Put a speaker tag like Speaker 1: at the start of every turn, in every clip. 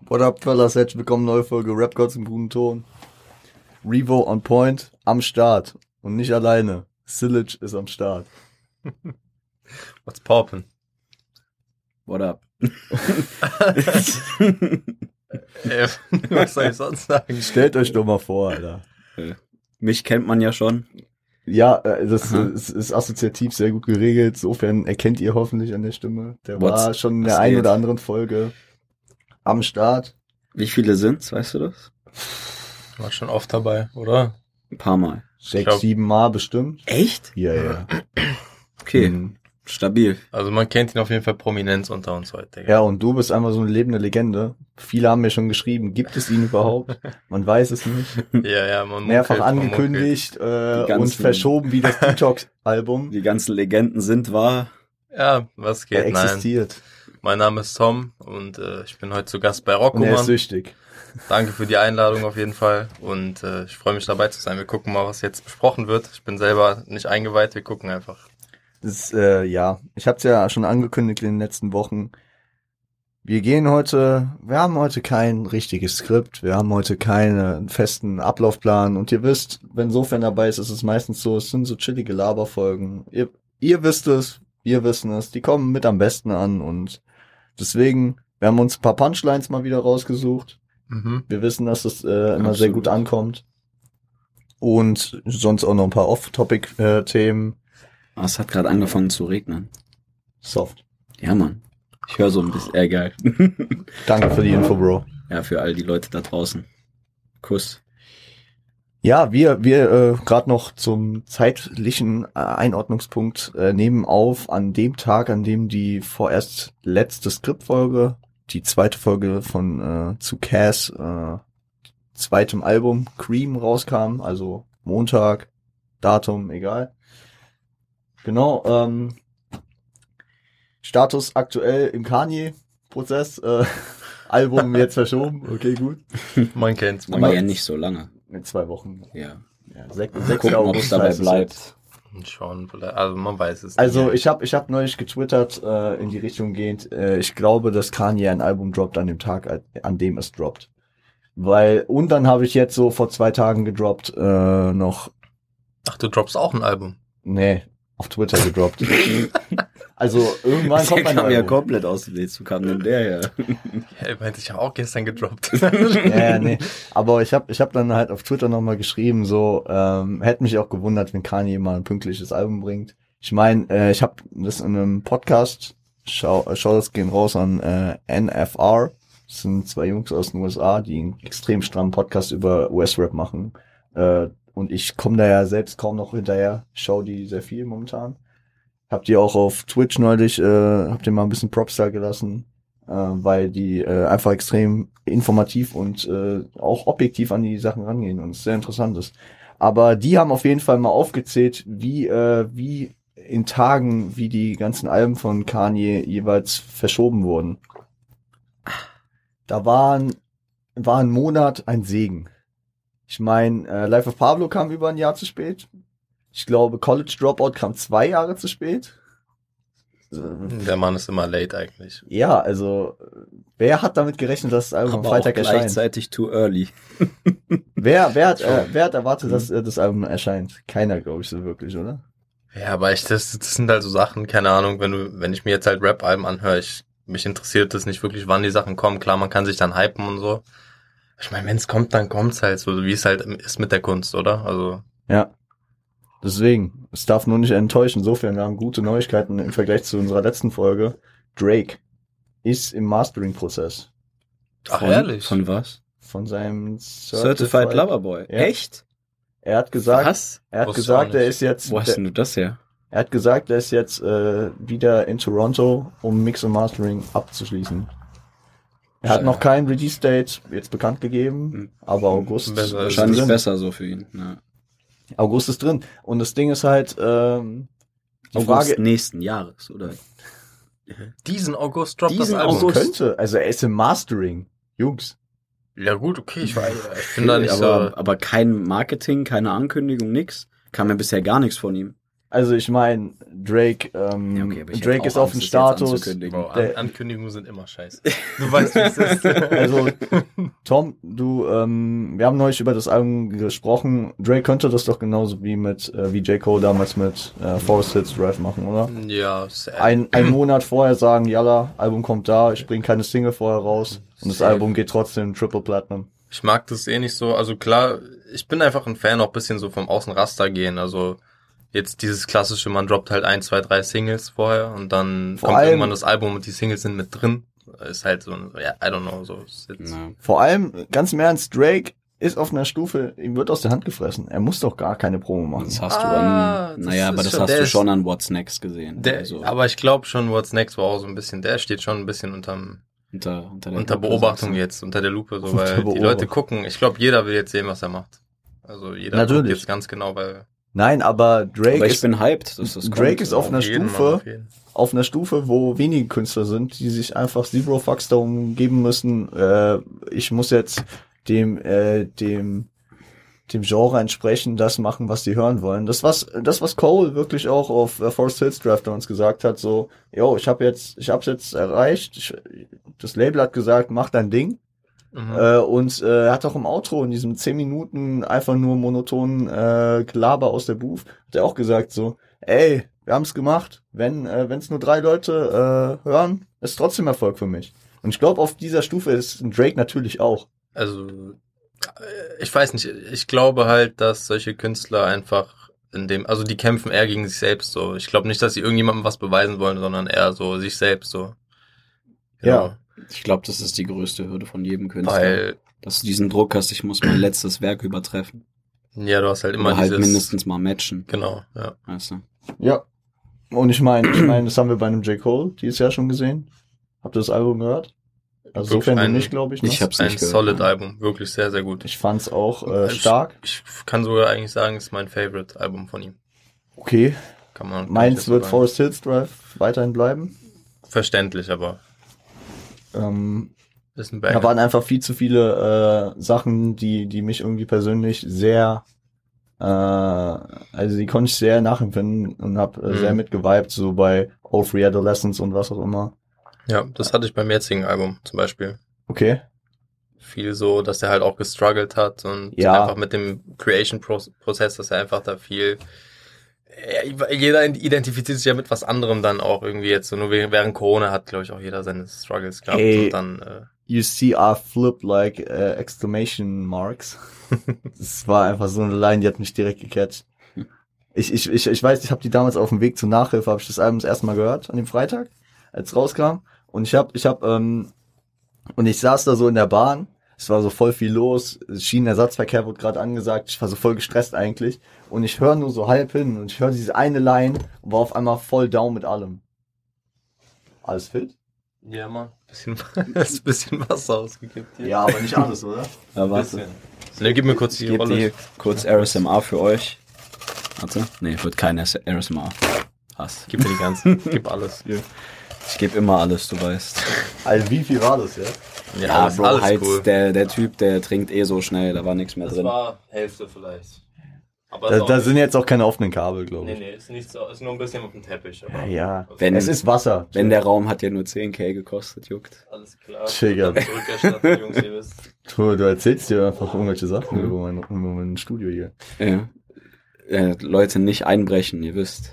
Speaker 1: What up, fellas? Herzlich willkommen, neue Folge Rap Gods im guten Ton. Revo on point, am Start. Und nicht alleine. Sillage ist am Start.
Speaker 2: What's poppin?
Speaker 3: What up?
Speaker 2: Ey, Äh, was soll ich sonst sagen?
Speaker 1: Stellt euch doch mal vor, Alter.
Speaker 3: Mich kennt man ja schon.
Speaker 1: Ja, äh, das
Speaker 3: Aha.
Speaker 1: ist, ist assoziativ sehr gut geregelt. Insofern erkennt ihr hoffentlich an der Stimme. Der war
Speaker 3: What's-
Speaker 1: schon in der
Speaker 3: was
Speaker 1: einen
Speaker 3: geht?
Speaker 1: oder anderen Folge am Start.
Speaker 3: Wie viele sind's, weißt du das?
Speaker 2: War schon oft dabei, oder?
Speaker 3: Ein paar Mal.
Speaker 1: Sechs,
Speaker 2: glaub-
Speaker 1: sieben Mal bestimmt.
Speaker 3: Echt?
Speaker 1: Ja, ja.
Speaker 3: Okay,
Speaker 1: Mhm.
Speaker 3: stabil.
Speaker 2: Also man kennt ihn auf jeden Fall Prominenz unter uns heute. Digga.
Speaker 1: Ja, und du bist einfach so eine lebende Legende. Viele haben mir schon geschrieben, gibt es ihn überhaupt? Man weiß es nicht.
Speaker 2: ja, ja man
Speaker 1: mehrfach
Speaker 2: munkelt, man
Speaker 1: angekündigt
Speaker 3: Die
Speaker 1: äh,
Speaker 3: ganzen-
Speaker 1: und verschoben wie das Detox-Album.
Speaker 3: Die ganzen Legenden sind wahr.
Speaker 2: munkelt. Ja, was
Speaker 1: Er
Speaker 2: geht? Nein.
Speaker 1: existiert
Speaker 2: Mein Name ist Tom und äh, ich bin heute zu Gast bei Rocko.
Speaker 1: und er ist
Speaker 2: Mann.
Speaker 1: süchtig.
Speaker 2: Danke für die Einladung auf jeden Fall und äh, ich freue mich dabei zu sein. Wir gucken mal, was jetzt besprochen wird. Ich bin selber nicht eingeweiht, wir gucken einfach.
Speaker 1: Das, äh, ja, ich habe es ja schon angekündigt in den letzten Wochen. Wir gehen heute, wir haben heute kein richtiges Skript, wir haben heute keinen festen Ablaufplan und ihr wisst, wenn Sofern dabei ist, ist es meistens so, es sind so chillige Laberfolgen. Ihr, ihr wisst es, wir wissen es, die kommen mit am besten an und deswegen, wir haben uns ein paar Punchlines mal wieder rausgesucht.
Speaker 2: Mhm.
Speaker 1: Wir wissen, dass es äh, immer sehr
Speaker 3: Absolut.
Speaker 1: gut ankommt. Und sonst auch noch ein paar äh, Off-Topic-Themen.
Speaker 3: Ah, es hat gerade angefangen zu regnen.
Speaker 1: Soft.
Speaker 3: Ja, Mann. Ich höre so ein bisschen. Äh, geil.
Speaker 1: Danke für die Info, Bro.
Speaker 3: ja, für all die Leute da draußen. Kuss.
Speaker 1: Ja, wir, wir äh, gerade noch zum zeitlichen äh, Einordnungspunkt äh, nehmen auf an dem Tag, an dem die vorerst letzte Skriptfolge, die zweite Folge von äh, zu Cass äh, zweitem Album Cream rauskam, also Montag, Datum, egal. Genau, ähm, Status aktuell im Kanye-Prozess, äh, Album jetzt verschoben, okay, gut,
Speaker 2: Man kennt's.
Speaker 3: Aber
Speaker 1: Aber-
Speaker 3: ja nicht so lange.
Speaker 1: mit zwei Wochen.
Speaker 3: Ja.
Speaker 1: Ja, sech-
Speaker 3: Gucken,
Speaker 1: sechster
Speaker 3: ob
Speaker 1: August
Speaker 3: es dabei
Speaker 1: heißt es jetzt.
Speaker 3: bleibt.
Speaker 2: Schauen, vielleicht- also man weiß es.
Speaker 1: Also
Speaker 2: nicht.
Speaker 1: ich habe ich hab neulich getwittert äh, in die Richtung gehend, äh, ich glaube, dass Kanye ein Album droppt an dem Tag, äh, an dem es droppt. Weil, und dann habe ich jetzt so vor zwei Tagen gedroppt, äh, noch,
Speaker 2: Ach, du droppst auch ein Album.
Speaker 1: nee, auf Twitter gedroppt. also irgendwann
Speaker 3: Der
Speaker 1: kommt mein
Speaker 3: kam ja
Speaker 1: Album.
Speaker 3: komplett aus dem Weg. Zu kam denn der her?
Speaker 2: Hey, meinte ich habe auch gestern gedroppt.
Speaker 1: Ja, ja, nee. Aber ich habe ich hab dann halt auf Twitter nochmal geschrieben, so, ähm, hätte mich auch gewundert, wenn Kanye mal ein pünktliches Album bringt. Ich meine, äh, ich habe das in einem Podcast, schau, äh, schau das gehen raus an äh, NFR. Das sind zwei Jungs aus den USA, die einen extrem strammen Podcast über US-Rap machen. Äh, und ich komme da ja selbst kaum noch hinterher. Ich schau die sehr viel momentan. Habt ihr auch auf Twitch neulich, äh, habt ihr mal ein bisschen Props da gelassen, äh, weil die äh, einfach extrem informativ und äh, auch objektiv an die Sachen rangehen und es sehr interessant ist. Aber die haben auf jeden Fall mal aufgezählt, wie, äh, wie in Tagen, wie die ganzen Alben von Kanye jeweils verschoben wurden. Da waren, war ein Monat ein Segen. Ich meine, äh, Life of Pablo kam über ein Jahr zu spät. Ich glaube, College Dropout kam zwei Jahre zu spät. Äh,
Speaker 2: Der Mann ist immer late eigentlich.
Speaker 1: Ja, also, äh, wer hat damit gerechnet, dass das Album am Freitag erscheint?
Speaker 3: gleichzeitig too early.
Speaker 1: Wer, wer, hat, äh,
Speaker 3: Schon.
Speaker 1: wer hat erwartet,
Speaker 3: Mhm.
Speaker 1: dass äh, das Album erscheint? Keiner, glaube ich, so wirklich, oder?
Speaker 2: Ja, aber ich, das, das sind halt so Sachen, keine Ahnung, wenn du, wenn ich mir jetzt halt Rap-Alben anhöre, ich, mich interessiert das nicht wirklich, wann die Sachen kommen. Klar, man kann sich dann hypen und so. Ich meine, wenn es kommt, dann kommt's halt so, wie es halt ist mit der Kunst, oder? Also,
Speaker 1: Ja. Deswegen, es darf nur nicht enttäuschen. Insofern, wir haben gute Neuigkeiten im Vergleich zu unserer letzten Folge. Drake ist im Mastering-Prozess
Speaker 2: ach
Speaker 3: Von-
Speaker 2: ehrlich.
Speaker 3: Von was?
Speaker 1: von seinem
Speaker 3: Certified, Loverboy.
Speaker 1: Ja.
Speaker 3: Echt?
Speaker 1: Er hat gesagt,
Speaker 3: was?
Speaker 1: er hat
Speaker 2: Wusste auch
Speaker 1: gesagt,
Speaker 2: nicht.
Speaker 1: er ist jetzt,
Speaker 3: Wo hast denn du das her?
Speaker 1: er hat gesagt, er ist jetzt äh, wieder in Toronto, um Mix und Mastering abzuschließen. Er hat
Speaker 3: Ja.
Speaker 1: noch kein Release-Date jetzt bekannt gegeben,
Speaker 3: Mhm.
Speaker 1: aber August
Speaker 2: Besser ist
Speaker 3: Wahrscheinlich
Speaker 1: drin.
Speaker 3: besser so für ihn. Ja.
Speaker 1: August ist drin. Und das Ding ist halt, ähm, die
Speaker 3: August
Speaker 1: Frage,
Speaker 3: nächsten Jahres, oder?
Speaker 2: Diesen August droppt
Speaker 3: Diesen
Speaker 2: das Album.
Speaker 3: August?
Speaker 1: könnte, also er ist im Mastering. Jungs,
Speaker 2: Ja gut, okay, ich, war, ich bin da nicht
Speaker 3: aber,
Speaker 2: so.
Speaker 3: aber kein Marketing, keine Ankündigung, nix. Kam ja bisher gar nichts von ihm.
Speaker 1: Also ich meine, Drake, ähm,
Speaker 3: Ja, okay, aber ich hätte
Speaker 1: Drake
Speaker 3: auch
Speaker 1: ist auf
Speaker 3: Angst,
Speaker 1: dem
Speaker 3: das jetzt
Speaker 1: Status.
Speaker 3: anzukündigen.
Speaker 2: Bro, An
Speaker 1: Der-
Speaker 2: Ankündigungen sind immer scheiße. Du weißt, wie es ist.
Speaker 1: Also Tom, du, ähm, wir haben neulich über das Album gesprochen. Drake könnte das doch genauso wie mit äh, wie J. Cole damals mit äh, Forest Hills Drive machen, oder?
Speaker 2: ja, sad.
Speaker 1: Ein, ein Monat vorher sagen, jalla, Album kommt da, ich bringe keine Single vorher raus und das
Speaker 2: Safe.
Speaker 1: Album geht trotzdem Triple Platinum.
Speaker 2: Ich mag das eh nicht so. Also klar, ich bin einfach ein Fan, auch ein bisschen so vom Außenraster gehen. Also jetzt dieses klassische, man droppt halt ein, zwei, drei Singles vorher und dann
Speaker 1: Vor
Speaker 2: kommt
Speaker 1: allem-
Speaker 2: irgendwann das Album und die Singles sind mit drin. Ist halt so ein, ja, I don't know, so ist jetzt.
Speaker 3: Na,
Speaker 1: Vor allem, ganz im Ernst, Drake ist auf einer Stufe, ihm wird aus der Hand gefressen. Er muss doch gar keine Promo machen.
Speaker 3: das hast
Speaker 2: Ah,
Speaker 3: du an,
Speaker 2: das
Speaker 3: naja, aber
Speaker 2: ist
Speaker 3: das
Speaker 2: schon-
Speaker 3: hast
Speaker 2: der
Speaker 3: du
Speaker 2: ist-
Speaker 3: schon an What's Next gesehen.
Speaker 2: Der,
Speaker 3: also,
Speaker 2: Aber ich glaube schon, What's Next war auch so ein bisschen, der steht schon ein bisschen unterm,
Speaker 3: unter, unter, der
Speaker 2: unter
Speaker 3: Lupe
Speaker 2: Beobachtung
Speaker 3: sagst
Speaker 2: jetzt, unter der Lupe, so,
Speaker 1: Unter
Speaker 2: weil die
Speaker 1: Beobachtung.
Speaker 2: Leute gucken. Ich glaube, jeder will jetzt sehen, was er macht. Also jeder guckt
Speaker 1: Natürlich.
Speaker 2: jetzt ganz genau, weil
Speaker 1: Nein, aber
Speaker 3: du.
Speaker 1: Drake
Speaker 3: Aber ich
Speaker 1: ist
Speaker 3: bin hyped, dass das
Speaker 1: Drake
Speaker 3: kommt.
Speaker 1: ist auf einer
Speaker 2: jeden
Speaker 1: Stufe.
Speaker 2: Mann auf jeden.
Speaker 1: auf einer Stufe, wo wenige Künstler sind, die sich einfach Zero Fucks darum geben müssen, äh, ich muss jetzt dem, äh, dem, dem Genre entsprechend das machen, was die hören wollen. Das, was, das, was Cole wirklich auch auf äh, Forest Hills Draft uns gesagt hat, so, yo, ich habe jetzt, ich hab's jetzt erreicht, ich, das Label hat gesagt, mach dein Ding.
Speaker 2: Mhm.
Speaker 1: Äh, und äh, er hat auch im Outro in diesem 10 Minuten einfach nur monotonen äh, Gelaber aus der Booth, hat er auch gesagt so, ey, wir haben's gemacht, wenn äh, wenn's nur drei Leute äh, hören, ist trotzdem Erfolg für mich. Und ich glaube, auf dieser Stufe ist ein Drake natürlich auch.
Speaker 2: Also, äh, ich weiß nicht, ich glaube halt, dass solche Künstler einfach in dem, also die kämpfen eher gegen sich selbst so. Ich glaube nicht, dass sie irgendjemandem was beweisen wollen, sondern eher so sich selbst so. Genau.
Speaker 1: Ja.
Speaker 3: Ich glaube, das ist die größte Hürde von jedem Künstler.
Speaker 2: Weil,
Speaker 3: dass du diesen Druck hast, ich muss mein letztes Werk übertreffen.
Speaker 2: ja, du hast halt immer
Speaker 3: Oder halt
Speaker 2: dieses.
Speaker 3: mindestens mal matchen.
Speaker 2: Genau, ja.
Speaker 3: Weißt du?
Speaker 1: Ja. Und ich meine, ich meine, das haben wir bei einem J. Cole dieses Jahr schon gesehen. Habt ihr das Album gehört? Also
Speaker 2: Wirklich
Speaker 1: sofern du
Speaker 2: ein-
Speaker 1: nicht, glaube ich. Ne?
Speaker 3: Ich hab's
Speaker 2: Ein
Speaker 3: nicht gehört.
Speaker 2: solid
Speaker 3: ne?
Speaker 2: Album, wirklich sehr, sehr gut.
Speaker 1: ich fand's auch äh,
Speaker 2: Ich-
Speaker 1: stark.
Speaker 2: Ich kann sogar eigentlich sagen, ist mein Favorite Album von ihm.
Speaker 1: Okay.
Speaker 2: Kann man. kann ich
Speaker 1: Meins
Speaker 2: jetzt so
Speaker 1: wird
Speaker 2: sagen.
Speaker 1: Forest Hills Drive weiterhin bleiben.
Speaker 2: Verständlich, aber
Speaker 1: Ähm,
Speaker 2: ist ein
Speaker 1: Da
Speaker 2: Banger.
Speaker 1: waren einfach viel zu viele äh, Sachen, die, die mich irgendwie persönlich sehr, äh, also die konnte ich sehr nachempfinden und habe äh,
Speaker 2: Mhm.
Speaker 1: sehr mitgevibed, so bei All Free Adolescence und was auch immer.
Speaker 2: Ja, das hatte ich beim jetzigen Album zum Beispiel.
Speaker 1: Okay.
Speaker 2: viel so, dass er halt auch gestruggelt hat und
Speaker 1: Ja.
Speaker 2: einfach mit dem Creation-Prozess, dass er einfach da viel. Ja, Jeder identifiziert sich ja mit was anderem dann auch irgendwie jetzt. So nur während während Corona hat, glaube ich, auch jeder seine Struggles gehabt.
Speaker 1: Ey.
Speaker 2: Und dann, äh,
Speaker 1: You see, I flip like äh, exclamation marks. das war einfach so eine Line, die hat mich direkt gecatcht. Ich, ich, ich, ich weiß, ich habe die damals auf dem Weg zur Nachhilfe, habe ich das Album das erste Mal gehört, an dem Freitag, als es rauskam. Und ich habe, ich habe, ähm, und ich saß da so in der Bahn. Es war so voll viel los. Schienenersatzverkehr wurde gerade angesagt. Ich war so voll gestresst eigentlich. Und ich höre nur so halb hin und ich höre diese eine Line und war auf einmal voll down mit allem. Alles fit?
Speaker 2: ja, man. Bisschen, ist ein bisschen Wasser ausgekippt hier.
Speaker 1: Ja, aber nicht alles, oder?
Speaker 3: Ja, warte.
Speaker 2: Bisschen. Ne, gib mir kurz
Speaker 3: Ich
Speaker 2: die
Speaker 3: gebe
Speaker 2: Rolle.
Speaker 3: dir kurz RSMA für euch. Warte. Nee, wird kein RSMA. Hass.
Speaker 2: Gib mir die ganzen. Gib alles.
Speaker 3: Ich gebe immer alles, du weißt.
Speaker 1: Also wie viel war das, ja?
Speaker 2: Ja,
Speaker 3: Ja,
Speaker 2: alles,
Speaker 3: Bro,
Speaker 2: alles
Speaker 3: halt,
Speaker 2: cool.
Speaker 3: der, der Typ, der trinkt eh so schnell, da war nichts mehr
Speaker 2: Das
Speaker 3: drin.
Speaker 2: war Hälfte vielleicht. Aber
Speaker 1: Da, da sind jetzt auch keine offenen Kabel, glaube
Speaker 2: Nee,
Speaker 1: ich.
Speaker 2: nee, ist, nichts, ist nur ein bisschen auf dem Teppich. Aber
Speaker 1: Ja,
Speaker 2: Also,
Speaker 1: wenn,
Speaker 3: Wenn-
Speaker 1: es ist Wasser.
Speaker 3: Wenn der Raum hat ja nur 10k gekostet, juckt.
Speaker 2: Alles klar.
Speaker 1: Trigger.
Speaker 2: Dann Zurückerstatten, Jungs, ihr wisst.
Speaker 1: du, du erzählst dir einfach irgendwelche Sachen über, mein, über mein Studio hier.
Speaker 3: Ja. Äh, Leute nicht einbrechen, ihr wisst.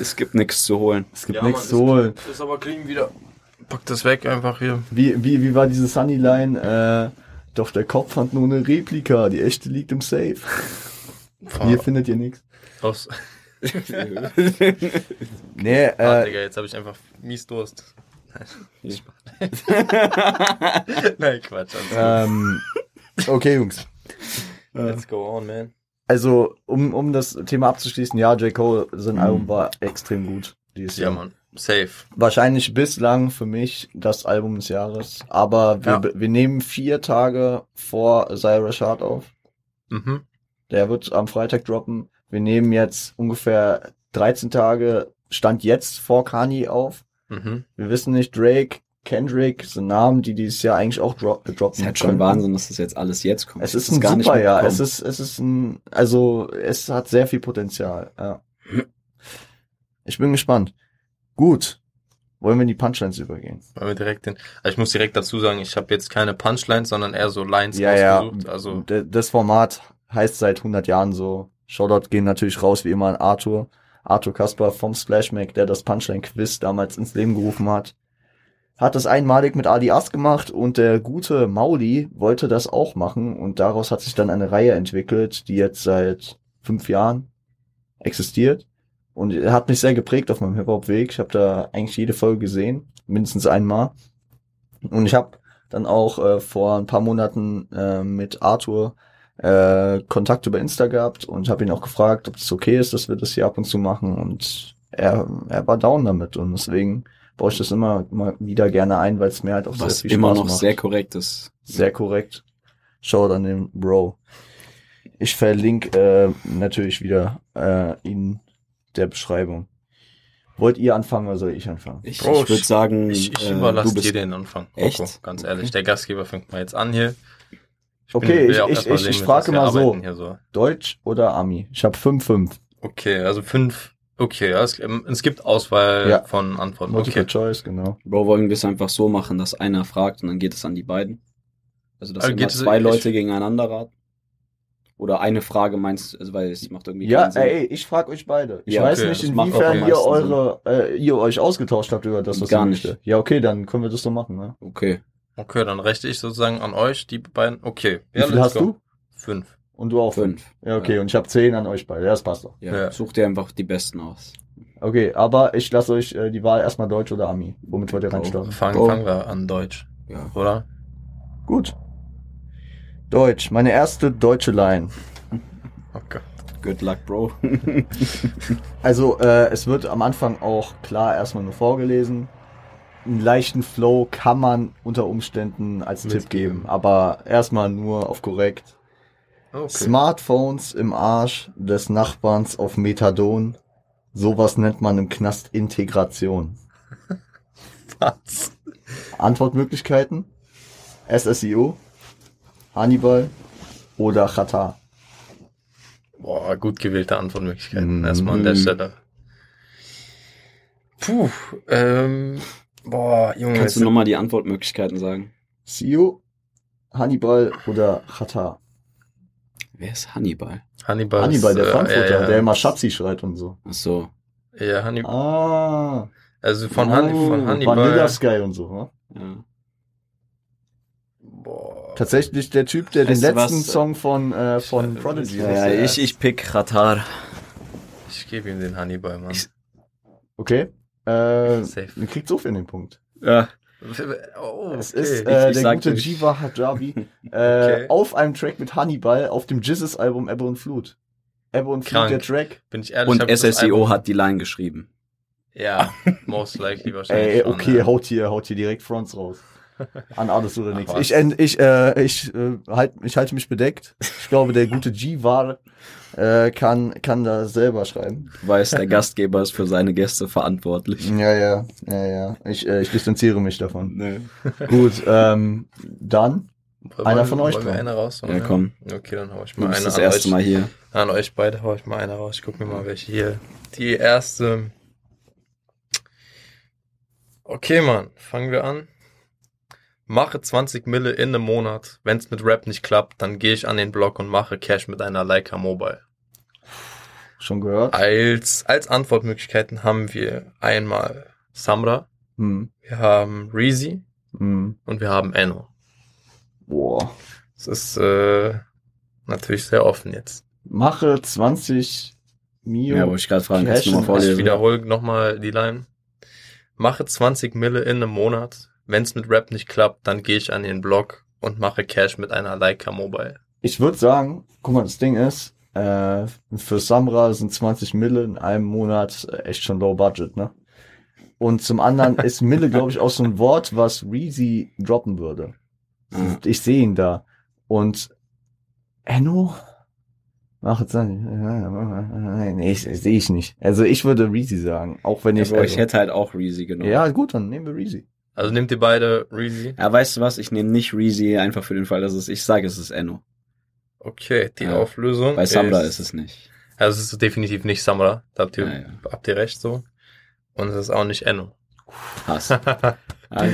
Speaker 3: Es gibt nichts zu holen.
Speaker 1: Es gibt
Speaker 2: Ja,
Speaker 1: nichts
Speaker 2: Mann,
Speaker 1: zu holen.
Speaker 2: Das ist aber clean wieder. Pack das weg einfach hier.
Speaker 1: Wie, wie, wie war diese Sunny-Line? Äh, doch der Kopf hat nur eine Replika, die echte liegt im Safe. Hier findet ihr nichts.
Speaker 2: Aus.
Speaker 1: Äh, Nee,
Speaker 2: ah,
Speaker 1: äh,
Speaker 2: Digga, jetzt habe ich einfach mies Durst. Nein, Spaß. Nein Quatsch. alles
Speaker 1: ähm, okay, Jungs.
Speaker 2: gut. Let's go on, man.
Speaker 1: Also, um, um das Thema abzuschließen, ja, J. Cole, sein
Speaker 3: Mhm.
Speaker 1: Album war extrem gut dieses
Speaker 2: Ja,
Speaker 1: Jahr.
Speaker 2: Mann. Safe.
Speaker 1: wahrscheinlich bislang für mich das Album des Jahres. Aber wir,
Speaker 2: Ja.
Speaker 1: wir nehmen vier Tage vor Zyra Shard auf.
Speaker 2: Mhm.
Speaker 1: Der wird am Freitag droppen. Wir nehmen jetzt ungefähr 13 Tage Stand jetzt vor Kanye auf.
Speaker 2: Mhm.
Speaker 1: Wir wissen nicht, Drake, Kendrick sind Namen, die dieses Jahr eigentlich auch dro droppen.
Speaker 3: ist halt schon
Speaker 1: könnten.
Speaker 3: Wahnsinn, dass das jetzt alles jetzt kommt.
Speaker 1: Es ist
Speaker 3: Das
Speaker 1: ein
Speaker 3: gar nicht
Speaker 1: super Jahr.
Speaker 3: mitbekommen.
Speaker 1: Es ist, es ist ein, also es hat sehr viel Potenzial. Ja. Ich bin gespannt. Gut. Wollen wir in die Punchlines übergehen?
Speaker 2: Weil wir direkt den, also ich muss direkt dazu sagen, ich habe jetzt keine Punchlines, sondern eher so Lines
Speaker 1: Ja, ja.
Speaker 2: ausgesucht. Also
Speaker 1: D- Das Format heißt seit 100 Jahren so. Shoutout gehen natürlich raus wie immer an Arthur. Arthur Kasper vom Splashmack, der das Punchline-Quiz damals ins Leben gerufen hat. Hat das einmalig mit Ali As gemacht und der gute Mauli wollte das auch machen und daraus hat sich dann eine Reihe entwickelt, die jetzt seit fünf Jahren existiert und hat mich sehr geprägt auf meinem Hip-Hop-Weg. Ich habe da eigentlich jede Folge gesehen, mindestens einmal. Und ich habe dann auch äh, vor ein paar Monaten äh, mit Arthur äh, Kontakt über Insta gehabt und habe ihn auch gefragt, ob es okay ist, dass wir das hier ab und zu machen. Und er, er war down damit und deswegen baue ich das immer mal wieder gerne ein, weil es mir halt auch
Speaker 3: Was
Speaker 1: sehr viel
Speaker 3: immer
Speaker 1: Spaß
Speaker 3: noch
Speaker 1: macht.
Speaker 3: sehr korrekt ist.
Speaker 1: Sehr korrekt. Schaut an den Bro. Ich verlinke äh, natürlich wieder äh, in der Beschreibung. Wollt ihr anfangen oder soll ich anfangen?
Speaker 3: Ich,
Speaker 2: Bro,
Speaker 3: ich würde
Speaker 2: ich-
Speaker 3: sagen,
Speaker 2: ich, ich
Speaker 3: äh,
Speaker 2: überlasse
Speaker 3: du bist
Speaker 2: dir den Anfang.
Speaker 3: Echt?
Speaker 2: Coco, ganz ehrlich, der Gastgeber fängt mal jetzt an hier. Ich
Speaker 1: Okay,
Speaker 2: will
Speaker 1: ich-
Speaker 2: auch
Speaker 1: ich-
Speaker 2: erst mal
Speaker 1: ich-
Speaker 2: sehen,
Speaker 1: ich
Speaker 2: mit
Speaker 1: frage
Speaker 2: was wir
Speaker 1: mal so.
Speaker 2: arbeiten hier so.
Speaker 1: Deutsch oder Ami? Ich habe 5-5.
Speaker 2: Okay, also fünf. Okay, ja, es, ähm, es gibt Auswahl
Speaker 1: Ja.
Speaker 2: von Antworten.
Speaker 1: Multiple
Speaker 2: Okay.
Speaker 1: Choice, genau.
Speaker 3: Bro, wollen wir es einfach so machen, dass einer fragt und dann geht es an die beiden? Also, dass
Speaker 2: Also
Speaker 3: immer
Speaker 2: geht es-
Speaker 3: zwei
Speaker 2: ich-
Speaker 3: Leute gegeneinander raten? Oder eine Frage meinst also weil es macht irgendwie
Speaker 1: Ja,
Speaker 3: keinen Sinn.
Speaker 1: ey, ich frage euch beide. Ich
Speaker 3: Ja,
Speaker 1: weiß
Speaker 2: okay,
Speaker 1: nicht,
Speaker 3: das macht
Speaker 2: auch am
Speaker 1: inwiefern ihr
Speaker 3: meisten
Speaker 1: eure, äh, ihr euch ausgetauscht habt über das, was
Speaker 3: Gar
Speaker 1: ihr
Speaker 3: nicht.
Speaker 1: möchtet. Ja, okay, dann können wir das so machen. Ne?
Speaker 3: Okay.
Speaker 2: Okay, dann rechte ich sozusagen an euch, die beiden. Okay.
Speaker 1: Wie viel
Speaker 2: let's
Speaker 1: hast
Speaker 2: go.
Speaker 1: du?
Speaker 2: Fünf.
Speaker 1: Und du auch fünf.
Speaker 3: Fünf.
Speaker 1: Ja, okay, und ich habe zehn an euch beide. Ja, das passt doch.
Speaker 3: Ja.
Speaker 2: Ja.
Speaker 3: Such dir einfach die besten aus.
Speaker 1: Okay, aber ich lasse euch äh, die Wahl erstmal Deutsch oder Ami. Womit wollt ihr
Speaker 3: Oh.
Speaker 1: reinstarten?
Speaker 2: Fangen,
Speaker 3: Oh.
Speaker 2: fangen wir an Deutsch,
Speaker 3: Ja.
Speaker 2: oder?
Speaker 1: Gut. Deutsch, meine erste deutsche Line.
Speaker 2: Okay.
Speaker 3: Good luck, Bro.
Speaker 1: Also äh, es wird am Anfang auch klar erstmal nur vorgelesen. Einen leichten Flow kann man unter Umständen als
Speaker 2: Mitgeben.
Speaker 1: Tipp geben, aber erstmal nur auf korrekt. Oh,
Speaker 2: okay.
Speaker 1: Smartphones im Arsch des Nachbarns auf Methadon. Sowas nennt man im Knast Integration.
Speaker 2: Was?
Speaker 1: Antwortmöglichkeiten? SSIO, Hannibal oder Chata.
Speaker 2: Boah, gut gewählte Antwortmöglichkeiten
Speaker 1: Mhm.
Speaker 2: erstmal an der Stelle. Puh, ähm, boah, Junge.
Speaker 3: Kannst du
Speaker 2: es-
Speaker 3: nochmal die Antwortmöglichkeiten sagen?
Speaker 1: SIO, Hannibal oder Chata.
Speaker 3: Wer ist Hannibal?
Speaker 2: Hannibal,
Speaker 1: Hannibal,
Speaker 2: ist,
Speaker 1: der
Speaker 2: äh,
Speaker 1: Frankfurter,
Speaker 2: ja, ja.
Speaker 1: der immer Schatzi schreit und so.
Speaker 3: Ach so.
Speaker 2: Ja, Hannibal.
Speaker 1: Ah.
Speaker 2: Also von, Han von
Speaker 1: Oh,
Speaker 2: Hannibal.
Speaker 1: Vanilla Sky und so. Ne?
Speaker 3: Ja.
Speaker 2: Boah.
Speaker 1: Tatsächlich der Typ, der
Speaker 3: Weißt
Speaker 1: den
Speaker 3: du was?
Speaker 1: letzten Song von, äh, von
Speaker 2: Äh,
Speaker 1: Prodigy
Speaker 2: ja,
Speaker 1: hatte.
Speaker 2: ja,
Speaker 3: ich pick Qatar.
Speaker 2: Ich gebe ihm den Hannibal, Mann.
Speaker 3: Ich-
Speaker 1: Okay. Äh,
Speaker 2: Safe.
Speaker 1: ihr kriegt so viel in den Punkt.
Speaker 3: Ja.
Speaker 2: also Oh,
Speaker 1: Es ist
Speaker 2: okay.
Speaker 1: äh,
Speaker 3: ich
Speaker 1: der
Speaker 3: sag
Speaker 1: gute
Speaker 3: euch.
Speaker 1: Jiva Hadjabi äh,
Speaker 2: Okay.
Speaker 1: auf einem Track mit Hannibal auf dem Jizzes-Album Ebbe und Flut. Ebbe und Flut,
Speaker 2: Krank.
Speaker 1: der Track.
Speaker 2: Bin ich ehrlich.
Speaker 3: Und
Speaker 2: hab das
Speaker 3: SSEO
Speaker 1: E
Speaker 2: Album-
Speaker 3: hat die Line geschrieben.
Speaker 2: Ja, most likely wahrscheinlich.
Speaker 1: Ey,
Speaker 2: schon, ne?
Speaker 1: okay,
Speaker 2: ja.
Speaker 1: haut hier, haut hier direkt Fronts raus. An alles oder
Speaker 2: Ach,
Speaker 1: nichts.
Speaker 2: was.
Speaker 1: Ich, end- ich, äh, ich, äh, halt, ich halte mich bedeckt. Ich glaube, der gute Jivar äh, kann, kann da selber schreiben.
Speaker 3: Du weißt, der Gastgeber ist für seine Gäste verantwortlich.
Speaker 1: Ja, ja, ja, ja. Ich, äh, ich distanziere mich davon.
Speaker 3: Nee.
Speaker 1: Gut, ähm, dann.
Speaker 2: Wollen
Speaker 1: einer
Speaker 2: wir-
Speaker 1: von euch
Speaker 2: Wollen wir
Speaker 1: dran.
Speaker 2: eine raus?
Speaker 3: Ja, komm.
Speaker 2: Okay, dann hau ich mal
Speaker 3: Du
Speaker 2: eine
Speaker 3: bist das
Speaker 2: an
Speaker 3: erste
Speaker 2: euch,
Speaker 3: Mal hier.
Speaker 2: an euch beide. Hau ich mal eine raus. Ich guck mir mal, welche hier. Die erste. Okay, Mann. Fangen wir an. Mache 20 Mille in einem Monat. Wenn's mit Rap nicht klappt, dann gehe ich an den Blog und mache Cash mit einer Leica Mobile.
Speaker 1: Schon gehört?
Speaker 2: Als, als Antwortmöglichkeiten haben wir einmal Samra,
Speaker 1: Hm.
Speaker 2: wir haben Reezy
Speaker 1: Hm.
Speaker 2: und wir haben Enno.
Speaker 1: Boah.
Speaker 2: Es ist äh, natürlich sehr offen jetzt.
Speaker 1: Mache 20 Mio.
Speaker 3: Ja, wollte ich gerade fragen. Kannst du
Speaker 1: Cash
Speaker 3: mal
Speaker 1: und
Speaker 2: Also Ich
Speaker 3: vorlesen?
Speaker 2: wiederhole nochmal die Line. Mache 20 Mille in einem Monat. Wenn's mit Rap nicht klappt, dann gehe ich an den Blog und mache Cash mit einer Leica Mobile.
Speaker 1: ich würde sagen, guck mal, das Ding ist, äh, für Samra sind 20 Mille in einem Monat äh, echt schon low budget, ne? Und zum anderen ist Mille, glaube ich, auch so ein Wort, was Reezy droppen würde.
Speaker 3: Ja.
Speaker 1: Ich sehe ihn da. Und Enno? Mach jetzt Nein, nee, ich, sehe ich nicht. Also ich würde Reezy sagen, auch wenn
Speaker 3: Ja,
Speaker 1: ich.
Speaker 3: Bro, ich
Speaker 1: also,
Speaker 3: hätte halt auch Reezy genommen.
Speaker 1: ja, gut, dann nehmen wir Reezy.
Speaker 2: Also nehmt ihr beide Reezy.
Speaker 3: Ja, weißt du was? Ich nehme nicht Reezy einfach für den Fall, dass es, ich sage, es ist Enno.
Speaker 2: Okay, die
Speaker 3: Ja.
Speaker 2: Auflösung.
Speaker 3: Bei Samra ist es nicht.
Speaker 2: Also es ist definitiv nicht Samra. Da habt ihr,
Speaker 3: Ja, ja.
Speaker 2: habt ihr recht so. Und es ist auch nicht Enno.
Speaker 3: Hass. Ah,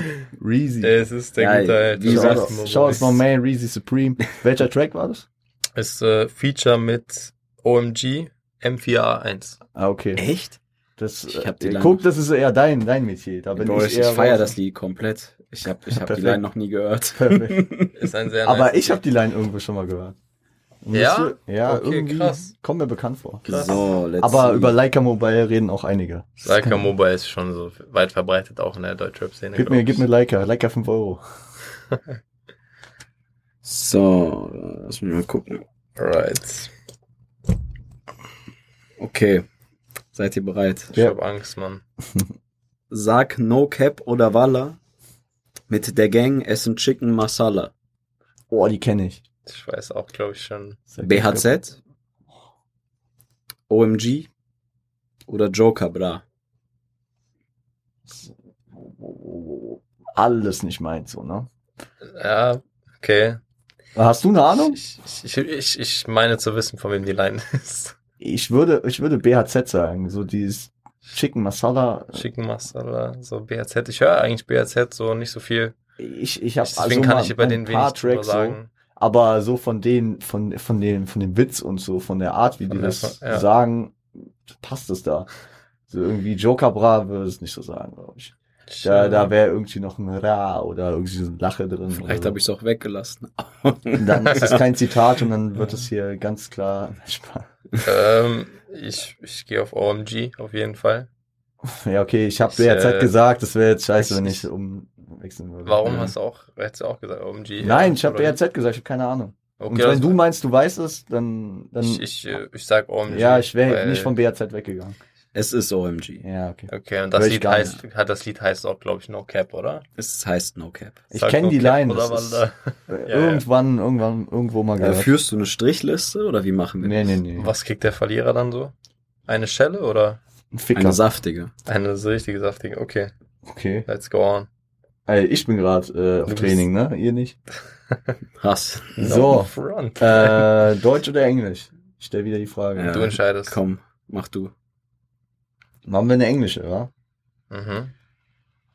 Speaker 1: Reezy.
Speaker 2: es ist der
Speaker 3: Ja,
Speaker 2: gute alte
Speaker 3: wie gesagt,
Speaker 2: Ralf Morris.
Speaker 1: Schau es mal, man, Reezy Supreme. Welcher Track war das?
Speaker 2: Ist äh, Feature mit OMG M4A1.
Speaker 1: Ah, okay.
Speaker 3: Echt?
Speaker 1: Das,
Speaker 3: Ich hab die
Speaker 1: äh,
Speaker 3: Line-
Speaker 1: guck, das ist eher dein, dein Metier. Da bin
Speaker 3: Boris,
Speaker 1: ich
Speaker 3: ich,
Speaker 1: eher
Speaker 3: feier
Speaker 1: raus.
Speaker 3: das Lied komplett. Ich habe ich hab die
Speaker 1: Perfekt.
Speaker 3: Line noch nie gehört.
Speaker 1: Perfekt.
Speaker 2: Ist ein sehr
Speaker 1: Aber
Speaker 2: nice
Speaker 1: ich
Speaker 2: Lied.
Speaker 1: habe die Line irgendwo schon mal gehört.
Speaker 2: Ja?
Speaker 1: Müsste- Ja,
Speaker 2: Okay,
Speaker 1: irgendwie
Speaker 2: krass.
Speaker 1: kommt mir bekannt vor.
Speaker 2: Krass.
Speaker 3: so, let's
Speaker 1: Aber
Speaker 3: see.
Speaker 1: über Leica Mobile reden auch einige.
Speaker 2: Saika Mobile ist schon so weit verbreitet, auch in der Deutschrap-Szene.
Speaker 1: Gib
Speaker 2: glaub
Speaker 1: mir,
Speaker 2: ich.
Speaker 1: gib mir Leica. Leica 5 Euro.
Speaker 3: So, lass mich mal gucken.
Speaker 2: Alright.
Speaker 3: Okay. Seid ihr bereit?
Speaker 2: Ich
Speaker 1: Ja.
Speaker 2: hab Angst, Mann.
Speaker 3: Sag No Cap oder Walla. Mit der Gang essen Chicken Masala.
Speaker 1: Oh, die kenne ich.
Speaker 2: Ich weiß auch, glaube ich, schon.
Speaker 1: Sehr gut.
Speaker 3: BHZ. OMG. Oder Joker, bra.
Speaker 1: Alles nicht meins, so, ne?
Speaker 2: Ja, okay.
Speaker 1: Hast du eine Ahnung?
Speaker 2: Ich, ich, ich, ich meine zu wissen, von wem die Line ist.
Speaker 1: Ich würde, ich würde BHZ sagen. So dieses Chicken Masala.
Speaker 2: Chicken Masala, so BAZ. Ich höre eigentlich BAZ so nicht so viel.
Speaker 1: Ich, ich also habe
Speaker 2: Deswegen kann ich über den wenig drüber
Speaker 1: so,
Speaker 2: sagen.
Speaker 1: aber so von denen, von, von dem, von dem Witz und so, von der Art, wie
Speaker 2: Von
Speaker 1: die
Speaker 2: der-
Speaker 1: das
Speaker 2: ja.
Speaker 1: sagen, passt es da. So irgendwie Joker Bra würde es nicht so sagen, glaube ich.
Speaker 2: Ich,
Speaker 1: Da,
Speaker 2: äh,
Speaker 1: da wäre irgendwie noch ein Ra oder irgendwie so ein Lache drin.
Speaker 3: Vielleicht
Speaker 2: Also-
Speaker 1: oder
Speaker 3: habe ich es auch weggelassen.
Speaker 1: so. Dann ist es kein Zitat und dann wird es hier ganz klar.
Speaker 2: ähm, ich, ich gehe auf OMG auf jeden Fall.
Speaker 1: Ja, okay, ich habe
Speaker 2: Ich,
Speaker 1: BHZ
Speaker 2: äh,
Speaker 1: gesagt, das wäre jetzt scheiße, wenn
Speaker 2: ich-
Speaker 1: ich umwechseln würde.
Speaker 2: Warum
Speaker 3: Ja.
Speaker 2: hast du auch, hättest du auch gesagt OMG?
Speaker 1: Mhm. Nein, ich habe
Speaker 2: oder?
Speaker 1: BHZ gesagt, ich habe keine Ahnung.
Speaker 2: Okay,
Speaker 1: und wenn
Speaker 2: das-
Speaker 1: du meinst, du weißt es, dann. dann
Speaker 2: ich, ich, äh, ich sag OMG.
Speaker 1: ja, ich wäre
Speaker 2: weil-
Speaker 1: nicht von BHZ weggegangen.
Speaker 3: es ist OMG.
Speaker 1: Ja, okay.
Speaker 2: Okay, und das
Speaker 1: Will ich
Speaker 2: Lied
Speaker 1: gar
Speaker 2: heißt, hat das Lied heißt auch, glaube ich, No Cap, oder?
Speaker 3: Es heißt No Cap.
Speaker 1: Ich
Speaker 2: Sag
Speaker 1: kenn
Speaker 2: No
Speaker 1: die
Speaker 2: Cap,
Speaker 1: Line,
Speaker 2: Oder
Speaker 1: das
Speaker 2: was
Speaker 1: ist-
Speaker 2: da?
Speaker 1: Äh,
Speaker 2: ja.
Speaker 1: irgendwann, irgendwann, irgendwo mal
Speaker 3: Äh,
Speaker 1: gehört.
Speaker 3: führst du eine Strichliste oder wie machen wir
Speaker 1: nee,
Speaker 3: das?
Speaker 1: nee, nee.
Speaker 2: Was kriegt der Verlierer dann so? Eine Schelle oder
Speaker 1: Ein
Speaker 3: Eine
Speaker 1: Ficker.
Speaker 3: saftige.
Speaker 2: eine so richtig saftige? Okay,
Speaker 1: okay.
Speaker 2: let's go on.
Speaker 1: Ey, ich bin gerade äh, auf
Speaker 2: bist-
Speaker 1: Training, ne? Ihr nicht?
Speaker 3: Hass.
Speaker 1: So.
Speaker 2: Front.
Speaker 1: äh, Deutsch oder Englisch? Ich stell wieder die Frage.
Speaker 3: Ja.
Speaker 2: du entscheidest.
Speaker 3: Komm, mach du.
Speaker 1: Machen wir eine englische, wa?
Speaker 2: Mhm.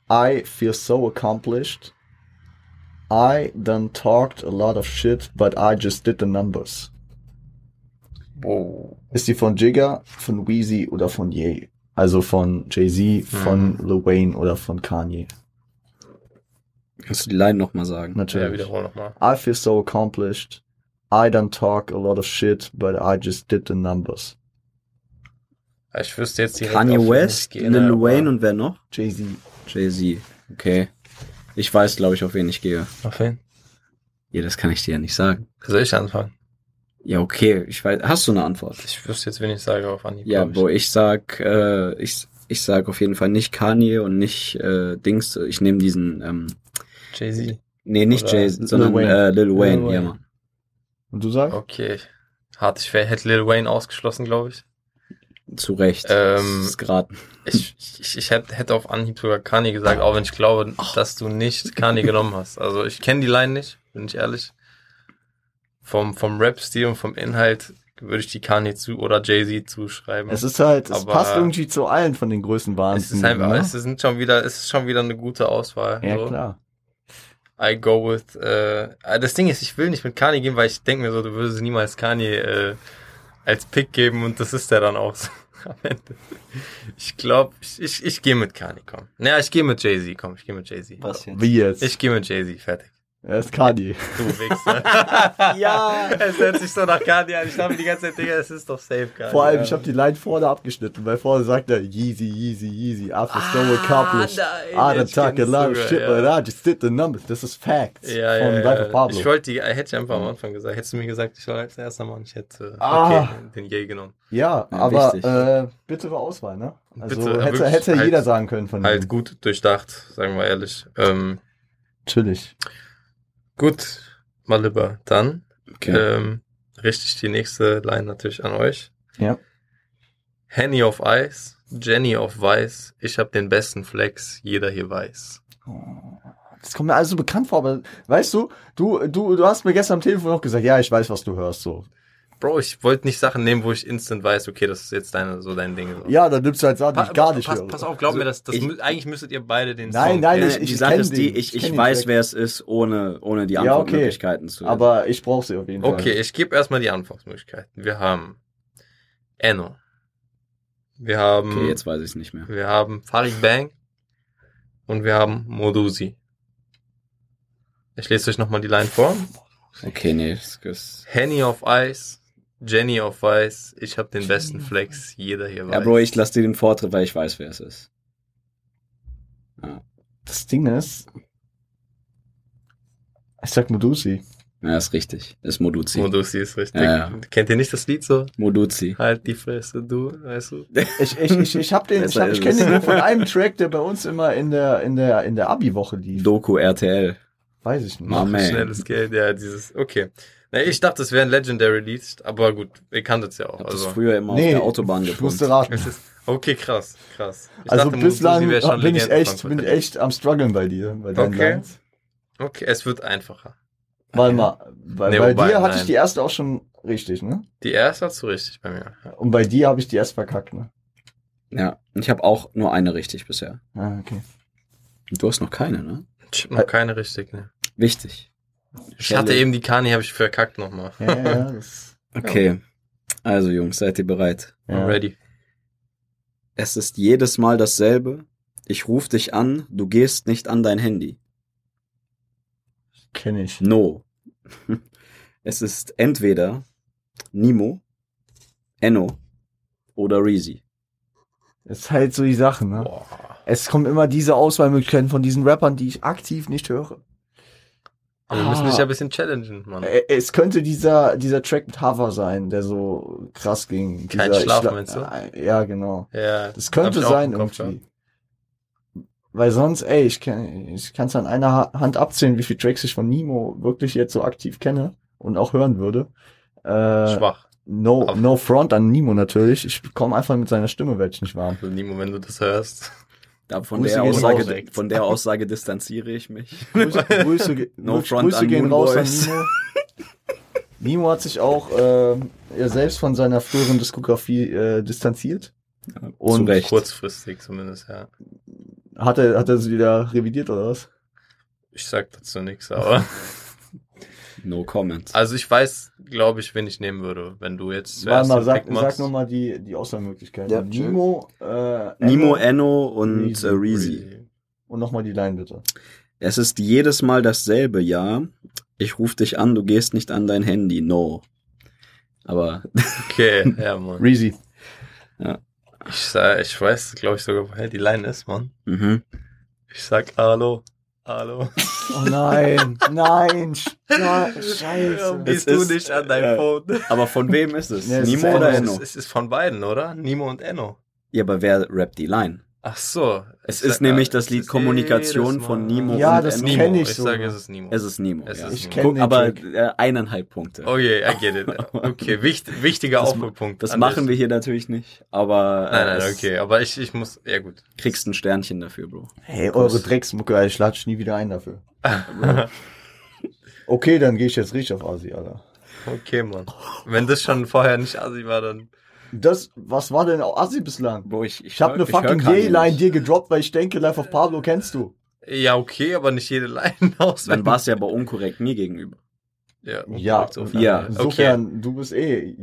Speaker 1: I feel so accomplished. I done talked a lot of shit, but I just did the numbers.
Speaker 2: Wow.
Speaker 1: Ist die von Jigger, von Weezy oder von Ye? Also von Jay-Z, von
Speaker 2: Mhm.
Speaker 1: Lil Wayne oder von Kanye.
Speaker 3: Kannst du die Line nochmal sagen?
Speaker 2: Ja,
Speaker 1: Natürlich.
Speaker 2: wiederhol nochmal.
Speaker 1: I feel so accomplished. I don't talk a lot of shit, but I just did the numbers.
Speaker 2: Ah, Ich wüsste jetzt direkt
Speaker 3: Kanye
Speaker 2: auf wen ich
Speaker 3: West,
Speaker 2: gehe, ne,
Speaker 3: Lil
Speaker 2: aber-
Speaker 3: Wayne und wer noch?
Speaker 1: Jay-Z.
Speaker 3: Jay-Z. Okay. Ich weiß, glaube ich, auf wen ich gehe.
Speaker 2: Auf wen?
Speaker 3: Ja, das kann ich dir ja nicht sagen.
Speaker 2: Soll ich anfangen?
Speaker 3: Ja, okay. Ich weiß. Hast du eine Antwort?
Speaker 2: Ich wüsste jetzt, wen ich sage auf Anhieb.
Speaker 3: Ja,
Speaker 2: glaub ich.
Speaker 3: wo ich sag, äh, ich, ich sag auf jeden Fall nicht Kanye und nicht äh, Dings. Ich nehme diesen, ähm,
Speaker 2: Jay-Z.
Speaker 3: nee, nicht
Speaker 2: Oder
Speaker 3: Jay,
Speaker 1: Lil
Speaker 3: sondern
Speaker 1: Wayne.
Speaker 3: Äh, Lil Wayne.
Speaker 1: Wayne.
Speaker 3: Ja, Mann.
Speaker 1: Und du sagst?
Speaker 2: Okay. Hart, ich wär, hätte Lil Wayne ausgeschlossen, glaube ich.
Speaker 3: Zu Recht.
Speaker 2: Ähm,
Speaker 3: das ist geraten.
Speaker 2: Ich, ich, ich hätte, hätte auf Anhieb sogar Kanye gesagt, auch wenn ich glaube, dass du nicht Kanye genommen hast. Also ich kenne die Line nicht, bin ich ehrlich. Vom, vom Rap-Stil und vom Inhalt würde ich die Kanye zu oder Jay-Z zuschreiben.
Speaker 1: Es ist halt, es
Speaker 2: Aber-
Speaker 1: passt irgendwie zu allen von den größten Wahnsinn.
Speaker 2: es ist einfach,
Speaker 1: ne?
Speaker 2: es ist schon wieder, es ist schon wieder eine gute Auswahl.
Speaker 1: Ja,
Speaker 2: so.
Speaker 1: klar.
Speaker 2: I go with, äh, ah, das Ding ist, ich will nicht mit Kanye gehen, weil ich denke mir so, du würdest niemals Kanye äh, als Pick geben und das ist er dann auch so am Ende. Ich glaube, ich, ich, ich gehe mit Kanye, komm. Naja, ich gehe mit Jay-Z, komm, ich gehe mit Jay-Z.
Speaker 1: Wie jetzt?
Speaker 2: Ich gehe mit Jay-Z, fertig.
Speaker 1: er ist Kanye.
Speaker 2: Du Wichser.
Speaker 3: Ja.
Speaker 2: es hört sich so nach Kanye an. Ich dachte mir die ganze Zeit, Digga, es ist doch safe, Kanye.
Speaker 1: Vor allem, ich habe die Line vorne abgeschnitten, weil vorne sagt er Yeezy, Yeezy, Yeezy, I feel so
Speaker 2: Ah,
Speaker 1: accomplished.
Speaker 2: nein,
Speaker 1: I don't
Speaker 2: ich
Speaker 1: talk a
Speaker 2: kenn's
Speaker 1: lot of
Speaker 2: sogar,
Speaker 1: shit,
Speaker 2: ja.
Speaker 1: but I just did the numbers. Das ist Facts
Speaker 2: ja,
Speaker 1: von
Speaker 2: ja,
Speaker 1: Life
Speaker 2: ja.
Speaker 1: of Pablo.
Speaker 2: Ich wollte die, hätte ich einfach am Anfang gesagt. Hättest du mir gesagt, ich war als erster Mann, ich hätte
Speaker 1: Ah.
Speaker 2: okay, den Jay genommen.
Speaker 1: ja,
Speaker 3: Ja,
Speaker 1: aber
Speaker 3: wichtig.
Speaker 1: äh, bittere Auswahl, ne? Also
Speaker 2: Bitte, ja,
Speaker 1: hätte,
Speaker 2: wirklich,
Speaker 1: hätte
Speaker 2: halt-
Speaker 1: jeder sagen können von
Speaker 2: Halt
Speaker 1: ihm.
Speaker 2: gut durchdacht, sagen wir ehrlich. Ähm,
Speaker 1: Natürlich.
Speaker 2: Gut, mal lieber. Dann
Speaker 3: Okay.
Speaker 2: ähm, richte ich die nächste Line natürlich an euch.
Speaker 1: Ja.
Speaker 2: Henny auf Eis, Jenny auf Weiß. Ich hab den besten Flex, jeder hier weiß.
Speaker 1: Das kommt mir alles so bekannt vor, aber weißt du, du, du, du hast mir gestern am Telefon auch gesagt, ja, ich weiß, was du hörst, so.
Speaker 2: Bro, ich wollte nicht Sachen nehmen, wo ich instant weiß, okay, das ist jetzt deine, so dein Ding. So.
Speaker 1: Ja, dann nimmst du halt Sachen, die
Speaker 2: Pa
Speaker 1: ich gar nicht
Speaker 2: pass,
Speaker 1: höre.
Speaker 2: pass auf, glaub mir, das, das
Speaker 3: ich-
Speaker 2: mü- eigentlich müsstet ihr beide den
Speaker 1: Nein,
Speaker 2: Song.
Speaker 1: nein,
Speaker 2: Ja,
Speaker 1: ich-
Speaker 3: Äh, die
Speaker 1: ich
Speaker 3: Sache
Speaker 1: kenn
Speaker 3: ist die,
Speaker 1: den.
Speaker 3: ich,
Speaker 1: Ich
Speaker 3: ich,
Speaker 1: kenn den
Speaker 3: weiß,
Speaker 1: Track.
Speaker 3: wer es ist, ohne, ohne die
Speaker 1: Ja, okay.
Speaker 3: Antwortmöglichkeiten zu wissen.
Speaker 1: Aber ich brauche sie auf jeden Fall.
Speaker 2: Okay, ich gebe erstmal die Antwortmöglichkeiten. Wir haben Enno. Wir haben,
Speaker 3: okay, jetzt weiß ich es nicht mehr.
Speaker 2: wir haben Farid Bang. Und wir haben Modusi. Ich lese euch nochmal die Line vor.
Speaker 3: Okay, nee, das ist.
Speaker 2: Henny auf Eis, Jenny auf Weiß. Ich hab den besten Flex, jeder hier weiß.
Speaker 3: Ja, Bro, ich lasse dir den Vortritt, weil ich weiß, wer es ist.
Speaker 1: Das Ding ist. Ich sag Modusi.
Speaker 3: Ja, ist richtig. Ist Moduzi.
Speaker 2: Modusi ist richtig.
Speaker 3: Ja, ja.
Speaker 2: Kennt ihr nicht das Lied so?
Speaker 3: Moduzi.
Speaker 2: Halt die Fresse, du, weißt du?
Speaker 1: Ich, ich, ich, ich hab den, ich,
Speaker 3: Besser
Speaker 1: hab- ich
Speaker 3: ist
Speaker 1: kenne
Speaker 3: es.
Speaker 1: den nur von einem Track, der bei uns immer in der, in der, in der Abi-Woche lief.
Speaker 3: Doku RTL.
Speaker 1: Weiß ich nicht.
Speaker 3: Mach. Amen.
Speaker 2: Schnelles Geld, ja, dieses, okay. Na, ich dachte, es wäre ein Legendary-Lied, aber gut, ihr kanntet es ja auch.
Speaker 3: Hab das
Speaker 2: Also,
Speaker 3: früher immer auf der Autobahn
Speaker 1: ich musste
Speaker 3: gepumpt.
Speaker 1: raten.
Speaker 2: es ist, okay, krass, krass. Ich
Speaker 1: also
Speaker 2: dachte, Modusi
Speaker 1: bislang
Speaker 2: wär schon
Speaker 1: bin ich
Speaker 2: Legende
Speaker 1: echt,
Speaker 2: von
Speaker 1: bin ich
Speaker 2: Frankfurt.
Speaker 1: echt am struggeln bei dir, bei deinen
Speaker 2: Okay.
Speaker 1: Lines.
Speaker 2: Okay, es wird einfacher.
Speaker 1: Warte mal, bei,
Speaker 2: Nee,
Speaker 1: bei
Speaker 2: wobei,
Speaker 1: dir hatte
Speaker 2: nein.
Speaker 1: ich die erste auch schon richtig, ne?
Speaker 2: Die erste hast du richtig bei mir.
Speaker 1: Und bei dir habe ich die erst verkackt, ne?
Speaker 3: Ja, ich habe auch nur eine richtig bisher.
Speaker 1: Ah, okay.
Speaker 3: Du hast noch keine, ne?
Speaker 2: Ich
Speaker 1: Äh,
Speaker 2: hab noch keine richtig, ne?
Speaker 3: Wichtig.
Speaker 2: Ich hatte
Speaker 3: Schelle.
Speaker 2: eben die Kani, habe ich verkackt nochmal.
Speaker 1: Ja, ja, ja, das,
Speaker 3: Okay. Also, Jungs, seid ihr bereit?
Speaker 1: ja.
Speaker 2: I'm ready.
Speaker 3: Es ist jedes Mal dasselbe. Ich ruf dich an, du gehst nicht an dein Handy.
Speaker 1: Kenne ich.
Speaker 3: No. Es ist entweder Nimo, Enno oder Reezy.
Speaker 1: Es ist halt so die Sachen, ne?
Speaker 2: Boah.
Speaker 1: Es kommen immer diese Auswahlmöglichkeiten von diesen Rappern, die ich aktiv nicht höre.
Speaker 2: Aber Also wir müssen
Speaker 1: Ah.
Speaker 2: dich ja ein bisschen challengen, Mann.
Speaker 1: Ä- Äh, Es könnte dieser, dieser Track mit Hover sein, der so krass ging.
Speaker 2: Kein
Speaker 1: dieser,
Speaker 2: Schlaf,
Speaker 1: ich gla-
Speaker 2: meinst du?
Speaker 1: Ah, Ja, genau.
Speaker 2: Ja,
Speaker 1: Das könnte
Speaker 2: hab ich auch
Speaker 1: sein
Speaker 2: im Kopf,
Speaker 1: irgendwie. Weil sonst, ey, ich kann ich kann's an einer Ha- Hand abzählen, wie viele Tracks ich von Nemo wirklich jetzt so aktiv kenne und auch hören würde.
Speaker 2: ja.
Speaker 1: Äh,
Speaker 2: Schwach.
Speaker 1: no,
Speaker 2: Aber-
Speaker 1: no front an Nemo natürlich. Ich komme einfach mit seiner Stimme, werde ich nicht warm.
Speaker 2: Also Nimo, wenn du das hörst.
Speaker 3: Da von,
Speaker 1: Grüße
Speaker 3: der
Speaker 1: gehen
Speaker 3: Aussage,
Speaker 2: raus.
Speaker 3: von der Aussage distanziere ich mich.
Speaker 1: Grüße, Grüße, ge-
Speaker 3: No
Speaker 1: wirklich
Speaker 3: front
Speaker 1: Grüße
Speaker 3: an
Speaker 1: gehen
Speaker 3: Moon
Speaker 1: raus
Speaker 3: Boys.
Speaker 1: an Nemo. Nemo hat sich auch äh, er selbst von seiner früheren Diskografie äh, distanziert. Und
Speaker 3: Zu Recht.
Speaker 2: Kurzfristig zumindest, ja.
Speaker 1: hat er hat er sie wieder revidiert oder was?
Speaker 2: Ich sag dazu nichts, aber.
Speaker 3: No comment.
Speaker 2: Also ich weiß, glaube ich, wen ich nehmen würde, wenn du jetzt
Speaker 1: Warte
Speaker 2: zuerst
Speaker 1: mal,
Speaker 2: den
Speaker 1: sag,
Speaker 2: Pick
Speaker 1: sag
Speaker 2: machst.
Speaker 1: nochmal die, die Auswahlmöglichkeiten.
Speaker 3: Ja, chill.
Speaker 1: Nemo, äh,
Speaker 3: Nimo,
Speaker 1: Emma
Speaker 3: Enno und
Speaker 1: Reezy.
Speaker 3: äh, Reezy.
Speaker 1: und nochmal die Line bitte.
Speaker 3: Es ist jedes Mal dasselbe, ja. Ich ruf dich an, du gehst nicht an dein Handy. No. Aber
Speaker 2: Okay, ja, Mann.
Speaker 1: Reezy.
Speaker 2: Ich, sag, ich weiß, glaube ich, sogar, woher die Line ist, Mann.
Speaker 3: mhm.
Speaker 2: Ich sag Hallo. Hallo.
Speaker 1: Oh nein, nein, sch nein,
Speaker 2: Warum
Speaker 1: scheiße.
Speaker 3: Es
Speaker 2: Gehst du
Speaker 3: ist,
Speaker 2: nicht an dein
Speaker 3: äh,
Speaker 2: Phone?
Speaker 3: Aber von wem ist es?
Speaker 1: Ja, es
Speaker 3: Nimo
Speaker 1: ist
Speaker 3: oder
Speaker 2: es,
Speaker 1: Enno.
Speaker 2: ist,
Speaker 3: Enno?
Speaker 2: es ist von beiden, oder? Nimo und Enno.
Speaker 3: Ja, aber wer rappt die Line?
Speaker 2: Ach so.
Speaker 3: Es
Speaker 2: Ich
Speaker 3: ist
Speaker 2: sag,
Speaker 3: nämlich
Speaker 2: ah,
Speaker 3: das
Speaker 2: es
Speaker 3: Lied
Speaker 2: ist
Speaker 3: Kommunikation
Speaker 2: jedes Mal-
Speaker 3: von Nimo
Speaker 1: Ja,
Speaker 3: und
Speaker 1: das
Speaker 3: Enno.
Speaker 2: Nimo.
Speaker 1: kenn ich
Speaker 2: ich
Speaker 1: so.
Speaker 2: sage, es ist Nimo.
Speaker 3: Es ist Nimo.
Speaker 2: Es
Speaker 3: ja.
Speaker 2: ist
Speaker 1: Ich
Speaker 2: Nimo.
Speaker 1: kenn
Speaker 3: Guck,
Speaker 1: den
Speaker 3: aber
Speaker 1: Track.
Speaker 3: äh, eineinhalb Punkte.
Speaker 2: Okay, Oh I get it. Okay, wicht, wichtiger
Speaker 3: Das ma-
Speaker 2: Aufpunkt.
Speaker 3: Das machen wir hier natürlich nicht, aber äh,
Speaker 2: Nein, nein,
Speaker 3: es-
Speaker 2: okay, aber ich, ich muss, ja gut.
Speaker 3: kriegst ein Sternchen dafür, Bro.
Speaker 1: Hey, eure Drecksmucke, Alter, ich lade dich nie wieder ein dafür. Okay, dann gehe ich jetzt richtig auf Asi, Alter.
Speaker 2: Okay, Mann. Wenn das schon vorher nicht assi war, dann.
Speaker 1: Das, was war denn auch Asi bislang?
Speaker 3: Bro ich,
Speaker 1: Ich habe eine fucking Yay-Line dir gedroppt, weil ich denke, Life of Pablo kennst du.
Speaker 2: Ja, okay, aber nicht jede Line aus.
Speaker 3: Dann war es ja aber unkorrekt mir gegenüber.
Speaker 2: ja, um
Speaker 1: Ja,
Speaker 2: insofern,
Speaker 3: ja.
Speaker 2: Okay,
Speaker 1: Insofern, du bist eh.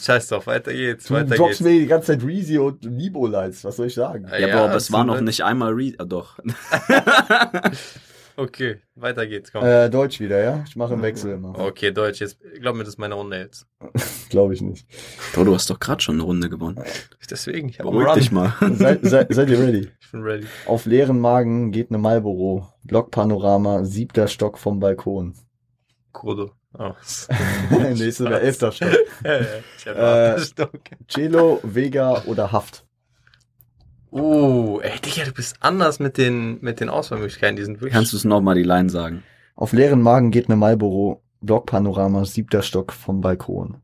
Speaker 2: scheiß drauf, weiter geht's,
Speaker 1: Du
Speaker 2: weiter
Speaker 1: droppst
Speaker 2: geht's. Ah,
Speaker 1: mir die ganze Zeit Reezy und Nibo Lights, was soll ich sagen?
Speaker 3: Ja, Bro, aber es
Speaker 2: zum
Speaker 3: war noch
Speaker 2: Glück.
Speaker 3: nicht einmal Reed. Ah, doch.
Speaker 2: Okay, weiter geht's, komm.
Speaker 1: Äh, Deutsch wieder, ja? Ich mache einen Wechsel immer.
Speaker 2: Okay, Deutsch, jetzt, glaub mir, das ist meine Runde jetzt.
Speaker 1: Glaube ich nicht.
Speaker 3: Bro, du hast doch gerade schon eine Runde gewonnen.
Speaker 2: Deswegen, ich hab einen
Speaker 3: Beruhig
Speaker 2: Run.
Speaker 3: dich mal.
Speaker 1: Seid, seid, seid ihr ready?
Speaker 2: Ich bin ready.
Speaker 1: Auf leeren Magen geht eine Marlboro. Blockpanorama, siebter Stock vom Balkon.
Speaker 2: Kodo. Oh.
Speaker 1: Nächste wäre elfter Stock.
Speaker 2: Ja, ja, ich hab
Speaker 1: Äh,
Speaker 2: acht Stück.
Speaker 1: Cello, Vega oder Haft?
Speaker 2: Oh, ey, Digga, du bist anders mit den, mit den Auswahlmöglichkeiten. Die sind wirklich.
Speaker 3: Kannst du es nochmal die Line sagen?
Speaker 1: Auf leeren Magen geht eine Marlboro. Blockpanorama, siebter Stock vom Balkon.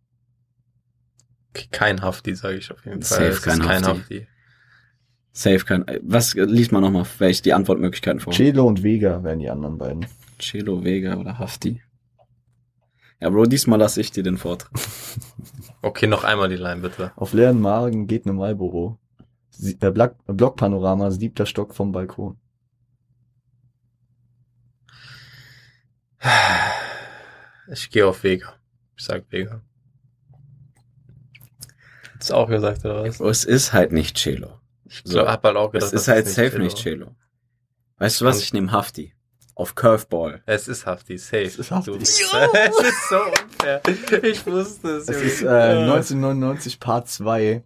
Speaker 2: kein Hafti, sage ich auf jeden
Speaker 3: Safe
Speaker 2: Fall. Es
Speaker 3: kein
Speaker 2: ist kein
Speaker 3: Hafti.
Speaker 2: Hafti.
Speaker 3: Safe kann. Was äh, liest man nochmal? Welche die Antwortmöglichkeiten vor?
Speaker 1: Cello und Vega wären die anderen beiden.
Speaker 3: Chelo, Vega oder Hafti? Ja, Bro, diesmal lasse ich dir den Vortritt.
Speaker 2: Okay, noch einmal die Line bitte.
Speaker 1: Auf leeren Magen geht ne Marlboro. Sie, äh, Black, Blockpanorama, siebter Stock vom Balkon.
Speaker 2: Ich gehe auf Vega. Ich sag Vega. Hat's auch gesagt, oder was?
Speaker 3: Oh, es ist halt nicht Celo.
Speaker 2: Ich glaub, hab halt auch gedacht,
Speaker 3: Es ist
Speaker 2: dass
Speaker 3: halt
Speaker 2: nicht
Speaker 3: safe
Speaker 2: Cello-
Speaker 3: nicht Celo. Weißt du was?
Speaker 2: Kann- Mhm.
Speaker 3: Ich nehme Hafti. Auf Curveball.
Speaker 2: Es ist Hafti, safe.
Speaker 1: Es ist Hafti.
Speaker 2: Du Wichser. es ist so unfair. Ich wusste es.
Speaker 1: Es
Speaker 2: Junge.
Speaker 1: ist äh,
Speaker 2: Ja.
Speaker 1: 1999 Part 2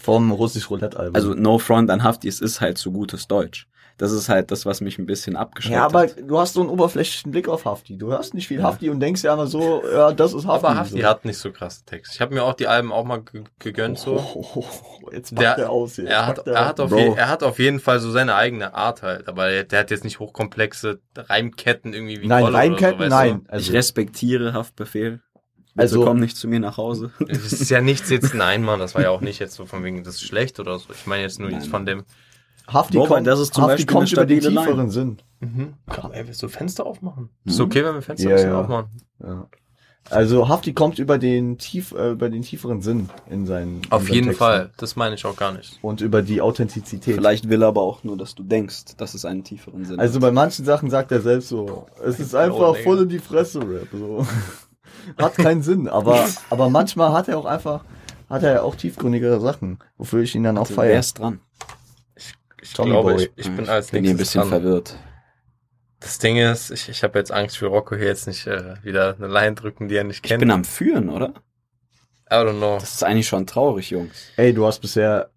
Speaker 1: vom Russisch Roulette Album.
Speaker 3: Also no front an Hafti, es ist halt so gutes Deutsch. Das ist halt das, was mich ein bisschen abgeschreckt
Speaker 1: ja, aber
Speaker 3: hat.
Speaker 1: du hast so einen oberflächlichen Blick auf Hafti. Du hörst nicht viel
Speaker 3: Ja.
Speaker 1: Hafti und denkst ja immer so, ja, das ist Hafti.
Speaker 2: Aber Hafti
Speaker 1: so.
Speaker 2: hat nicht so krasse Texte. Ich habe mir auch die Alben auch mal ge- gegönnt so.
Speaker 1: Oh, oh, oh, oh, jetzt packt
Speaker 2: Der-
Speaker 1: er aus hier. Jetzt
Speaker 2: Er hat,
Speaker 1: packt
Speaker 2: er, hat auf
Speaker 3: Bro.
Speaker 2: je, er hat auf jeden Fall so seine eigene Art halt, aber der, der hat jetzt nicht hochkomplexe Reimketten irgendwie wie
Speaker 1: nein,
Speaker 2: Kolle oder
Speaker 1: Reimketten,
Speaker 2: so, weißt
Speaker 1: nein.
Speaker 3: ich respektiere Haftbefehl. Also
Speaker 1: Also-
Speaker 3: komm nicht zu mir nach Hause.
Speaker 2: Du? Es ist ja nichts jetzt, nein, Mann, das war ja auch nicht jetzt so von wegen, das ist schlecht oder so. Ich meine jetzt nur
Speaker 3: Nein.
Speaker 2: jetzt von dem.
Speaker 1: Hafti
Speaker 3: Robert,
Speaker 1: kommt,
Speaker 3: das ist zum
Speaker 1: Hafti
Speaker 3: Beispiel
Speaker 1: kommt
Speaker 3: eine
Speaker 1: über den
Speaker 3: stabile Line.
Speaker 1: tieferen Sinn.
Speaker 2: Mhm. Komm, ey, willst du Fenster aufmachen?
Speaker 3: Mhm.
Speaker 2: Ist okay, wenn wir Fenster
Speaker 1: Ja,
Speaker 2: ein bisschen
Speaker 1: ja.
Speaker 2: aufmachen.
Speaker 1: Ja. Also Hafti kommt über den tief äh, über den tieferen Sinn in seinen in
Speaker 2: Auf
Speaker 1: seinen
Speaker 2: jeden
Speaker 1: Texten.
Speaker 2: Fall, das meine ich auch gar nicht.
Speaker 1: und über die Authentizität.
Speaker 3: Vielleicht will er aber auch nur, dass du denkst, dass es einen tieferen Sinn
Speaker 1: Also
Speaker 3: hat.
Speaker 1: bei manchen Sachen sagt er selbst so, es ist
Speaker 2: Oh,
Speaker 1: einfach
Speaker 2: Digga.
Speaker 1: voll in die Fresse Rap. So. Hat keinen Sinn, aber, aber manchmal hat er auch einfach, hat er ja auch tiefgründigere Sachen, wofür ich ihn dann auch
Speaker 3: Also, wer
Speaker 1: feiere.
Speaker 3: ist dran?
Speaker 2: Ich
Speaker 1: Tommy
Speaker 2: glaube,
Speaker 1: Boy.
Speaker 2: ich, ich bin als
Speaker 3: Mhm. bin hier ein
Speaker 2: nächstes
Speaker 3: bisschen
Speaker 2: dran.
Speaker 3: verwirrt.
Speaker 2: Das Ding ist, ich, ich habe jetzt Angst, für Rocco hier jetzt nicht äh, wieder eine Line drücken, die er nicht
Speaker 3: Ich
Speaker 2: kennt.
Speaker 3: bin am Führen, oder?
Speaker 2: I don't know.
Speaker 3: Das ist eigentlich schon traurig, Jungs.
Speaker 1: Ey, du hast bisher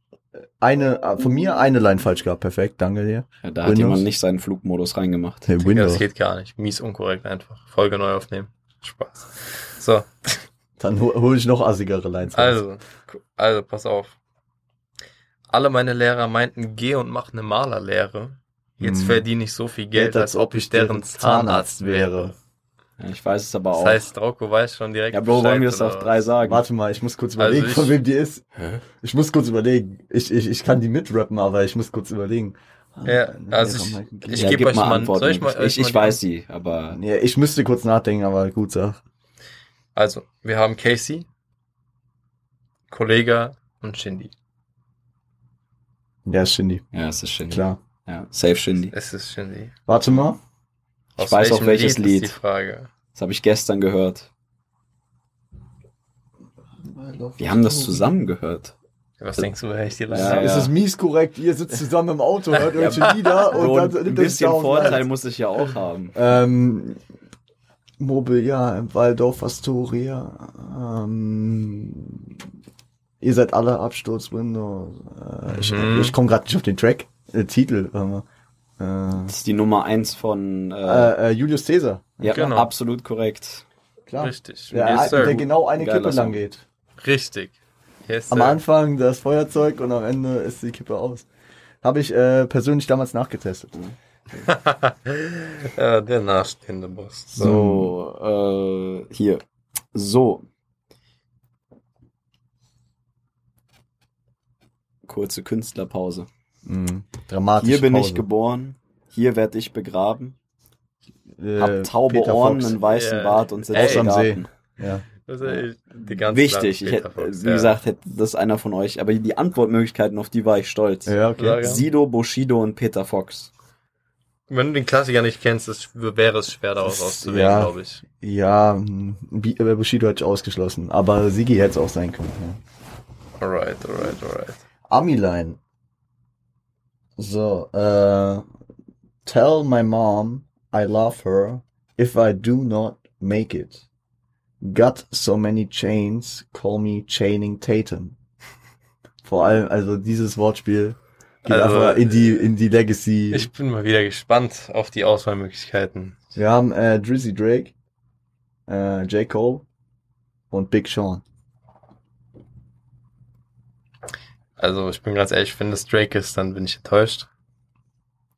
Speaker 1: eine, äh, von mir eine Line falsch gehabt, perfekt, danke dir.
Speaker 3: Ja, da hat
Speaker 1: Windows?
Speaker 3: jemand nicht seinen Flugmodus reingemacht.
Speaker 1: Hey,
Speaker 2: Digga, das
Speaker 1: Windows.
Speaker 2: geht gar nicht. Mies unkorrekt einfach. Folge neu aufnehmen. Spaß. So,
Speaker 1: Dann hole hol ich noch assigere Lines. raus.
Speaker 2: also, also, pass auf. Alle meine Lehrer meinten, geh und mach eine Malerlehre. Jetzt
Speaker 3: Mhm.
Speaker 1: Hm.
Speaker 2: verdiene ich so viel Geld, als ob ich deren Zahnarzt wäre.
Speaker 3: Ja, ich weiß es aber
Speaker 2: Das
Speaker 3: auch.
Speaker 2: heißt, Rocco weiß schon direkt
Speaker 3: ja, Bro, wollen wir das
Speaker 2: oder
Speaker 3: auf drei sagen?
Speaker 1: Warte mal, ich muss kurz überlegen,
Speaker 2: Also ich-
Speaker 1: von wem die ist.
Speaker 3: Hä?
Speaker 1: Ich muss kurz überlegen. Ich, ich, ich kann die mitrappen, aber ich muss kurz überlegen. Ah,
Speaker 2: Ja, also
Speaker 1: halt,
Speaker 2: ich-
Speaker 3: Ich
Speaker 2: ich
Speaker 3: ja,
Speaker 2: geb
Speaker 3: gebe
Speaker 2: euch
Speaker 3: mal
Speaker 2: mal-
Speaker 3: Antworten.
Speaker 2: soll ich mal-
Speaker 3: ich,
Speaker 2: soll ich
Speaker 3: ich,
Speaker 2: mal die-
Speaker 3: weiß sie, aber
Speaker 1: Ja, ich müsste kurz nachdenken, aber gut, sag.
Speaker 2: Also, wir haben Casey, Kollega und Shindy.
Speaker 1: Ja, ist Shindy,
Speaker 3: ja, es ist Shindy.
Speaker 1: klar.
Speaker 3: Ja, safe Shindy.
Speaker 2: Es ist Shindy.
Speaker 1: Warte mal.
Speaker 3: Ich weiß auch, welches Lied.
Speaker 2: ist die Frage.
Speaker 3: Das habe ich gestern gehört. Wir haben das zusammen gehört.
Speaker 2: Was denkst du, wer ich die
Speaker 3: Ja,
Speaker 1: Ja,
Speaker 2: Leine
Speaker 1: ist
Speaker 3: ja.
Speaker 1: es mies korrekt, ihr sitzt zusammen im Auto, hört irgendwelche Lieder und
Speaker 3: Bro,
Speaker 1: dann nimmt
Speaker 3: ein
Speaker 1: ihr sich
Speaker 3: bisschen
Speaker 1: da auseinander.
Speaker 3: Vorteil muss ich ja auch haben.
Speaker 1: Ähm, Mobil, ja, im Waldorf, Astoria. Ähm, ihr seid alle Absturz, Windows. Äh, ich
Speaker 2: Mhm.
Speaker 1: ich komme gerade nicht auf den Track. Äh, Titel, warte mal.
Speaker 3: Das ist die Nummer eins von. Äh,
Speaker 1: Äh, äh, Julius Caesar,
Speaker 3: ja,
Speaker 2: genau.
Speaker 3: absolut korrekt.
Speaker 1: klar.
Speaker 2: Richtig.
Speaker 1: Der,
Speaker 2: yes, sir.
Speaker 1: der genau eine
Speaker 3: Geiler
Speaker 1: Kippe
Speaker 3: Song.
Speaker 1: lang geht.
Speaker 2: Richtig. Yes,
Speaker 1: Am
Speaker 2: sir.
Speaker 1: Anfang das Feuerzeug und am Ende ist die Kippe aus. Habe ich äh, persönlich damals nachgetestet.
Speaker 3: Mhm.
Speaker 2: ja, der nachstehende Boss. So.
Speaker 1: Ähm.
Speaker 3: So, äh, hier. So. Kurze Künstlerpause.
Speaker 1: Mhm. Dramatisch.
Speaker 3: Hier bin ich geboren, hier werde ich begraben,
Speaker 1: äh,
Speaker 3: hab taube
Speaker 1: Peter
Speaker 3: Ohren,
Speaker 1: Fox.
Speaker 3: einen weißen
Speaker 2: Ja.
Speaker 3: Bart und sitze
Speaker 2: Ey.
Speaker 3: im
Speaker 1: Aus am
Speaker 3: Garten.
Speaker 1: Ja.
Speaker 2: Das ist echt Also, die ganze
Speaker 3: Wichtig,
Speaker 2: Zeit
Speaker 3: ich
Speaker 2: Peter
Speaker 3: hätte,
Speaker 2: Fox,
Speaker 3: wie
Speaker 2: ja.
Speaker 3: gesagt, hätte das einer von euch, aber die Antwortmöglichkeiten, auf die war ich stolz.
Speaker 1: ja, okay.
Speaker 2: Sag-
Speaker 3: Sido, Bushido und Peter Fox.
Speaker 2: Wenn du den Klassiker nicht kennst, ist, wäre es schwer daraus
Speaker 1: Das-
Speaker 2: auszuwählen,
Speaker 1: ja.
Speaker 2: glaube ich.
Speaker 1: Ja, mh, Bi- äh, Bushido hätte ich ausgeschlossen, aber Sigi hätte es auch sein können. Ja.
Speaker 2: Alright, alright, alright.
Speaker 1: Amiline. So, äh, tell my mom I love her if I do not make it. Got so many chains, call me Chaining Tatum. Vor allem, also dieses Wortspiel geht
Speaker 2: Also, äh,
Speaker 1: einfach in die, in die Legacy.
Speaker 2: Ich bin mal wieder gespannt auf die Auswahlmöglichkeiten.
Speaker 1: Wir haben äh, Drizzy Drake, äh, J. Cole und Big Sean.
Speaker 2: Also, ich bin ganz ehrlich, wenn das Drake ist, dann bin ich enttäuscht.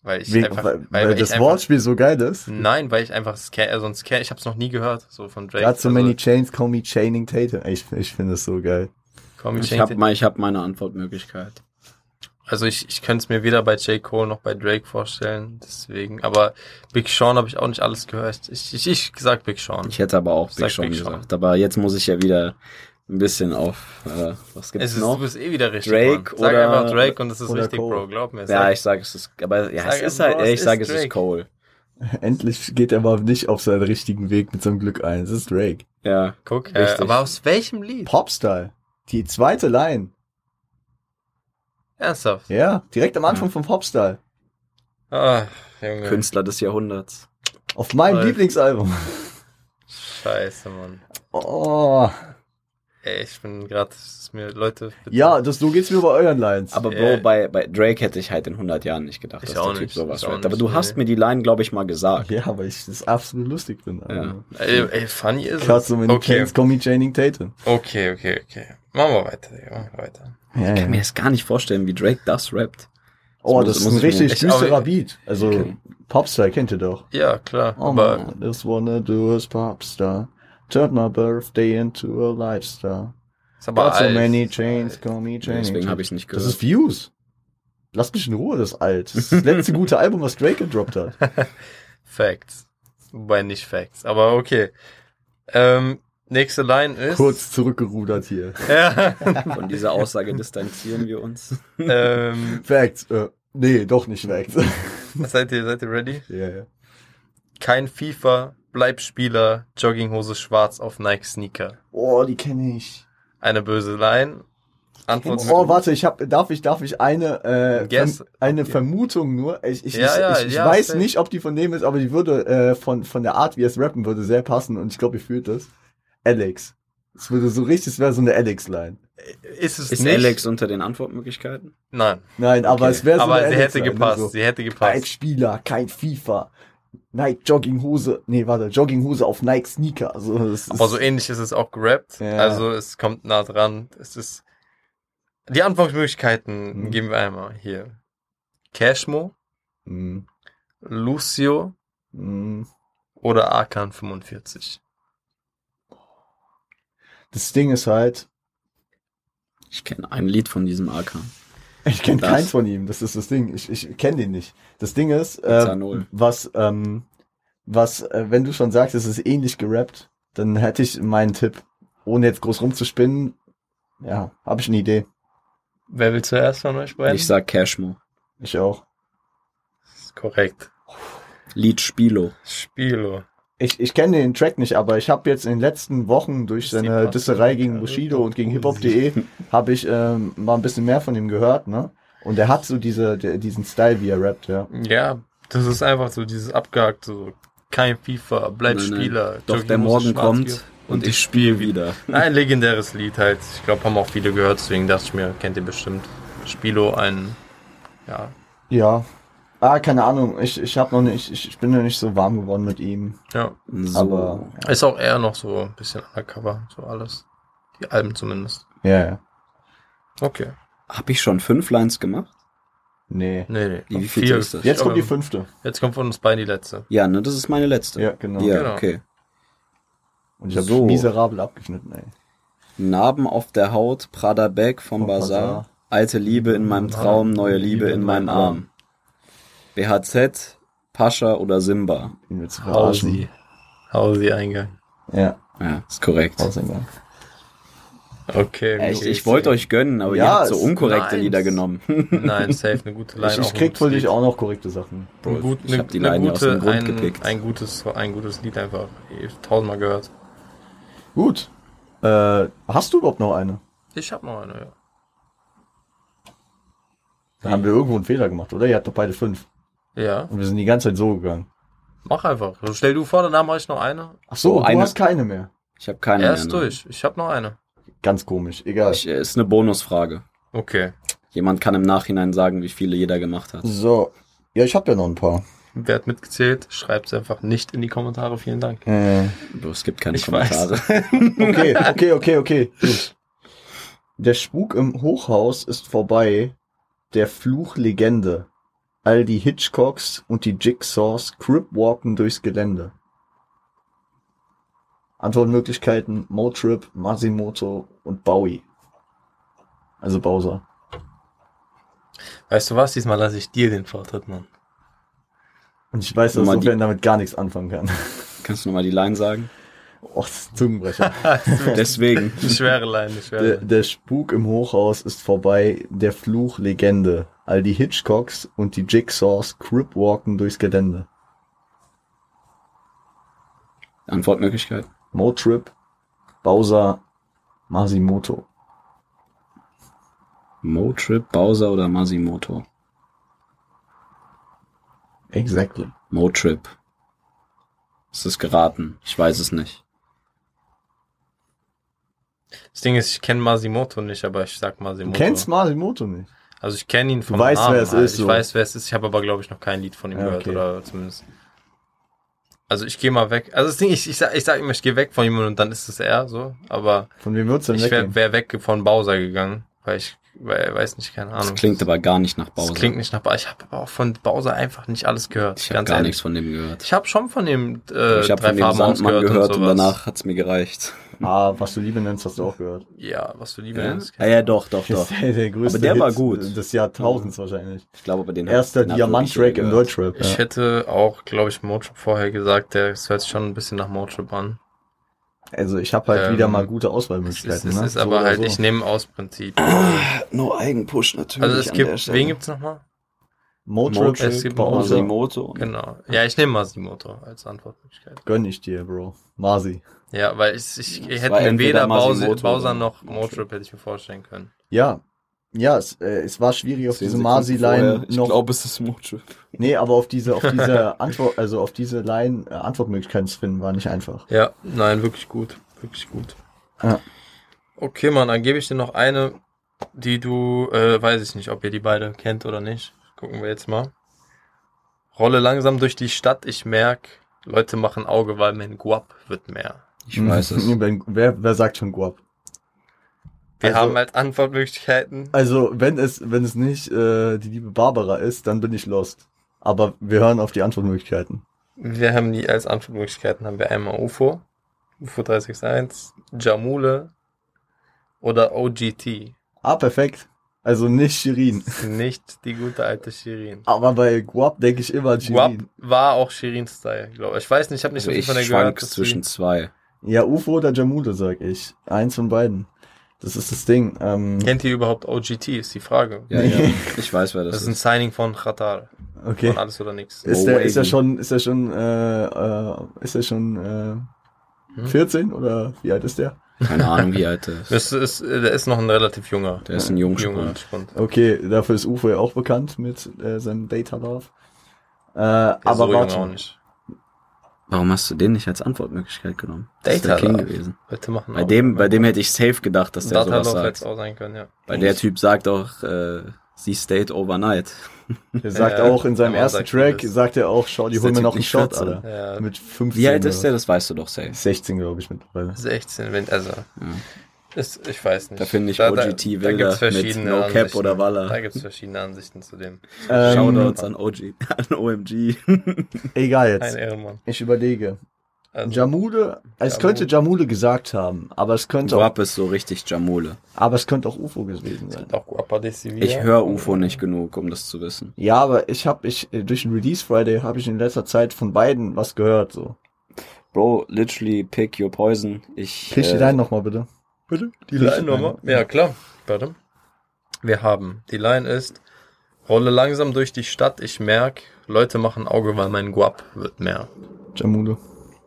Speaker 2: Weil ich
Speaker 1: Wegen,
Speaker 2: einfach,
Speaker 1: weil,
Speaker 2: weil,
Speaker 1: weil,
Speaker 2: ich
Speaker 1: das
Speaker 2: einfach, Hm,
Speaker 1: Wortspiel so geil ist.
Speaker 2: Nein, weil ich einfach Scare, also ein Scare, ich hab's noch nie gehört, so von Drake.
Speaker 1: Got so
Speaker 2: Also,
Speaker 1: many chains, call me Chaining Tatum. Ey, Ich, ich finde das so geil.
Speaker 2: komm, ich
Speaker 3: Ich
Speaker 2: schenk
Speaker 3: habe
Speaker 2: dir-
Speaker 3: mal, ich hab meine Antwortmöglichkeit.
Speaker 2: Also ich, ich könnte es mir weder bei J. Cole noch bei Drake vorstellen, deswegen. Aber Big Sean habe ich auch nicht alles gehört. Ich, ich, ich gesagt Big Sean.
Speaker 3: Ich hätte aber auch
Speaker 2: Sag
Speaker 3: Big Sean
Speaker 2: Big Sean.
Speaker 3: gesagt. Aber jetzt muss ich ja wieder ein bisschen auf. Äh, was gibt's
Speaker 2: Es ist, du
Speaker 3: noch?
Speaker 2: bist eh wieder richtig.
Speaker 3: Drake
Speaker 2: Mann. Sag
Speaker 3: oder-
Speaker 2: einfach Drake und es ist
Speaker 1: oder
Speaker 2: richtig,
Speaker 1: Cole.
Speaker 2: Bro. Glaub mir.
Speaker 3: Ja,
Speaker 2: Sag-
Speaker 3: ich sag es ist, aber ja,
Speaker 2: Sag
Speaker 3: es ist
Speaker 2: einfach,
Speaker 3: halt,
Speaker 2: es
Speaker 3: ich sag
Speaker 2: ist
Speaker 3: es ist
Speaker 2: Drake.
Speaker 3: Cole.
Speaker 1: Endlich geht er mal nicht auf seinen richtigen Weg mit seinem Glück ein. Es ist Drake.
Speaker 3: Ja,
Speaker 2: Guck, äh,
Speaker 3: Richtig.
Speaker 2: aber aus welchem Lied?
Speaker 1: Popstyle. Die zweite Line.
Speaker 2: Ernsthaft?
Speaker 1: Ja, direkt am Anfang von Popstyle.
Speaker 2: Ah, Junge.
Speaker 3: Künstler des Jahrhunderts.
Speaker 1: Auf meinem
Speaker 2: Voll.
Speaker 1: Lieblingsalbum.
Speaker 2: Scheiße, Mann.
Speaker 1: Oh.
Speaker 2: Ey, ich bin gerade, mir Leute. bitte.
Speaker 1: Ja, das, so geht's mir bei euren Lines.
Speaker 3: Aber
Speaker 2: Yeah.
Speaker 3: Bro, bei, bei Drake hätte ich halt in 100 Jahren nicht gedacht,
Speaker 2: Ich
Speaker 3: dass
Speaker 2: auch
Speaker 3: der Typ
Speaker 2: nicht,
Speaker 3: sowas
Speaker 2: ich auch
Speaker 3: rappt. Aber
Speaker 2: nicht,
Speaker 3: du hast
Speaker 2: nee.
Speaker 3: mir die Line, glaube ich, mal gesagt.
Speaker 1: ja, weil ich das absolut lustig bin.
Speaker 3: Ja.
Speaker 2: Ey, ey, funny ist
Speaker 1: Krass,
Speaker 2: es.
Speaker 1: so wenn okay.
Speaker 2: Okay.
Speaker 1: Chains, call me Channing Tatum.
Speaker 2: okay, okay, okay. Machen wir weiter, Digga, machen wir weiter.
Speaker 1: Ja,
Speaker 3: Ich kann mir das gar nicht vorstellen, wie Drake das rappt.
Speaker 1: Oh,
Speaker 3: muss-
Speaker 1: das ist
Speaker 3: muss
Speaker 1: ein
Speaker 3: ich mir-
Speaker 1: richtig
Speaker 3: ich-
Speaker 1: düsterer
Speaker 2: aber-
Speaker 1: Beat. Also,
Speaker 3: Okay.
Speaker 1: Popstar kennt ihr doch.
Speaker 2: Ja, klar.
Speaker 1: Oh,
Speaker 2: aber
Speaker 1: man, this wanna do is Popstar. Turn my birthday into a lifestyle.
Speaker 2: ist aber
Speaker 1: Got so
Speaker 2: alt.
Speaker 1: many
Speaker 2: Ist
Speaker 1: chains,
Speaker 2: alt.
Speaker 1: call me Channing
Speaker 3: Deswegen
Speaker 1: Tatum.
Speaker 3: habe ich es nicht
Speaker 1: Das
Speaker 3: gehört.
Speaker 1: ist Views. Lass mich in Ruhe, das alt. Das ist das letzte gute Album, was Drake gedroppt hat.
Speaker 2: Facts. Wobei nicht Facts, aber okay. Ähm, nächste Line ist.
Speaker 1: Kurz zurückgerudert hier.
Speaker 2: Ja,
Speaker 3: Von dieser Aussage distanzieren wir uns.
Speaker 2: ähm,
Speaker 1: Facts. Äh, nee, doch nicht Facts.
Speaker 2: seid ihr, seid ihr ready?
Speaker 1: Ja, ja.
Speaker 2: Kein FIFA, bleib Spieler, Jogginghose schwarz auf Nike Sneaker.
Speaker 1: Oh, die kenne ich.
Speaker 2: Eine böse Line. Antwort
Speaker 1: Oh, warte, ich hab, darf ich, darf ich eine, äh,
Speaker 2: Guess.
Speaker 1: Verm- eine Vermutung nur. Ich, ich,
Speaker 2: Ja,
Speaker 1: ich,
Speaker 2: ja,
Speaker 1: ich, ich
Speaker 2: ja,
Speaker 1: weiß
Speaker 2: safe.
Speaker 1: nicht, ob die von dem ist, aber die würde äh, von, von der Art, wie er es rappen würde, sehr passen und ich glaube, ihr fühlt das. Alex. Es würde so richtig, es wäre so eine Alex-Line.
Speaker 2: ist es
Speaker 3: Ist
Speaker 2: nicht.
Speaker 3: Alex unter den Antwortmöglichkeiten?
Speaker 2: Nein.
Speaker 1: Nein, aber
Speaker 3: Okay.
Speaker 1: es wäre so
Speaker 2: aber
Speaker 1: eine
Speaker 2: sie hätte
Speaker 1: Alex-Line, ne,
Speaker 2: gepasst.
Speaker 1: so.
Speaker 2: Sie hätte gepasst.
Speaker 1: Nike Spieler, kein FIFA. Nike Jogginghose, nee, warte, Jogginghose auf Nike Sneaker. Also, das
Speaker 2: Aber
Speaker 1: ist-
Speaker 2: so ähnlich ist es auch gerappt.
Speaker 1: Ja.
Speaker 2: Also es kommt nah dran. Es ist. Die Antwortmöglichkeiten
Speaker 3: Mhm.
Speaker 1: Hm.
Speaker 2: geben wir einmal hier. Cashmo,
Speaker 1: Mm,
Speaker 2: Lucio
Speaker 1: mm.
Speaker 2: oder Arkan 45.
Speaker 1: Das Ding ist halt,
Speaker 3: Ich kenne ein Lied von diesem AK.
Speaker 1: ich kenne
Speaker 3: Das.
Speaker 1: keins von ihm. Das ist das Ding. Ich, ich kenne den nicht. Das Ding ist, äh,
Speaker 3: Zanol.
Speaker 1: was, ähm, was, äh, wenn du schon sagst, es ist ähnlich gerappt, dann hätte ich meinen Tipp, ohne jetzt groß rumzuspinnen, ja, habe ich eine Idee.
Speaker 2: Wer will zuerst von euch beiden?
Speaker 3: Ich sag Cashmo.
Speaker 1: Ich auch.
Speaker 2: Das ist korrekt.
Speaker 3: Lied Spilo.
Speaker 2: Spielo.
Speaker 1: Ich, ich kenne den Track nicht, aber ich habe jetzt in den letzten Wochen durch
Speaker 2: Ist die also oh,
Speaker 1: seine
Speaker 2: Party-
Speaker 1: Disserei gegen
Speaker 2: Ja,
Speaker 1: Bushido
Speaker 2: doch,
Speaker 1: und gegen
Speaker 2: cool.
Speaker 1: hiphop.de habe ich ähm, mal ein bisschen mehr von ihm gehört, ne? Und er hat so diese, der, diesen Style, wie er rappt, ja.
Speaker 2: Ja, das ist einfach so dieses abgehackte, so kein FIFA, bleib
Speaker 3: Nein, nein.
Speaker 2: Spieler.
Speaker 3: Doch
Speaker 2: Jogginghose
Speaker 3: der Morgen
Speaker 2: schwarz
Speaker 3: kommt
Speaker 2: hier.
Speaker 3: und ich spiele wieder.
Speaker 2: Ein legendäres Lied halt. Ich glaube, haben auch viele gehört, deswegen dachte ich mir, kennt ihr bestimmt. Spilo, ein, ja,
Speaker 1: Ja. Ah, keine Ahnung, ich, ich habe noch nicht, ich, ich bin noch nicht so warm geworden mit ihm.
Speaker 2: ja.
Speaker 3: So.
Speaker 1: Aber
Speaker 2: Ist auch eher noch so ein bisschen undercover, so alles. Die Alben zumindest.
Speaker 1: ja, ja.
Speaker 2: Okay.
Speaker 3: Hab ich schon fünf Lines gemacht?
Speaker 1: Nee.
Speaker 2: Nee, nee.
Speaker 3: Wie- wie viel ist das?
Speaker 1: Jetzt kommt die
Speaker 2: Aber
Speaker 1: fünfte.
Speaker 2: Jetzt kommt von uns beiden die letzte.
Speaker 3: Ja, ne, das ist meine letzte.
Speaker 1: Ja, genau.
Speaker 3: Ja,
Speaker 2: Genau.
Speaker 3: okay.
Speaker 1: Und ich habe
Speaker 3: So.
Speaker 1: miserabel abgeschnitten, ey.
Speaker 3: Narben auf der Haut, Prada Bag vom
Speaker 1: Vom
Speaker 3: Bazar,
Speaker 1: Bazar.
Speaker 3: alte Liebe in meinem Traum, neue Liebe in meinem Arm. BHZ, Pascha oder Simba.
Speaker 1: Ihn willst du verarschen.
Speaker 2: Hausi. Hausi eingegangen.
Speaker 1: Ja,
Speaker 3: Ja, ist korrekt.
Speaker 1: Hausingang.
Speaker 2: Okay.
Speaker 3: Echt,
Speaker 2: Luis.
Speaker 3: ich wollte euch gönnen, aber ihr
Speaker 1: Ja,
Speaker 3: habt so
Speaker 1: ist
Speaker 3: unkorrekte
Speaker 2: nice.
Speaker 3: Lieder genommen.
Speaker 2: Nein, safe, eine gute Line.
Speaker 1: Ich,
Speaker 2: auch
Speaker 1: ich
Speaker 2: ein
Speaker 1: krieg
Speaker 2: gutes
Speaker 1: für dich
Speaker 2: Lied.
Speaker 1: auch noch korrekte Sachen.
Speaker 2: Eine gut,
Speaker 3: ich
Speaker 2: eine-
Speaker 3: hab die
Speaker 2: eine
Speaker 3: Line aus dem Grund
Speaker 2: ein,
Speaker 3: gepickt.
Speaker 2: Ein gutes, ein gutes Lied einfach. Eh, Tausendmal gehört.
Speaker 1: Gut. Äh, hast du überhaupt noch eine?
Speaker 2: Ich hab noch eine, ja.
Speaker 1: Da haben wir irgendwo einen Fehler gemacht, oder? Ihr habt doch beide fünf.
Speaker 2: Ja,
Speaker 1: Und wir sind die ganze Zeit so gegangen.
Speaker 2: mach einfach. Also stell du vor, danach mache ich noch eine.
Speaker 1: Ach so,
Speaker 3: Oh,
Speaker 1: du
Speaker 3: eine-
Speaker 1: hast keine mehr.
Speaker 3: Ich habe keine
Speaker 2: er ist
Speaker 3: mehr, ne?
Speaker 2: durch. Ich hab noch eine.
Speaker 1: Ganz komisch, egal.
Speaker 3: Ich, äh, ist eine Bonusfrage.
Speaker 2: Okay.
Speaker 3: Jemand kann im Nachhinein sagen, wie viele jeder gemacht hat.
Speaker 1: so. Ja, ich habe ja noch ein paar.
Speaker 2: Wer hat mitgezählt? Schreibt's einfach nicht in die Kommentare. Vielen Dank.
Speaker 1: Äh,
Speaker 3: Bro, Es gibt keine
Speaker 2: Ich
Speaker 3: Kommentare.
Speaker 1: okay, okay, okay, okay. Gut. Der Spuk im Hochhaus ist vorbei. Der Fluch Legende. All die Hitchcocks und die Jigsaws cribwalken durchs Gelände. Antwortmöglichkeiten Motrip, Masimoto und Bowie. Also Bowser.
Speaker 2: Weißt du was? Diesmal lasse ich dir den Vortritt, Mann.
Speaker 1: Und ich weiß, dass
Speaker 3: Mal die-
Speaker 1: Sofian damit gar nichts anfangen kann.
Speaker 3: Kannst du nochmal die Line sagen?
Speaker 1: Oh, das ist ein Zungenbrecher.
Speaker 3: Deswegen.
Speaker 2: schwere Leine, schwere
Speaker 1: Der,
Speaker 2: Leine.
Speaker 1: der Spuk im Hochhaus ist vorbei, der Fluch Legende. All die Hitchcocks und die Jigsaws cripwalken durchs Gelände.
Speaker 3: Antwortmöglichkeit.
Speaker 1: Motrip, Bowser, Masimoto.
Speaker 3: Motrip, Bowser oder Masimoto?
Speaker 1: Exactly.
Speaker 3: Motrip. Es ist geraten. Ich weiß es nicht.
Speaker 2: Das Ding ist, ich kenne Masimoto nicht, aber ich sag Masimoto.
Speaker 1: Du kennst Masimoto nicht?
Speaker 2: Also ich kenne ihn vom
Speaker 1: weißt,
Speaker 2: Namen.
Speaker 1: wer es
Speaker 2: halt.
Speaker 1: ist,
Speaker 2: Ich
Speaker 1: so.
Speaker 2: weiß, wer es ist. Ich habe aber, glaube ich, noch kein Lied von ihm
Speaker 1: Ja,
Speaker 2: gehört
Speaker 1: okay.
Speaker 2: oder zumindest. Also ich gehe mal weg. Also das Ding, ich, ich, sag, ich sag immer, ich gehe weg von jemandem und dann ist es er so. Aber
Speaker 1: Von wem wird's denn
Speaker 2: ich wäre
Speaker 1: weggehen?
Speaker 2: wär weg von Bowser gegangen, weil ich weil, weiß nicht, keine Ahnung.
Speaker 3: Das klingt aber gar nicht nach
Speaker 2: Das
Speaker 3: Bowser.
Speaker 2: klingt nicht nach Bowser. Ich habe aber auch von Bowser einfach nicht alles gehört.
Speaker 3: ich habe gar nichts von dem gehört.
Speaker 2: Ich habe schon von dem äh,
Speaker 3: ich habe
Speaker 2: drei
Speaker 3: von dem
Speaker 2: Farben
Speaker 3: Sandmann
Speaker 2: ausgehört
Speaker 3: gehört und,
Speaker 2: und sowas.
Speaker 3: danach hat's mir gereicht.
Speaker 1: Ah, was du Liebe nennst, hast du auch gehört.
Speaker 2: Ja, was du lieber
Speaker 3: Ja, Ah,
Speaker 2: nennst.
Speaker 1: Ah,
Speaker 3: ja, ja doch, doch,
Speaker 1: Das
Speaker 3: doch.
Speaker 1: ist der, der größte
Speaker 3: Aber der war
Speaker 1: Hit
Speaker 3: gut.
Speaker 1: Des Jahrtausends wahrscheinlich.
Speaker 3: Ich glaube, bei den
Speaker 1: Erster
Speaker 3: den hat
Speaker 1: Diamant-Track
Speaker 3: wirklich jeder
Speaker 1: im
Speaker 3: gehört.
Speaker 1: Deutschrap.
Speaker 2: Ich
Speaker 1: Ja.
Speaker 2: hätte auch, glaube ich, Motrip vorher gesagt, der das hört sich schon ein bisschen nach Motrip an.
Speaker 1: Also ich habe halt
Speaker 2: Ähm,
Speaker 1: wieder mal gute
Speaker 2: Es ist,
Speaker 1: Auswahlmöglichkeiten.
Speaker 2: es
Speaker 1: ne?
Speaker 2: ist
Speaker 1: So
Speaker 2: aber
Speaker 1: oder
Speaker 2: halt,
Speaker 1: so.
Speaker 2: ich nehme aus Prinzip.
Speaker 3: No Eigenpush natürlich.
Speaker 2: Also es
Speaker 3: an der
Speaker 2: gibt,
Speaker 3: Stelle.
Speaker 2: wen gibt's nochmal?
Speaker 1: Motrip,
Speaker 2: es gibt
Speaker 1: Bowser.
Speaker 3: Masimoto.
Speaker 2: Genau. Ja, ich nehme Masimoto als Antwortmöglichkeit.
Speaker 1: Gönn ich dir, Bro. Masi.
Speaker 2: Ja, weil ich, ich,
Speaker 3: Es
Speaker 2: hätte
Speaker 3: war
Speaker 2: mir
Speaker 3: entweder
Speaker 2: weder Bowser,
Speaker 3: Masimoto
Speaker 2: Bowser
Speaker 3: oder
Speaker 2: noch
Speaker 3: Motrip.
Speaker 2: Motrip hätte ich mir vorstellen können.
Speaker 1: Ja. Ja, es, äh, es war schwierig auf
Speaker 3: Zehn
Speaker 1: diese
Speaker 3: Sekunden
Speaker 1: Masi-Line
Speaker 3: vorher. Ich
Speaker 1: noch.
Speaker 3: glaube, es ist Motrip.
Speaker 1: Nee, aber auf diese, auf diese Antwort, also auf diese Line äh, Antwortmöglichkeiten zu finden, war nicht einfach.
Speaker 2: Ja, nein, wirklich gut. Wirklich gut.
Speaker 1: Ja.
Speaker 2: Okay, Mann, dann gebe ich dir noch eine, die du, äh, weiß ich nicht, ob ihr die beide kennt oder nicht. Gucken wir jetzt mal. Rolle langsam durch die Stadt, ich merk, Leute machen Auge, weil mein Guap wird mehr.
Speaker 3: Ich weiß es.
Speaker 1: Wenn- Wer, wer sagt schon Guap?
Speaker 2: Wir
Speaker 1: Also-
Speaker 2: haben als Antwortmöglichkeiten.
Speaker 1: Also, wenn es, wenn es nicht äh, die liebe Barbara ist, dann bin ich lost. Aber wir hören auf die Antwortmöglichkeiten.
Speaker 2: Wir haben die als Antwortmöglichkeiten haben wir einmal UFO, UFO 361, Jamule oder OGT.
Speaker 1: Ah, perfekt. Also nicht Shirin.
Speaker 2: Nicht die gute alte Shirin.
Speaker 1: Aber bei Guap denke ich immer an
Speaker 2: Guap
Speaker 1: Shirin.
Speaker 2: war auch Shirins Style, glaube ich. Ich weiß nicht, ich habe nicht
Speaker 3: Also
Speaker 2: so viel
Speaker 3: ich
Speaker 2: von der gehört.
Speaker 3: schwank
Speaker 2: dass
Speaker 3: zwischen zwei.
Speaker 1: Ja, UFO oder Jamule, sag ich. Eins von beiden. Das ist das Ding. Ähm,
Speaker 2: sie- Kennt ihr überhaupt OGT, ist die Frage.
Speaker 3: Ja, ja. Ich weiß, wer
Speaker 2: Das
Speaker 3: das
Speaker 2: ist ein
Speaker 3: ist.
Speaker 2: Signing von Qatar.
Speaker 1: okay.
Speaker 2: Von alles oder nichts.
Speaker 1: Ist
Speaker 3: Oh,
Speaker 1: der, ist er
Speaker 3: Aiden.
Speaker 1: schon, ist er schon, äh, äh, ist er schon äh,
Speaker 2: Hm?
Speaker 1: 14 oder wie alt ist der?
Speaker 3: Keine Ahnung, wie alt er ist.
Speaker 2: Das ist, äh, der ist noch ein relativ junger.
Speaker 3: Der ist ein
Speaker 2: Junger
Speaker 3: Jungspund.
Speaker 2: Spund.
Speaker 1: Okay, dafür ist Ufo ja auch bekannt mit äh, seinem Data Love. Äh, aber
Speaker 2: so jung auch
Speaker 1: warte,
Speaker 2: nicht.
Speaker 3: Warum hast du den nicht als Antwortmöglichkeit genommen? Das ist der
Speaker 2: Data
Speaker 3: King
Speaker 2: Love.
Speaker 3: gewesen.
Speaker 2: Bitte machen
Speaker 3: Bei dem, bei dem hätte ich safe gedacht, dass
Speaker 2: das
Speaker 3: der
Speaker 2: Data
Speaker 3: sowas
Speaker 2: Love hätte es
Speaker 3: sagt.
Speaker 2: auch sein können, ja.
Speaker 3: Weil der Typ sagt auch, äh, sie stayed overnight.
Speaker 1: der sagt
Speaker 2: Ja,
Speaker 1: auch in seinem
Speaker 2: der Mann
Speaker 1: ersten
Speaker 2: sagt
Speaker 1: Track,
Speaker 2: vieles.
Speaker 1: sagt er auch, schau, die
Speaker 3: Ist
Speaker 1: holen mir
Speaker 3: der Typ
Speaker 1: noch einen
Speaker 3: nicht
Speaker 1: Shot,
Speaker 3: 14?
Speaker 1: Alter.
Speaker 2: Ja,
Speaker 1: Mit 15.
Speaker 3: Wie alt ist der?
Speaker 1: oder
Speaker 3: Das weißt du doch safe.
Speaker 1: 16, glaube ich, mittlerweile.
Speaker 2: 16, wenn, also. Ist, ich weiß nicht.
Speaker 3: Da finde ich OGT
Speaker 2: da
Speaker 3: wilder
Speaker 2: gibt's
Speaker 3: mit
Speaker 2: verschiedene
Speaker 3: No Cap
Speaker 2: Ansichten.
Speaker 3: oder Walla.
Speaker 2: Da gibt's verschiedene Ansichten zu dem.
Speaker 1: Ähm,
Speaker 3: Shoutouts an OG, an OMG.
Speaker 1: egal
Speaker 2: Ein
Speaker 1: jetzt.
Speaker 2: Ehrenmann.
Speaker 1: Ich überlege.
Speaker 2: Also,
Speaker 1: Jamule, es
Speaker 2: Jamule.
Speaker 1: könnte Jamule gesagt haben, aber es könnte, auch,
Speaker 3: Guap ist so richtig Jamule.
Speaker 1: aber es könnte auch Ufo gewesen sein.
Speaker 2: auch Guapa de Sevilla.
Speaker 3: Ich höre UFO nicht genug, um das zu wissen.
Speaker 1: Ja, aber ich habe ich äh, durch den Release Friday habe ich in letzter Zeit von beiden was gehört so.
Speaker 3: Bro, literally pick your poison. Ich,
Speaker 1: Pitch die
Speaker 3: äh,
Speaker 1: Line nochmal bitte.
Speaker 2: Bitte? Die
Speaker 1: Line
Speaker 2: Line nochmal?
Speaker 1: nochmal?
Speaker 2: Ja, klar. Warte. Wir haben. Die Line ist, rolle langsam durch die Stadt, ich merk, Leute machen Auge, weil mein Guap wird mehr.
Speaker 1: Jamule.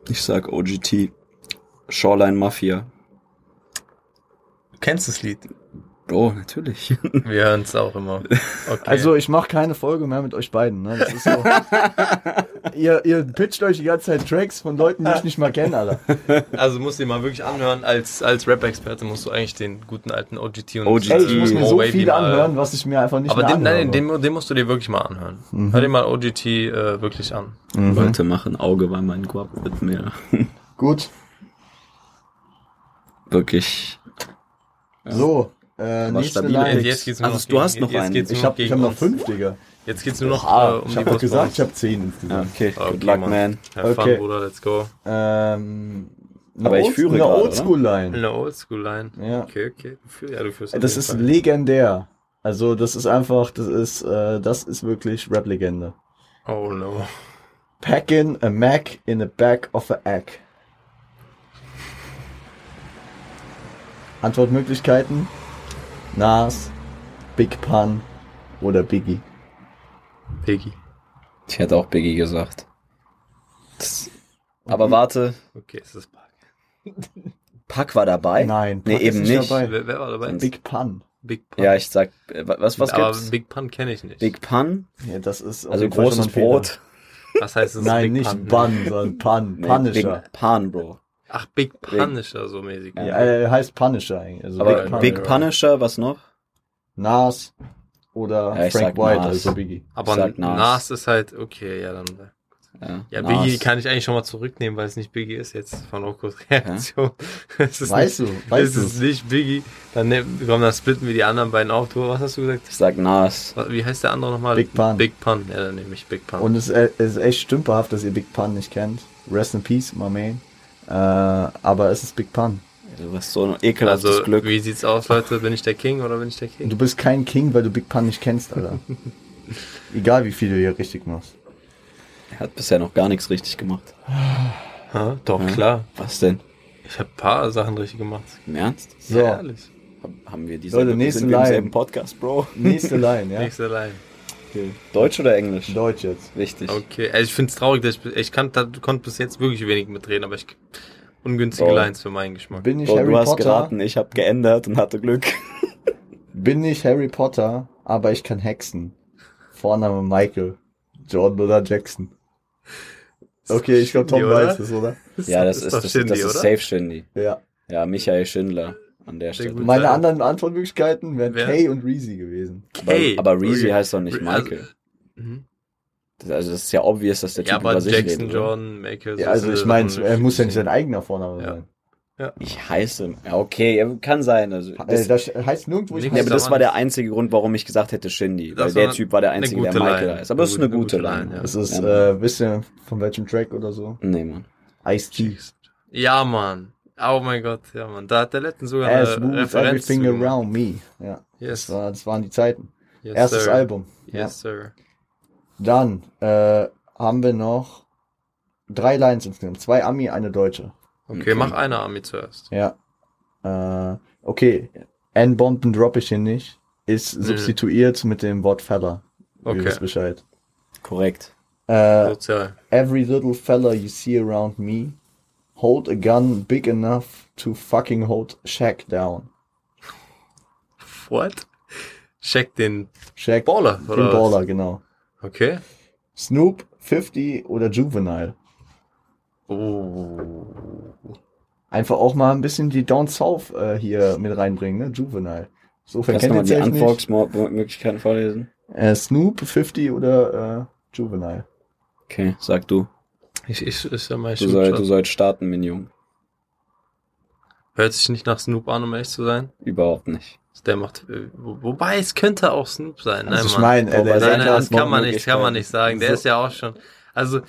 Speaker 3: ich sag OGT. Shoreline Mafia.
Speaker 2: Du kennst das Lied.
Speaker 3: Bro, Oh, natürlich.
Speaker 2: Wir hören's auch immer. Okay.
Speaker 1: Also ich mache keine Folge mehr mit euch beiden. Ne? Das ist so. ihr, ihr pitcht euch die ganze Zeit Tracks von Leuten, die ich nicht mal kenne, Alter.
Speaker 2: Also musst du dir mal wirklich anhören, als, als Rap-Experte musst du eigentlich den guten alten OGT und
Speaker 3: OGT.
Speaker 1: Ey, ich muss mir
Speaker 2: Mo
Speaker 1: so
Speaker 2: Wavy
Speaker 1: viele
Speaker 2: mal-
Speaker 1: anhören, was ich mir einfach nicht
Speaker 2: Aber
Speaker 1: mehr
Speaker 2: den, nein,
Speaker 1: anhöre.
Speaker 2: den, den musst du dir wirklich mal anhören.
Speaker 1: Mhm.
Speaker 2: Hör dir mal OGT äh, wirklich an.
Speaker 1: mhm.
Speaker 3: Leute machen Auge, weil mein Guap wird mehr.
Speaker 1: Gut.
Speaker 3: Wirklich. Ja.
Speaker 1: So, äh,
Speaker 3: Aber
Speaker 1: nächste
Speaker 3: stabile
Speaker 1: Line.
Speaker 3: Picks.
Speaker 2: jetzt geht's nur
Speaker 3: Also,
Speaker 2: noch
Speaker 3: du hast
Speaker 2: gegen-
Speaker 3: noch
Speaker 2: jetzt
Speaker 3: einen.
Speaker 2: Geht's nur
Speaker 1: Ich habe
Speaker 2: gegen
Speaker 1: ich hab noch
Speaker 2: uns.
Speaker 1: fünf, Digga.
Speaker 2: Jetzt geht's nur noch
Speaker 1: Ah,
Speaker 2: äh, um
Speaker 1: ich
Speaker 2: die
Speaker 1: habe doch gesagt, ich
Speaker 2: Postbons.
Speaker 1: habe zehn
Speaker 3: Ja,
Speaker 1: insgesamt.
Speaker 3: okay,
Speaker 2: Okay,
Speaker 3: good luck,
Speaker 2: Mann.
Speaker 3: man.
Speaker 2: Have fun,
Speaker 1: Okay.
Speaker 2: Bruder, let's go.
Speaker 1: Ähm, eine
Speaker 3: Aber ich
Speaker 1: Old-
Speaker 3: führe
Speaker 1: eine
Speaker 3: gerade, oder?
Speaker 1: Oldschool Line.
Speaker 2: Eine Oldschool-Line.
Speaker 1: Ja.
Speaker 2: Okay, okay. Du fühl- Ja, du führst auf
Speaker 1: Das
Speaker 2: jeden
Speaker 1: ist
Speaker 2: Fall.
Speaker 1: legendär. Also das ist einfach, das ist, äh, das ist wirklich Rap-Legende.
Speaker 2: Oh no.
Speaker 1: Packin' a Mac in the back of a egg. Antwortmöglichkeiten: Nas, Big Pun oder Biggie.
Speaker 2: Piggy.
Speaker 3: Ich hätte auch Biggie gesagt. Das, aber warte,
Speaker 2: Okay, es ist Park.
Speaker 3: Pack war dabei?
Speaker 1: Nein,
Speaker 3: Nee,
Speaker 1: Pac
Speaker 3: eben
Speaker 1: ist
Speaker 3: nicht.
Speaker 1: dabei.
Speaker 2: Wer, wer war dabei?
Speaker 1: Big Pun.
Speaker 2: Big Pun.
Speaker 3: Ja, ich sag, äh, wa- was, was
Speaker 2: Aber
Speaker 3: gibt's? Big,
Speaker 2: Big Pun kenne ich nicht.
Speaker 3: Pun,
Speaker 1: Ja, das ist auf
Speaker 3: also
Speaker 1: jeden Fall schon
Speaker 3: großes
Speaker 1: ein Fehler.
Speaker 3: Brot.
Speaker 2: Was heißt das?
Speaker 1: Nein,
Speaker 2: Big
Speaker 1: nicht
Speaker 2: Pun?
Speaker 1: Bun, sondern Pun. Punisher.
Speaker 3: Big Pun, Bro.
Speaker 2: Ach, Big Punisher, so mäßig.
Speaker 1: Ja, äh, heißt Punisher eigentlich. Also
Speaker 3: Aber Big,
Speaker 2: Pun, ja.
Speaker 3: Punisher, was noch?
Speaker 1: Nas oder
Speaker 3: Ja, ich
Speaker 1: Frank
Speaker 3: sag
Speaker 1: White,
Speaker 3: Nas.
Speaker 1: also Biggie.
Speaker 2: Aber
Speaker 3: ich sag
Speaker 2: Nas.
Speaker 3: Nas.
Speaker 2: ist halt, okay, ja, dann.
Speaker 3: Ja,
Speaker 2: Ja,
Speaker 3: Nas.
Speaker 2: Biggie kann ich eigentlich schon mal zurücknehmen, weil es nicht Biggie ist jetzt von Okos Reaktion. Es ist
Speaker 1: Weißt du,
Speaker 2: nicht,
Speaker 1: weißt
Speaker 2: es ist
Speaker 1: du.
Speaker 2: nicht Biggie. Dann, ne, komm, dann splitten wir die anderen beiden auf. Du, was hast du gesagt?
Speaker 3: Ich sag Nas.
Speaker 2: Was- Wie heißt der andere nochmal?
Speaker 1: Big Pun.
Speaker 2: Big Pun, ja, dann nehme ich Big Pun.
Speaker 1: Und es äh, es ist echt stümperhaft, dass ihr Big Pun nicht kennt. Rest in peace, my man. Äh, aber es ist Big Pun.
Speaker 3: Du hast so ein
Speaker 1: Genau,
Speaker 3: ekelhaftes
Speaker 2: also,
Speaker 3: Glück.
Speaker 2: wie sieht's aus, Leute? Bin ich der King oder bin ich der King?
Speaker 1: Du bist kein King, weil du Big Pun nicht kennst, Alter. Egal wie viel du hier richtig machst.
Speaker 3: Er hat bisher noch gar nichts richtig gemacht.
Speaker 2: Ha? Doch,
Speaker 3: Ja.
Speaker 2: klar.
Speaker 3: Was denn?
Speaker 2: Ich habe ein paar Sachen richtig gemacht.
Speaker 3: Im Ernst?
Speaker 1: So,
Speaker 2: Ja, ehrlich.
Speaker 3: Hab- Haben wir
Speaker 1: Leute,
Speaker 3: dieselbe,
Speaker 1: nächste
Speaker 3: sind wir im
Speaker 1: Line.
Speaker 3: selben Podcast, Bro?
Speaker 1: nächste Line, ja.
Speaker 2: Nächste Line.
Speaker 3: Deutsch oder Englisch?
Speaker 1: Deutsch jetzt.
Speaker 3: Wichtig.
Speaker 2: Okay, also ich find's traurig, dass ich, ich kann, da, konnte bis jetzt wirklich wenig mitreden, aber ich ungünstige
Speaker 3: Oh.
Speaker 2: Lines für meinen Geschmack.
Speaker 1: Bin ich
Speaker 3: Bro,
Speaker 1: Harry
Speaker 3: Oh, du hast
Speaker 1: Potter?
Speaker 3: geraten, ich habe geändert und hatte Glück.
Speaker 1: Bin ich Harry Potter, aber ich kann hexen. Vorname Michael. Jordan oder Jackson. Okay, ich glaube, Tom
Speaker 2: Shindy,
Speaker 1: weiß
Speaker 2: oder?
Speaker 1: es, oder?
Speaker 3: Ja, das
Speaker 2: Das
Speaker 3: ist,
Speaker 2: doch
Speaker 3: das, das,
Speaker 2: Shindy,
Speaker 3: ist
Speaker 2: oder?
Speaker 3: safe Shindy.
Speaker 1: Ja.
Speaker 3: Ja, Michael Schindler an der
Speaker 2: Sehr
Speaker 3: Stelle.
Speaker 2: gut.
Speaker 1: Meine
Speaker 2: sein.
Speaker 1: anderen Antwortmöglichkeiten wären
Speaker 2: Wer?
Speaker 1: Kay und Reezy gewesen.
Speaker 3: Aber,
Speaker 2: Hey,
Speaker 3: aber Reezy
Speaker 2: Re-
Speaker 3: heißt doch nicht
Speaker 2: Re-
Speaker 3: Michael.
Speaker 2: also- Mhm.
Speaker 3: Das, also das ist ja obvious, dass der Typ
Speaker 2: Ja, aber
Speaker 3: über sich
Speaker 2: Jackson,
Speaker 3: redet. oder?
Speaker 2: Jordan, Michael.
Speaker 1: Ja,
Speaker 2: so
Speaker 1: also
Speaker 2: sind
Speaker 1: ich
Speaker 2: das äh,
Speaker 1: meine,
Speaker 2: schon
Speaker 1: er muss ja nicht sein
Speaker 2: Geschichten.
Speaker 1: eigener Vorname
Speaker 2: Ja.
Speaker 1: sein.
Speaker 3: Ich heiße. ja, Okay, ja, kann sein. Also, das,
Speaker 1: Das, Äh, das heißt nirgendwo, ich
Speaker 2: Nee,
Speaker 3: ja, aber
Speaker 1: heiße-
Speaker 3: das war der einzige Grund, warum ich gesagt hätte Shindy.
Speaker 2: Das war
Speaker 3: Weil der Typ war der
Speaker 2: eine
Speaker 3: Einzige, der
Speaker 2: gute
Speaker 3: Michael
Speaker 2: Line.
Speaker 3: heißt. Aber es ist eine gute
Speaker 2: Line,
Speaker 3: Line.
Speaker 2: ja.
Speaker 1: das ist,
Speaker 3: Ja.
Speaker 1: äh, wisst ihr von welchem Track oder so?
Speaker 3: Nee, Mann.
Speaker 1: Ice-T.
Speaker 2: Ja, Mann. Oh mein Gott, ja, Mann. Da hat der letzten sogar eine
Speaker 1: As moves
Speaker 2: Äh, Referenz
Speaker 1: everything
Speaker 2: zu gemacht.
Speaker 1: around me. Ja, das,
Speaker 2: Yes,
Speaker 1: war, das waren die Zeiten.
Speaker 2: yes,
Speaker 1: Erstes
Speaker 2: sir.
Speaker 1: Album. Ja.
Speaker 2: Yes, sir.
Speaker 1: Dann äh, haben wir noch drei Lines insgesamt. Zwei Ami, eine Deutsche.
Speaker 2: Okay,
Speaker 3: Okay.
Speaker 2: mach eine Army zuerst.
Speaker 1: Ja. Äh, okay. N-Bomben droppe ich hier nicht. Ist substituiert mit dem Wort Feller.
Speaker 2: Mhm. Okay.
Speaker 1: Ihr wisst Bescheid.
Speaker 3: Korrekt.
Speaker 1: Äh,
Speaker 2: Sozial.
Speaker 1: every little fella you see around me, hold a gun big enough to fucking hold Shaq down.
Speaker 2: What? Check den.
Speaker 1: Shaq.
Speaker 2: Baller,
Speaker 1: Den
Speaker 2: oder was?
Speaker 1: Baller, genau.
Speaker 2: Okay.
Speaker 1: Snoop, 50 oder Juvenile.
Speaker 2: Oh.
Speaker 1: Einfach auch mal ein bisschen die Down South äh, hier mit reinbringen, ne? Juvenile. So
Speaker 3: Kannst du
Speaker 1: verkennt
Speaker 3: mal
Speaker 1: ihr
Speaker 3: die
Speaker 1: vielleicht nicht.
Speaker 3: Antwortmöglichkeiten vorlesen?
Speaker 1: Äh, Snoop, 50 oder äh, Juvenile.
Speaker 3: Okay, sag du.
Speaker 2: Ich, ich, ich sag mal, ich
Speaker 3: Du,
Speaker 2: shoot
Speaker 3: soll,
Speaker 2: shot.
Speaker 3: du sollst starten, mein Junge.
Speaker 2: Hört sich nicht nach Snoop an, um ehrlich zu sein.
Speaker 3: Überhaupt nicht.
Speaker 2: Der macht. äh, wo- Wobei, es könnte auch Snoop sein. Nein,
Speaker 1: Also ich
Speaker 2: Mann.
Speaker 1: meine, äh,
Speaker 3: Wobei,
Speaker 1: der
Speaker 3: Also
Speaker 2: nein,
Speaker 1: sagt
Speaker 2: nein,
Speaker 1: ja
Speaker 2: das kann man nicht, kann man
Speaker 1: Antwortmöglichkeiten.
Speaker 2: nicht sagen. Der
Speaker 1: So.
Speaker 2: ist ja auch schon. Also,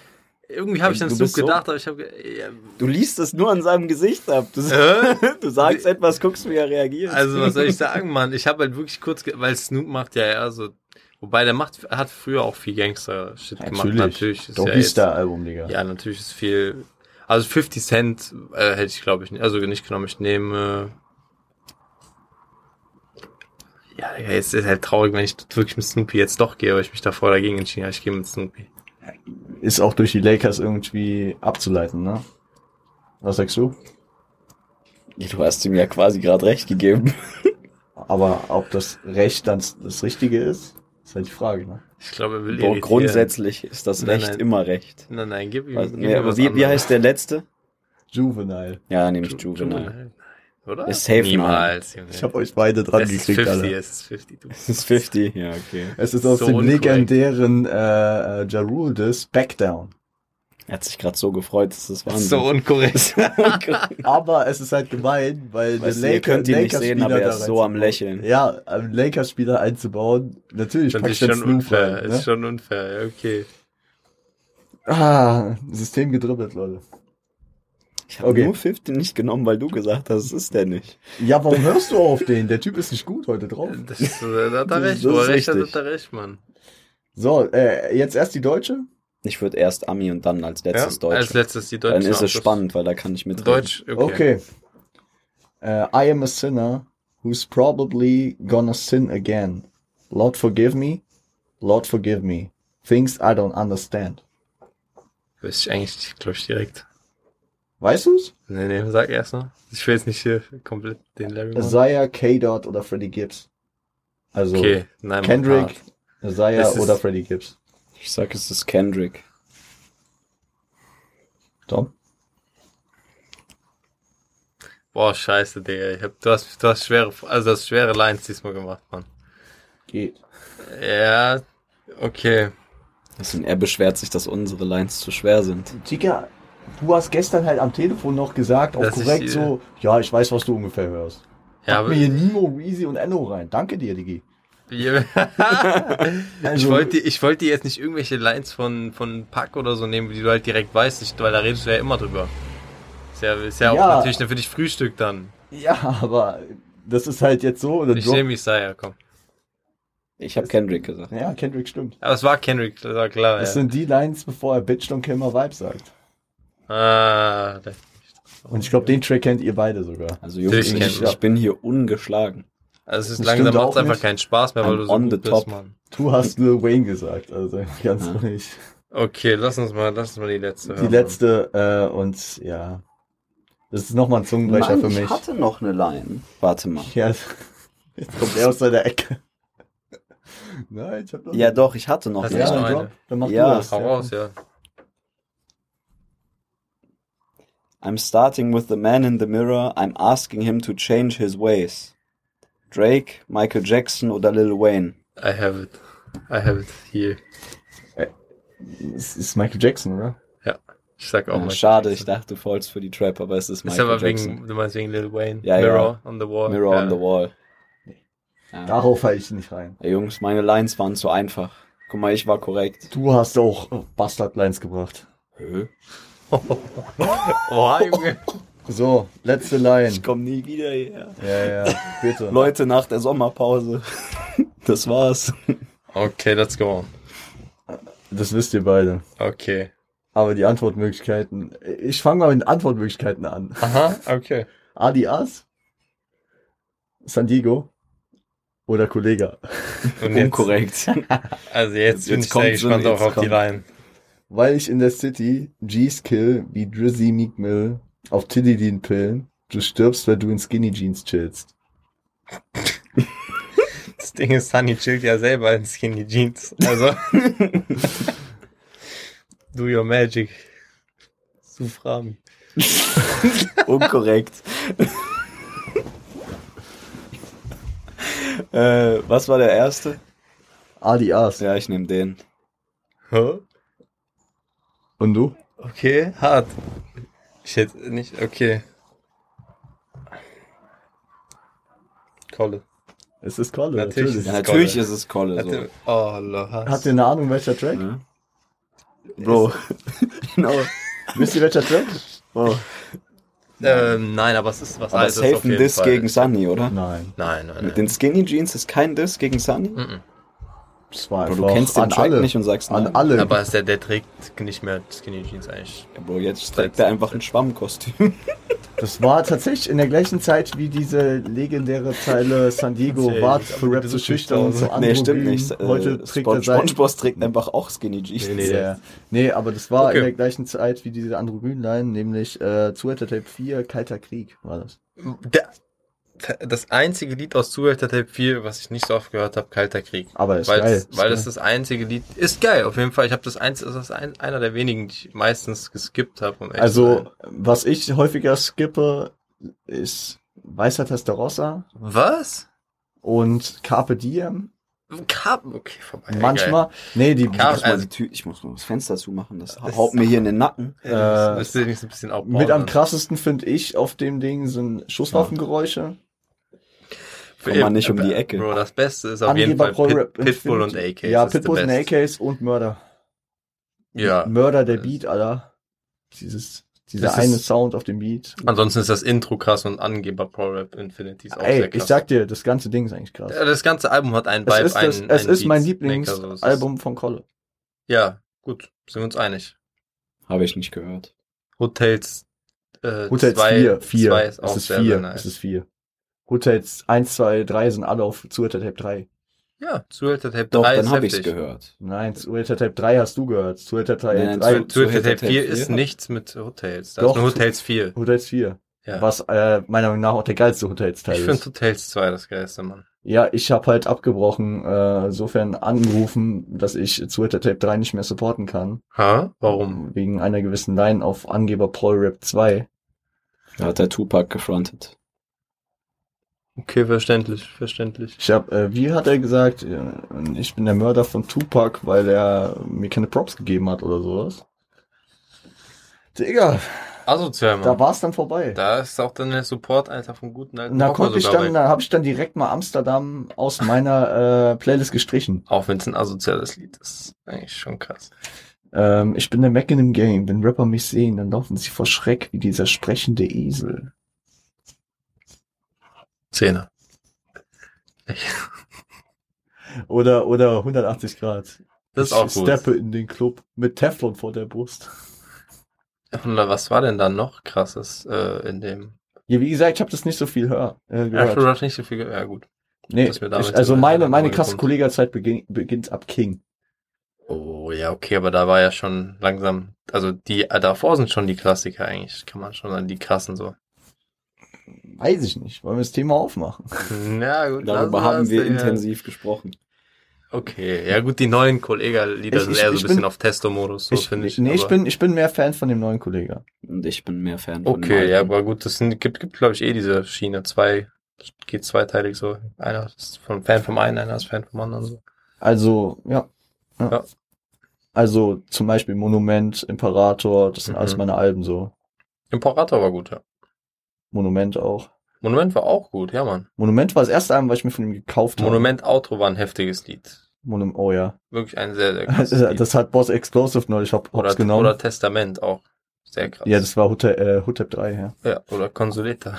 Speaker 2: irgendwie habe ich an
Speaker 3: Du
Speaker 2: Snoop
Speaker 3: bist so-
Speaker 2: gedacht, aber ich habe. Ja,
Speaker 3: Du liest es nur an seinem Gesicht ab. Du,
Speaker 2: Hä?
Speaker 3: du sagst etwas, guckst, wie er reagiert.
Speaker 2: also, was soll ich sagen, Mann? Ich habe halt wirklich kurz. Ge weil Snoop macht ja eher so. Wobei, der macht, hat früher auch viel Gangster-Shit gemacht.
Speaker 1: Natürlich.
Speaker 2: Natürlich. ist ja
Speaker 1: Doggy
Speaker 2: jetzt-
Speaker 1: Star Album, Digga.
Speaker 2: Ja, natürlich ist viel. Also 50 Cent äh, hätte ich, glaube ich, nicht, also nicht genommen. Ich nehme. Äh, ja, Digga, jetzt ist halt traurig, wenn ich wirklich mit Snoopy jetzt doch gehe, weil ich mich davor dagegen entschieden habe. Ich gehe mit Snoopy.
Speaker 1: Ist auch durch die Lakers irgendwie abzuleiten, ne? Was sagst du?
Speaker 3: Du hast ihm ja quasi gerade recht gegeben.
Speaker 1: Aber ob das Recht dann das Richtige ist, ist halt die Frage, ne?
Speaker 2: Ich glaube, er will
Speaker 3: Boah,
Speaker 2: irritieren.
Speaker 3: grundsätzlich ist das
Speaker 2: Nein,
Speaker 3: Recht
Speaker 2: nein.
Speaker 3: immer Recht.
Speaker 2: Nein, nein, gib ihm.
Speaker 3: Was,
Speaker 2: gib
Speaker 3: nee,
Speaker 2: ihm was
Speaker 3: aber wie, wie
Speaker 2: anderes.
Speaker 3: heißt der letzte?
Speaker 1: Juvenile.
Speaker 3: Ja, nämlich
Speaker 2: Ju-
Speaker 3: Juvenile.
Speaker 2: Nein, Oder?
Speaker 3: genau? Ist safe
Speaker 2: Niemals, Junge.
Speaker 1: Ich hab euch beide dran
Speaker 2: es ist
Speaker 1: gekriegt,
Speaker 2: 50,
Speaker 1: Alter.
Speaker 2: es ist 50. Du.
Speaker 3: Das ist 50. Ja, okay.
Speaker 1: Es ist aus
Speaker 2: So
Speaker 1: dem
Speaker 2: unkorrekt.
Speaker 1: legendären äh, äh, Ja Rule des Backdown.
Speaker 3: Er hat sich gerade so gefreut, das ist Wahnsinn.
Speaker 2: So unkorrekt.
Speaker 1: Aber es ist halt gemein, weil der
Speaker 3: Oh Weißt du, ihr
Speaker 1: Laker,
Speaker 3: könnt ihn nicht
Speaker 1: Lakers
Speaker 3: sehen, aber er
Speaker 1: da
Speaker 3: ist so am
Speaker 1: reinzubauen.
Speaker 3: Lächeln.
Speaker 1: Ja, einen Lakers-Spieler einzubauen, natürlich
Speaker 2: Das ist
Speaker 1: packst du
Speaker 2: schon
Speaker 1: den Snoop
Speaker 2: unfair.
Speaker 1: rein.
Speaker 2: Ist
Speaker 1: Ne?
Speaker 2: schon unfair, ja, okay.
Speaker 1: Ah, System gedribbelt, Leute.
Speaker 3: Ich habe
Speaker 1: Okay.
Speaker 3: nur 50 nicht genommen, weil du gesagt hast, es ist der nicht.
Speaker 1: Ja, warum hörst du auf den? Der Typ ist nicht gut heute drauf.
Speaker 2: Das ist, da hat er
Speaker 3: Das
Speaker 2: recht,
Speaker 3: ist
Speaker 2: wo er recht hat,
Speaker 3: richtig.
Speaker 2: hat er recht, Mann.
Speaker 1: So, äh, jetzt erst die Deutsche.
Speaker 3: Ich würde erst Ami und dann als letztes
Speaker 2: Ja,
Speaker 3: Deutsch.
Speaker 2: Als letztes die Deutsche.
Speaker 3: Dann ist es
Speaker 2: Abschluss.
Speaker 3: spannend, weil da kann ich mitreden.
Speaker 2: Deutsch, okay.
Speaker 1: Okay. Äh, I am a sinner who's probably gonna sin again. Lord forgive me. Lord forgive me. Things I don't understand.
Speaker 2: Wüsste ich eigentlich, glaube ich, direkt.
Speaker 1: Weißt du's?
Speaker 2: Nee, nee, sag erst mal. Ich will jetzt nicht hier komplett den Larry machen.
Speaker 1: Isaiah, K-Dot oder Freddie Gibbs. Also
Speaker 2: Okay, nein,
Speaker 1: Kendrick, Isaiah
Speaker 2: Es ist-
Speaker 1: oder Freddie Gibbs.
Speaker 3: Ich sag, es ist Kendrick.
Speaker 1: Tom?
Speaker 2: Boah, scheiße, Digga. Ich hab, du, hast, du hast schwere, also du hast schwere Lines diesmal gemacht, Mann.
Speaker 1: Geht.
Speaker 2: Ja, okay.
Speaker 3: Deswegen, er beschwert sich, dass unsere Lines zu schwer sind.
Speaker 1: Chica, du hast gestern halt am Telefon noch gesagt, auch
Speaker 2: Dass ich
Speaker 1: korrekt
Speaker 2: die-
Speaker 1: so, ja, ich weiß, was du ungefähr hörst.
Speaker 2: Ja,
Speaker 1: Pack mir hier Nimo, Reezy und Enno rein. Danke dir, Digi.
Speaker 2: ich
Speaker 1: Also-
Speaker 2: wollte ich wollte dir jetzt nicht irgendwelche Lines von, von Pack oder so nehmen, die du halt direkt weißt, nicht, weil da redest du ja immer drüber. Ist ja, ist ja,
Speaker 1: Ja.
Speaker 2: auch natürlich für dich Frühstück dann.
Speaker 1: Ja, aber das ist halt jetzt so. Oder
Speaker 2: Ich nehme Isaiah, komm.
Speaker 3: Ich habe Kendrick gesagt.
Speaker 1: ja, Kendrick stimmt.
Speaker 2: Aber es war Kendrick, das war klar.
Speaker 1: Das
Speaker 2: Ja.
Speaker 1: sind die Lines, bevor er Bitch Don't Kill My Vibe sagt.
Speaker 2: Ah, da-
Speaker 1: Und ich glaube, den Track kennt ihr beide sogar.
Speaker 3: Also Jungs, ich,
Speaker 2: Natürlich
Speaker 3: ich,
Speaker 1: Kendrick.
Speaker 3: bin hier ungeschlagen.
Speaker 2: also es ist
Speaker 1: Das
Speaker 2: langsam
Speaker 1: stimmt
Speaker 2: macht es
Speaker 1: auch
Speaker 2: einfach
Speaker 1: nicht.
Speaker 2: keinen Spaß mehr, weil
Speaker 3: I'm
Speaker 2: du so
Speaker 3: on
Speaker 2: gut
Speaker 3: the
Speaker 2: bist,
Speaker 3: top.
Speaker 2: Mann.
Speaker 1: Du hast Lil Wayne gesagt, also ganz
Speaker 3: Ja.
Speaker 1: ruhig.
Speaker 2: Okay, lass uns mal, lass uns mal die letzte.
Speaker 1: Die
Speaker 2: hören.
Speaker 1: letzte äh, und ja, das ist nochmal ein Zungenbrecher
Speaker 3: Nein,
Speaker 1: für
Speaker 3: ich
Speaker 1: mich.
Speaker 3: hatte noch eine Line. Warte mal.
Speaker 1: Ja, jetzt kommt er aus seiner Ecke. Nein, ich hab noch
Speaker 3: Ja doch, ich hatte noch
Speaker 2: Hast
Speaker 3: eine
Speaker 2: du
Speaker 1: Ja,
Speaker 2: echt
Speaker 1: dann,
Speaker 2: noch
Speaker 3: Line.
Speaker 1: drop, dann mach
Speaker 3: Ja.
Speaker 1: du das.
Speaker 2: Hau raus, ja.
Speaker 3: I'm starting with the man in the mirror. I'm asking him to change his ways. Drake, Michael Jackson oder Lil Wayne?
Speaker 2: I have it. I have it. Hier.
Speaker 1: Es ist Michael Jackson, oder?
Speaker 2: Ich sag auch
Speaker 3: Ah,
Speaker 2: mal.
Speaker 3: schade, ich
Speaker 2: Jackson.
Speaker 3: dachte, du fallst für die Trap, aber es ist
Speaker 2: Ist
Speaker 3: Michael
Speaker 2: aber
Speaker 3: Jackson.
Speaker 2: wegen, du meinst wegen Lil Wayne.
Speaker 3: Ja, ja.
Speaker 2: Mirror on the Wall.
Speaker 3: Mirror
Speaker 2: ja.
Speaker 3: on the Wall. Ja.
Speaker 1: Darauf falle ich nicht rein.
Speaker 3: Ey, Jungs, meine Lines waren zu einfach. Guck mal, ich war korrekt.
Speaker 1: Du hast auch Bastard Lines gebracht.
Speaker 2: Oh, Junge.
Speaker 1: So, letzte Line.
Speaker 3: Ich komme nie wieder hierher.
Speaker 1: Ja, ja, bitte.
Speaker 3: Leute, nach der Sommerpause. Das war's.
Speaker 2: Okay, let's go on.
Speaker 1: Das wisst ihr beide.
Speaker 2: Okay.
Speaker 1: Aber die Antwortmöglichkeiten. Ich fange mal mit den Antwortmöglichkeiten an.
Speaker 2: Aha, okay.
Speaker 1: Adi As, San Diego oder Kollega.
Speaker 2: Und jetzt,
Speaker 3: Unkorrekt.
Speaker 2: also jetzt, bin
Speaker 3: Jetzt
Speaker 2: ich sehr
Speaker 3: kommt's und
Speaker 2: gespannt auch
Speaker 3: jetzt
Speaker 2: auf die
Speaker 3: kommt-
Speaker 2: Line.
Speaker 1: Weil ich in der City G's kill wie Drizzy Meek Mill auf Tilidin pillen. Du stirbst, weil du in Skinny Jeans chillst.
Speaker 2: Das Ding ist, Sunny chillt ja selber in Skinny Jeans. Also. Do your magic. Suframi.
Speaker 3: Unkorrekt. äh, was war der erste?
Speaker 1: Adi As.
Speaker 3: Ja, ich nehme den.
Speaker 2: Huh?
Speaker 1: Und du?
Speaker 2: Okay, hart. Ich hätte nicht, okay. Kolle.
Speaker 1: Es ist Kolle, natürlich.
Speaker 2: Natürlich.
Speaker 3: Ja,
Speaker 2: Das ist
Speaker 3: natürlich
Speaker 2: Kolle.
Speaker 3: ist es Kolle. So.
Speaker 2: Hatte, oh, Loha.
Speaker 1: Habt ihr eine Ahnung, welcher Track?
Speaker 3: Ja. Bro. genau.
Speaker 1: Wisst ihr, welcher Track?
Speaker 3: Bro.
Speaker 2: Ähm, nein, aber es ist was
Speaker 3: Aber
Speaker 2: Altes
Speaker 3: safe
Speaker 2: auf
Speaker 3: ein
Speaker 2: jeden
Speaker 3: Diss
Speaker 2: Fall.
Speaker 3: gegen Sunny, oder?
Speaker 1: Nein.
Speaker 2: Nein, nein,
Speaker 3: Mit
Speaker 2: nein.
Speaker 3: den Skinny Jeans ist kein Diss gegen Sunny?
Speaker 2: Mhm.
Speaker 1: Das war
Speaker 3: Bro,
Speaker 1: einfach
Speaker 3: du kennst den
Speaker 1: an
Speaker 3: Track
Speaker 1: alle.
Speaker 3: nicht und sagst
Speaker 1: an
Speaker 3: nein.
Speaker 1: alle.
Speaker 2: Aber ist der, der trägt nicht mehr Skinny Jeans eigentlich.
Speaker 3: Ja, Bro, jetzt trägt er einfach ein Schwammkostüm.
Speaker 1: Das war tatsächlich in der gleichen Zeit wie diese legendäre Zeile San Diego
Speaker 2: Erzähl,
Speaker 1: war
Speaker 2: ich hab
Speaker 1: früher
Speaker 2: die
Speaker 1: zu
Speaker 2: Besuch
Speaker 1: schüchtern und
Speaker 2: zu
Speaker 1: zu
Speaker 2: Hause.
Speaker 1: androgyn.
Speaker 3: nee, stimmt nicht. Äh,
Speaker 1: Heute trägt
Speaker 3: Spon
Speaker 1: er sein...
Speaker 3: Spongebob trägt einfach auch Skinny Jeans.
Speaker 2: Nee, nee,
Speaker 1: Nee,
Speaker 2: der-
Speaker 1: ja. nee, aber das war
Speaker 2: Okay.
Speaker 1: in der gleichen Zeit wie diese androgyn Line, nämlich äh, Zuhälter Tape 4, Kalter Krieg war das.
Speaker 2: Der, das einzige Lied aus Zuhälter Tape 4, was ich nicht so oft gehört habe, Kalter Krieg.
Speaker 1: Aber ist
Speaker 2: weil
Speaker 1: geil.
Speaker 2: es-
Speaker 1: Ist
Speaker 2: weil
Speaker 1: geil.
Speaker 2: das das einzige Lied ist geil, auf jeden Fall. Ich habe das eins, das ist ein, einer der wenigen, die ich meistens geskippt habe. Um echt zu sein.
Speaker 1: Also, was ich häufiger skippe, ist Weißer Testarossa
Speaker 2: was?
Speaker 1: und Carpe Diem.
Speaker 2: Kap, okay, vorbei.
Speaker 1: Manchmal. Nee, die
Speaker 2: Carpe-
Speaker 3: Ich muss, mal
Speaker 2: also-
Speaker 3: die Tür, ich muss mal das Fenster zumachen, das
Speaker 2: Das-
Speaker 3: haut mir hier in den Nacken.
Speaker 2: Geil. Ja,
Speaker 1: äh,
Speaker 2: das müsste ich ein bisschen aufbauen. also
Speaker 1: mit am
Speaker 2: dann.
Speaker 1: krassesten finde ich auf dem Ding sind Schusswaffengeräusche.
Speaker 3: Komm mal nicht um die Ecke.
Speaker 2: Bro, das Beste ist auf jeden Fall
Speaker 1: Pro
Speaker 2: Pit,
Speaker 1: Rap
Speaker 2: Pitbull und
Speaker 1: Infinity.
Speaker 2: AKs.
Speaker 1: Ja,
Speaker 2: ist the
Speaker 1: Pitbull und
Speaker 2: best.
Speaker 1: AKs und Mörder.
Speaker 2: Ja.
Speaker 1: Mörder der Beat, Alter. Dieses, dieser
Speaker 2: Das ist-
Speaker 1: eine Sound auf dem Beat.
Speaker 2: Ansonsten ist das Intro krass und Angeber Pro Rap Infinity ist auch
Speaker 1: Ey,
Speaker 2: sehr krass.
Speaker 1: ich sag dir, das ganze Ding ist eigentlich krass.
Speaker 2: Ja, das ganze Album hat einen
Speaker 1: es
Speaker 2: Vibe,
Speaker 1: ist, das,
Speaker 2: einen,
Speaker 1: es
Speaker 2: einen
Speaker 1: ist mein
Speaker 2: Beatsmaker, so. Es
Speaker 1: Lieblingsalbum von Kolle.
Speaker 2: Ist, ja, gut, sind wir uns einig.
Speaker 3: Habe ich nicht gehört.
Speaker 2: Hotels Äh,
Speaker 1: Hotels
Speaker 2: zwei,
Speaker 1: 4, 4.
Speaker 2: Zwei ist auch
Speaker 1: es ist
Speaker 2: sehr,
Speaker 1: 4,
Speaker 2: sehr nice.
Speaker 1: es ist 4. Hotels 1, 2, 3 sind alle auf zu Tape 3.
Speaker 2: ja, Zuhälter Tape 3
Speaker 3: Doch,
Speaker 2: ist
Speaker 3: dann habe
Speaker 2: heftig.
Speaker 3: ich es gehört.
Speaker 1: Nein, zu Tape 3 hast du gehört. Zu Tape 3,
Speaker 3: Nein,
Speaker 1: drei-
Speaker 3: zu-
Speaker 2: Zuhälter Tape
Speaker 3: Zuhälter
Speaker 2: 4
Speaker 3: Tape
Speaker 2: ist
Speaker 3: 4?
Speaker 2: nichts mit Hotels. Da
Speaker 1: Doch,
Speaker 2: ist nur
Speaker 1: zu-
Speaker 2: Hotels 4.
Speaker 1: Hotels 4.
Speaker 2: Ja.
Speaker 1: Was äh, meiner Meinung nach auch der geilste Hotelsteil
Speaker 2: ich
Speaker 1: ist.
Speaker 2: finde Hotels 2 das geilste, Mann.
Speaker 1: Ja, ich hab halt abgebrochen, äh, insofern angerufen, dass ich Twitter Tape 3 nicht mehr supporten kann.
Speaker 2: Ha? Warum?
Speaker 1: Wegen einer gewissen Line auf Angeber Paul Rap 2.
Speaker 3: Da hat der Tupac gefrontet.
Speaker 2: Okay, verständlich, verständlich.
Speaker 1: Ich hab, äh, wie hat er gesagt, äh, ich bin der Mörder von Tupac, weil er mir keine Props gegeben hat oder sowas. Digga,
Speaker 2: Asozial, Mann.
Speaker 1: da war's dann vorbei.
Speaker 2: Da ist auch dann der Support, Alter, vom guten alten
Speaker 1: Und da
Speaker 2: Rocker
Speaker 1: konnte ich
Speaker 2: sogar
Speaker 1: dann,
Speaker 2: weg.
Speaker 1: da hab ich dann direkt mal Amsterdam aus meiner äh, Playlist gestrichen.
Speaker 2: Auch wenn es ein asoziales Lied ist. Eigentlich schon krass.
Speaker 1: Ähm, ich bin der Mac in dem Game. Wenn Rapper mich sehen, dann laufen sie vor Schreck wie dieser sprechende Esel.
Speaker 2: Zehner.
Speaker 1: Oder, oder 180 Grad.
Speaker 2: Das ist
Speaker 1: ich
Speaker 2: auch gut.
Speaker 1: steppe in den Club mit Teflon vor der Brust.
Speaker 2: Und was war denn da noch krasses äh, in dem?
Speaker 1: Ja, wie gesagt, ich habe das nicht so viel hör, äh,
Speaker 2: Ja,
Speaker 1: gehört.
Speaker 2: After Rush nicht so viel. ge- Ja gut.
Speaker 1: nee,
Speaker 2: dass wir damit
Speaker 1: ich, also
Speaker 2: so
Speaker 1: meine,
Speaker 2: langsam
Speaker 1: meine
Speaker 2: angekommen
Speaker 1: krasse
Speaker 2: sind.
Speaker 1: Kollegerzeit begin beginnt ab King.
Speaker 2: Oh ja, okay, aber da war ja schon langsam. Also die äh, davor sind schon die Klassiker eigentlich. Kann man schon an die krassen so.
Speaker 1: Weiß ich nicht. Wollen wir das Thema aufmachen?
Speaker 2: Ja gut. lassen
Speaker 3: Darüber haben
Speaker 2: wir's,
Speaker 3: wir
Speaker 2: Digga.
Speaker 3: intensiv gesprochen.
Speaker 2: Okay, ja gut, die neuen Kollega-Lieder
Speaker 1: Ich-
Speaker 2: sind
Speaker 1: ich-
Speaker 2: eher so
Speaker 1: ich
Speaker 2: ein bisschen
Speaker 1: bin-
Speaker 2: auf Testo-Modus, so
Speaker 1: ich,
Speaker 2: finde ich.
Speaker 1: nee, ich
Speaker 2: aber-
Speaker 1: bin, ich bin mehr Fan von dem neuen Kollege.
Speaker 3: Und ich bin mehr Fan von dem
Speaker 2: Okay, ja,
Speaker 3: alten.
Speaker 2: aber gut, das sind, gibt, gibt glaube ich, eh diese Schiene. Zwei, geht zweiteilig so. Einer ist von Fan vom einen, einer ist Fan vom anderen so.
Speaker 1: Also, ja. ja.
Speaker 2: Ja.
Speaker 1: Also zum Beispiel Monument, Imperator, das sind alles
Speaker 2: Mhm.
Speaker 1: meine Alben so.
Speaker 2: Imperator war gut, ja.
Speaker 1: Monument auch.
Speaker 2: Monument war auch gut, ja, Mann.
Speaker 1: Monument war das erste Album, was ich mir von ihm gekauft habe.
Speaker 2: Monument Outro war ein heftiges Lied.
Speaker 1: Monum oh ja.
Speaker 2: Wirklich ein sehr, sehr krasses Lied.
Speaker 1: Das hat Boss Explosive neulich hops
Speaker 2: oder,
Speaker 1: genommen.
Speaker 2: oder Testament auch. Sehr krass.
Speaker 1: ja, das war Hotel, äh, Hotel 3, ja.
Speaker 2: ja, oder Consoleta.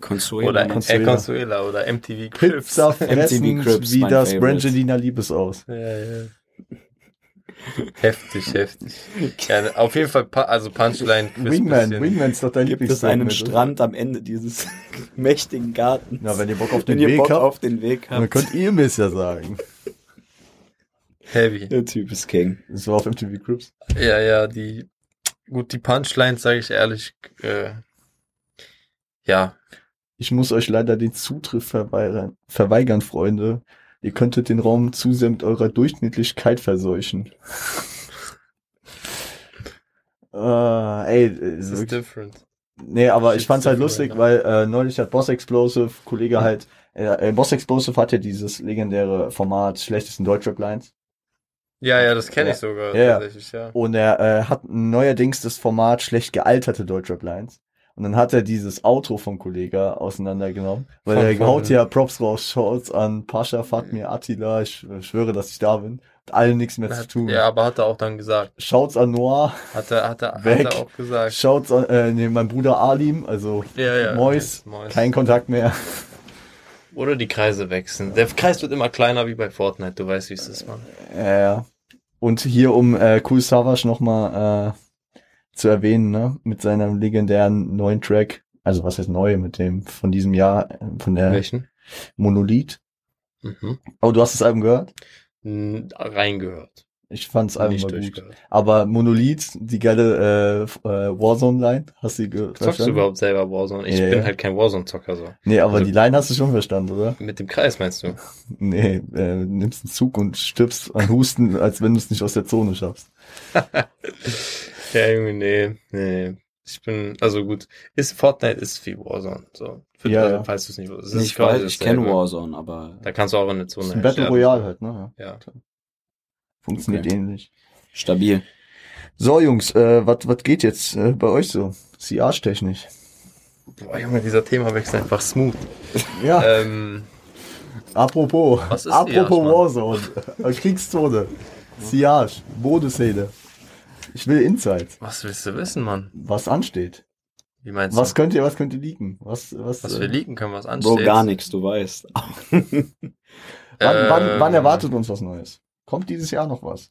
Speaker 3: Consuelo.
Speaker 1: Consuela.
Speaker 2: Oder Consuela. Äh, Consuela oder MTV Clips.
Speaker 1: Pizza fressen
Speaker 3: Crips,
Speaker 1: wie
Speaker 3: mein
Speaker 1: das
Speaker 3: Favorite.
Speaker 1: Brangelina Liebes aus.
Speaker 2: Ja, ja. Heftig, heftig. Ja, auf jeden Fall, pa also Punchline. Quiz
Speaker 1: Wingman,
Speaker 2: bisschen.
Speaker 1: Wingman ist doch dein ne?
Speaker 3: Gibt es einen
Speaker 1: Lieblingssegment, oder?
Speaker 3: Strand am Ende dieses mächtigen Gartens?
Speaker 1: Ja, wenn ihr Bock auf den
Speaker 3: Wenn ihr
Speaker 1: Weg
Speaker 3: Bock
Speaker 1: habt,
Speaker 3: auf den Weg
Speaker 1: dann
Speaker 3: habt.
Speaker 1: könnt ihr mir es ja sagen.
Speaker 2: Heavy.
Speaker 3: Der Typ ist King.
Speaker 1: Das war auf MTV Crips.
Speaker 2: Ja, ja, die gut, die Punchlines, sage ich ehrlich, äh, ja,
Speaker 1: Ich muss euch leider den Zutritt verweigern, verweigern, Freunde. Ihr könntet den Raum zu sehr mit eurer Durchschnittlichkeit verseuchen. äh, ey,
Speaker 2: es
Speaker 1: ist
Speaker 2: ist
Speaker 1: wirklich
Speaker 2: different.
Speaker 1: Nee, aber ich
Speaker 2: Shit's
Speaker 1: fand's halt
Speaker 2: different,
Speaker 1: lustig,
Speaker 2: ja.
Speaker 1: weil äh, neulich hat Boss Explosive,
Speaker 2: Mhm.
Speaker 1: Kollege halt, äh, äh, Boss Explosive hat ja dieses legendäre Format schlechtesten Deutschrap Lines.
Speaker 2: Ja, ja, das kenne
Speaker 1: Ja.
Speaker 2: ich sogar
Speaker 1: Ja, ja.
Speaker 2: tatsächlich, ja.
Speaker 1: Und er äh, hat neuerdings das Format schlecht gealterte Deutschrap Lines. Und dann hat er dieses Outro vom Kollege auseinandergenommen, weil
Speaker 2: Von-
Speaker 1: er
Speaker 2: von-
Speaker 1: haut ja Props raus, Shorts an Pascha, Fatmir, Attila, ich äh, schwöre, dass ich da bin. Hat allen nichts mehr zu
Speaker 2: Hat,
Speaker 1: tun.
Speaker 2: ja, aber hat er auch dann gesagt.
Speaker 1: Shouts an Noah,
Speaker 2: Hat er, hat er, hat
Speaker 1: Weg.
Speaker 2: er auch gesagt.
Speaker 1: Shouts an äh, nee, mein Bruder Alim, also
Speaker 2: Ja, ja.
Speaker 1: Mois,
Speaker 2: Mois.
Speaker 1: kein Kontakt mehr.
Speaker 2: Oder die Kreise wechseln. Der Kreis wird immer kleiner wie bei Fortnite, du weißt, wie es ist, Mann.
Speaker 1: Ja, ja. Äh, Und hier, um äh, Cool Savage nochmal äh, zu erwähnen, ne? mit seinem legendären neuen Track, also was heißt neu, mit dem von diesem Jahr, äh, von der
Speaker 2: Welchen?
Speaker 1: Monolith.
Speaker 2: Mhm.
Speaker 1: Oh, du hast das Album gehört?
Speaker 2: N- Reingehört.
Speaker 1: Ich fand das Album
Speaker 2: nicht
Speaker 1: war gut.
Speaker 2: durchgehört.
Speaker 1: Aber Monolith, die geile äh, F- äh, Warzone-Line, hast du die ge-
Speaker 2: Zockst du
Speaker 1: verstanden?
Speaker 2: überhaupt selber Warzone? Ich
Speaker 1: Ja,
Speaker 2: bin
Speaker 1: ja.
Speaker 2: halt kein Warzone-Zocker so.
Speaker 1: Nee, aber
Speaker 2: Also-
Speaker 1: die Line hast du schon verstanden, oder?
Speaker 2: Mit dem Kreis meinst du?
Speaker 1: Nee, äh, nimmst einen Zug und stirbst an Husten, als wenn du es nicht aus der Zone schaffst.
Speaker 2: Ja, Junge, nee, nee. Ich bin, also gut, ist Fortnite ist wie Warzone, so. Für,
Speaker 1: Ja,
Speaker 2: also,
Speaker 1: ja.
Speaker 2: falls du es nicht wusstest. Es ist
Speaker 3: Ich
Speaker 2: quasi
Speaker 3: weiß, ich kenne
Speaker 2: dasselbe.
Speaker 3: Warzone, aber
Speaker 2: Da kannst du auch in eine
Speaker 1: Das
Speaker 2: Zone
Speaker 1: ist ein Battle
Speaker 2: sterben.
Speaker 1: Royale halt, ne?
Speaker 2: Ja.
Speaker 1: Funktioniert
Speaker 3: Okay.
Speaker 1: ähnlich.
Speaker 3: stabil.
Speaker 1: So, Jungs, äh, was was geht jetzt äh, bei euch so? CR-technisch.
Speaker 2: Boah, Junge, dieser Themawechsel einfach smooth.
Speaker 1: Ja,
Speaker 2: ähm,
Speaker 1: apropos.
Speaker 2: was ist
Speaker 1: apropos
Speaker 2: Siage,
Speaker 1: Warzone. äh, Kriegszone. Siage. Bodenszene. Ich will Insights.
Speaker 2: was willst du wissen, Mann?
Speaker 1: Was ansteht.
Speaker 2: Wie meinst
Speaker 1: Was
Speaker 2: du?
Speaker 1: könnt ihr, was könnt ihr liegen? Was, was,
Speaker 2: Also. Was
Speaker 1: äh,
Speaker 2: wir liegen können, was ansteht.
Speaker 3: Bro, gar nichts, du weißt.
Speaker 1: wann, wann, wann
Speaker 2: Ähm,
Speaker 1: erwartet uns was Neues? Kommt dieses Jahr noch was?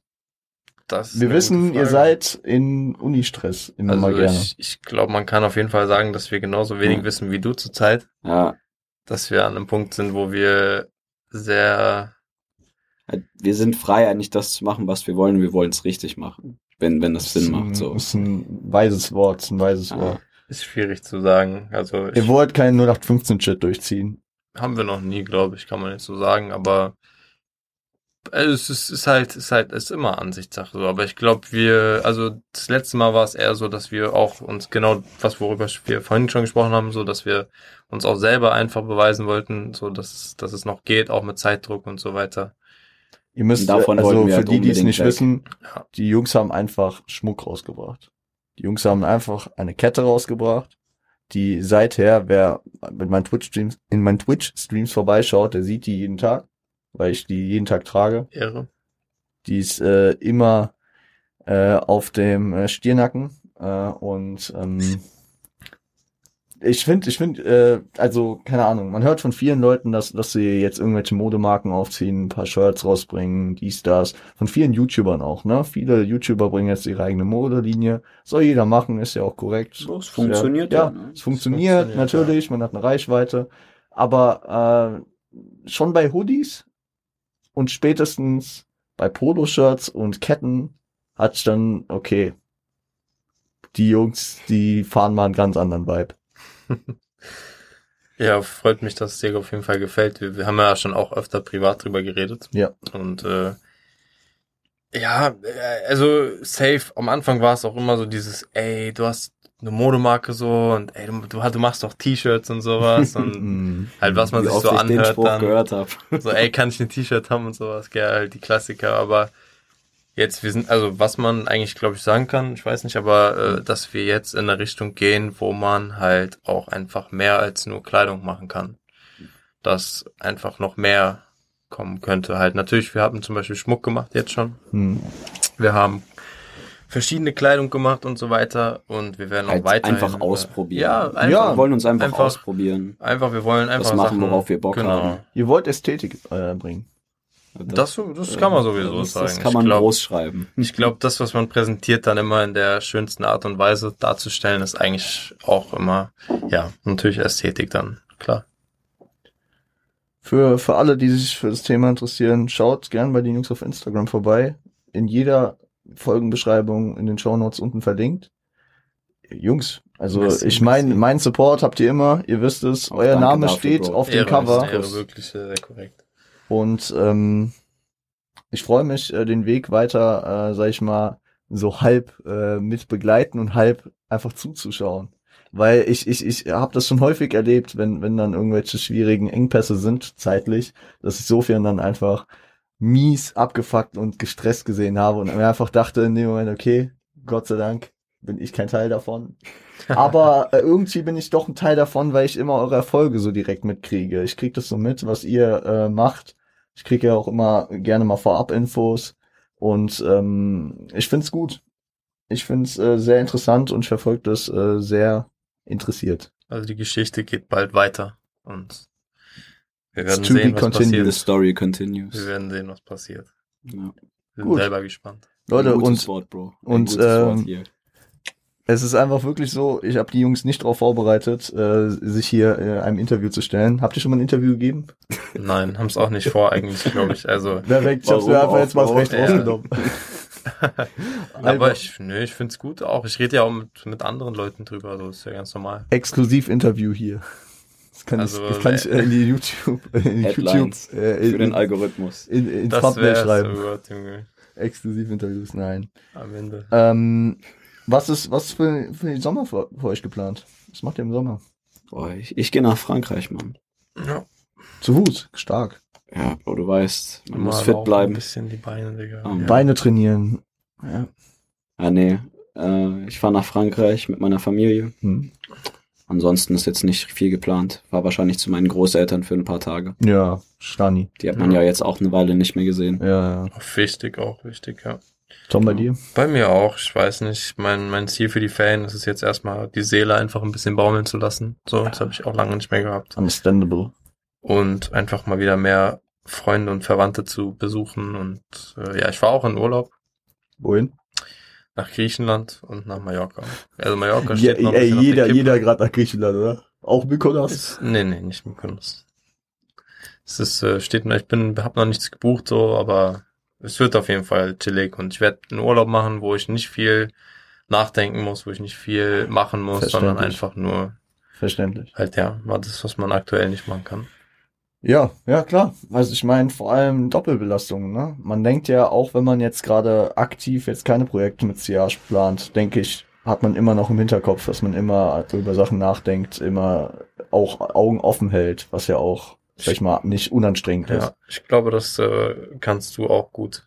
Speaker 2: Das ist
Speaker 1: Wir
Speaker 2: eine
Speaker 1: wissen,
Speaker 2: gute
Speaker 1: ihr
Speaker 2: Frage.
Speaker 1: seid in Unistress immer
Speaker 2: Also
Speaker 1: mal gerne.
Speaker 2: ich, ich glaube, man kann auf jeden Fall sagen, dass wir genauso wenig
Speaker 3: Ja.
Speaker 2: wissen wie du zurzeit,
Speaker 3: Ja.
Speaker 2: dass wir an einem Punkt sind, wo wir sehr
Speaker 3: halt, Wir sind frei, eigentlich das zu machen, was wir wollen. Wir wollen es richtig machen. Wenn, wenn das Sinn macht, so.
Speaker 1: Ist ein weises Wort, ist ein weises
Speaker 3: Ah.
Speaker 1: Wort.
Speaker 2: ist schwierig zu sagen. Also ich,
Speaker 1: Ihr wollt keinen 0815-Chat durchziehen.
Speaker 2: haben wir noch nie, glaube ich, kann man jetzt so sagen, aber es ist, ist halt, ist halt, ist immer Ansichtssache so. Aber ich glaube, wir, also das letzte Mal war es eher so, dass wir auch uns genau was, worüber wir vorhin schon gesprochen haben, so dass wir uns auch selber einfach beweisen wollten, so dass, dass es noch geht, auch mit Zeitdruck und so weiter.
Speaker 1: Ihr müsst,
Speaker 3: Davon
Speaker 1: also
Speaker 3: wollten wir
Speaker 1: für
Speaker 3: halt
Speaker 1: die, die es
Speaker 3: unbedingt
Speaker 1: nicht
Speaker 3: weg.
Speaker 1: wissen,
Speaker 2: Ja.
Speaker 1: die Jungs haben einfach Schmuck rausgebracht. Die Jungs haben einfach eine Kette rausgebracht, die seither, wer mit meinen Twitch-Streams, in meinen Twitch-Streams vorbeischaut, der sieht die jeden Tag, weil ich die jeden Tag trage.
Speaker 2: Ehre.
Speaker 1: Die ist äh, immer äh, auf dem äh, Stirnacken. Äh, und ähm, ich finde, ich finde, äh, also, keine Ahnung, man hört von vielen Leuten, dass, dass sie jetzt irgendwelche Modemarken aufziehen, ein paar Shirts rausbringen, dies, das. Von vielen YouTubern auch, ne? Viele YouTuber bringen jetzt ihre eigene Modelinie. Soll jeder machen, ist ja auch korrekt.
Speaker 3: So, es funktioniert ja,
Speaker 1: ja.
Speaker 3: ne?
Speaker 1: Es funktioniert,
Speaker 2: funktioniert,
Speaker 1: natürlich, man hat eine Reichweite. Aber äh, schon bei Hoodies und spätestens bei Poloshirts und Ketten hat's dann, okay, die Jungs, die fahren mal einen ganz anderen Vibe.
Speaker 2: Ja, freut mich, dass es dir auf jeden Fall gefällt. Wir, wir haben ja schon auch öfter privat drüber geredet.
Speaker 1: Ja.
Speaker 2: Und äh, ja, äh, also safe, am Anfang war es auch immer so dieses, ey, du hast eine Modemarke so und ey, du, du, du machst doch T-Shirts und sowas und
Speaker 1: Mhm.
Speaker 2: halt was man
Speaker 3: Wie
Speaker 2: sich
Speaker 3: oft
Speaker 2: so
Speaker 3: ich den
Speaker 2: anhört
Speaker 3: Spruch
Speaker 2: dann. genau
Speaker 3: gehört habe.
Speaker 2: So, ey, kann ich ein T-Shirt haben und sowas, gell, halt die Klassiker, aber jetzt, wir sind, also was man eigentlich, glaube ich, sagen kann, ich weiß nicht, aber äh, dass wir jetzt in eine Richtung gehen, wo man halt auch einfach mehr als nur Kleidung machen kann. Dass einfach noch mehr kommen könnte. Halt, natürlich, wir haben zum Beispiel Schmuck gemacht jetzt schon.
Speaker 1: Mhm.
Speaker 2: Wir haben verschiedene Kleidung gemacht und so weiter und wir werden auch
Speaker 3: Halt
Speaker 2: weiter.
Speaker 3: einfach
Speaker 2: äh,
Speaker 3: ausprobieren.
Speaker 2: Ja, einfach,
Speaker 1: Ja.
Speaker 3: Wir wollen uns einfach,
Speaker 2: Einfach-
Speaker 3: ausprobieren.
Speaker 2: einfach, wir wollen einfach
Speaker 3: machen,
Speaker 2: Sachen,
Speaker 3: worauf wir Bock
Speaker 2: genau.
Speaker 3: haben.
Speaker 1: Ihr wollt Ästhetik äh, bringen.
Speaker 2: Das, das kann man sowieso
Speaker 3: das,
Speaker 2: sagen.
Speaker 3: Das kann man
Speaker 2: ich glaub,
Speaker 3: groß schreiben.
Speaker 2: Ich glaube, das, was man präsentiert, dann immer in der schönsten Art und Weise darzustellen, ist eigentlich auch immer, ja, natürlich Ästhetik dann, klar.
Speaker 1: Für, für alle, die sich für das Thema interessieren, schaut gern bei den Jungs auf Instagram vorbei. In jeder Folgenbeschreibung in den Shownotes unten verlinkt. Jungs, also
Speaker 2: Merci,
Speaker 1: ich meine,
Speaker 2: merci.
Speaker 1: mein Support habt ihr immer, ihr wisst es,
Speaker 3: Auch
Speaker 1: euer
Speaker 3: danke
Speaker 1: Name
Speaker 3: dafür,
Speaker 1: steht
Speaker 3: Bro.
Speaker 1: auf dem
Speaker 2: Ehre,
Speaker 1: Cover
Speaker 2: ist Ehre, wirklich sehr, sehr korrekt.
Speaker 1: und ähm, ich freue mich, äh, den Weg weiter, äh, sag ich mal, so halb äh, mit begleiten und halb einfach zuzuschauen. Weil ich, ich, ich habe das schon häufig erlebt, wenn, wenn dann irgendwelche schwierigen Engpässe sind, zeitlich, dass ich Sofian dann einfach mies abgefuckt und gestresst gesehen habe und mir einfach dachte in dem Moment, okay, Gott sei Dank bin ich kein Teil davon. Aber äh, irgendwie bin ich doch ein Teil davon, weil ich immer eure Erfolge so direkt mitkriege. Ich krieg das so mit, was ihr äh, macht. Ich kriege ja auch immer gerne mal Vorab-Infos. Und ähm, ich find's gut. Ich find's äh, sehr interessant und verfolge das äh, sehr interessiert.
Speaker 2: Also die Geschichte geht bald weiter und wir werden
Speaker 1: It's to
Speaker 2: sehen,
Speaker 1: be
Speaker 2: was
Speaker 1: continued.
Speaker 3: The
Speaker 2: passiert.
Speaker 3: story
Speaker 2: Wir
Speaker 3: continues.
Speaker 2: werden sehen, was passiert.
Speaker 3: Ja.
Speaker 2: Wir
Speaker 1: Gut.
Speaker 2: sind selber gespannt.
Speaker 1: Leute,
Speaker 3: Ein gutes
Speaker 1: und
Speaker 3: Wort, Bro. Ein
Speaker 1: und,
Speaker 3: gutes
Speaker 1: ähm,
Speaker 3: Wort hier.
Speaker 1: es ist einfach wirklich so, ich habe die Jungs nicht darauf vorbereitet, äh, sich hier äh, einem Interview zu stellen. Habt ihr schon mal ein Interview gegeben?
Speaker 2: Nein, haben es auch nicht vor eigentlich, glaube ich. Also,
Speaker 1: Perfekt, ich hab's mir
Speaker 3: Warum
Speaker 1: einfach
Speaker 3: auch,
Speaker 1: jetzt mal das
Speaker 3: Bro?
Speaker 1: Recht
Speaker 2: Ja.
Speaker 1: rausgenommen.
Speaker 2: aber
Speaker 1: Einfach
Speaker 2: ich, nö, ich finde es gut auch. Ich rede ja auch mit, mit anderen Leuten drüber, also ist ja ganz normal.
Speaker 1: Exklusiv-Interview hier. Das kann
Speaker 2: Also,
Speaker 1: ich, das kann ich äh, in die YouTube, in die YouTube,
Speaker 3: Headlines
Speaker 1: äh,
Speaker 3: Für den
Speaker 1: in,
Speaker 3: Algorithmus. äh,
Speaker 1: in, in ins
Speaker 2: Das
Speaker 1: Thumbnail
Speaker 2: wäre
Speaker 1: schreiben.
Speaker 2: so gut, Junge.
Speaker 1: Exklusiv-Interviews, nein.
Speaker 2: Am Ende.
Speaker 1: Ähm, was ist, was ist für, für den Sommer für, für euch geplant? Was macht ihr im Sommer?
Speaker 3: Boah, ich, ich gehe nach Frankreich, Mann.
Speaker 2: Ja.
Speaker 1: Zu Fuß, stark.
Speaker 3: Ja, Bro, du weißt, man muss
Speaker 2: Mal
Speaker 3: fit
Speaker 2: laufen, Ein
Speaker 3: bleiben.
Speaker 2: bisschen die Beine, Digga.
Speaker 3: Am
Speaker 2: Ja.
Speaker 1: Beine trainieren. Ja.
Speaker 3: Ah, nee. Äh, ich fahre nach Frankreich mit meiner Familie.
Speaker 1: Hm.
Speaker 3: Ansonsten ist jetzt nicht viel geplant. War wahrscheinlich zu meinen Großeltern für ein paar Tage.
Speaker 1: ja, Stani.
Speaker 3: Die hat man
Speaker 2: Ja.
Speaker 3: ja jetzt auch eine Weile nicht mehr gesehen.
Speaker 1: Ja, ja.
Speaker 2: Auch Wichtig, auch wichtig, ja.
Speaker 1: Tom, bei
Speaker 3: Ja.
Speaker 1: dir?
Speaker 2: Bei mir auch, ich weiß nicht. Mein, mein Ziel für die Ferien ist es jetzt erstmal, die Seele einfach ein bisschen baumeln zu lassen. So, das habe ich auch lange nicht mehr gehabt.
Speaker 1: Understandable.
Speaker 2: Und einfach mal wieder mehr Freunde und Verwandte zu besuchen. Und äh, ja, ich war auch in Urlaub.
Speaker 1: Wohin?
Speaker 2: Nach Griechenland und nach Mallorca. Also Mallorca
Speaker 1: Ja,
Speaker 2: steht noch ein
Speaker 1: ey,
Speaker 2: bisschen auf
Speaker 1: jeder,
Speaker 2: der Kippe.
Speaker 1: jeder gerade nach Griechenland, oder? Auch Mykonos?
Speaker 2: Ist, nee, nee, nicht Mykonos. Es ist, äh, steht noch, ich bin, hab noch nichts gebucht, so, aber es wird auf jeden Fall chillig und ich werde einen Urlaub machen, wo ich nicht viel nachdenken muss, wo ich nicht viel machen muss, sondern
Speaker 1: Verständlich.
Speaker 2: einfach nur
Speaker 1: Verständlich.
Speaker 2: halt, ja, mal das, was man aktuell nicht machen kann.
Speaker 1: Ja, ja, klar. Also ich meine, vor allem Doppelbelastungen, ne? Man denkt ja, auch wenn man jetzt gerade aktiv jetzt keine Projekte mit Siage plant, denke ich, hat man immer noch im Hinterkopf, dass man immer über Sachen nachdenkt, immer auch Augen offen hält, was ja auch, sag ich mal, nicht unanstrengend ist.
Speaker 2: Ja, ich glaube, das äh, kannst du auch gut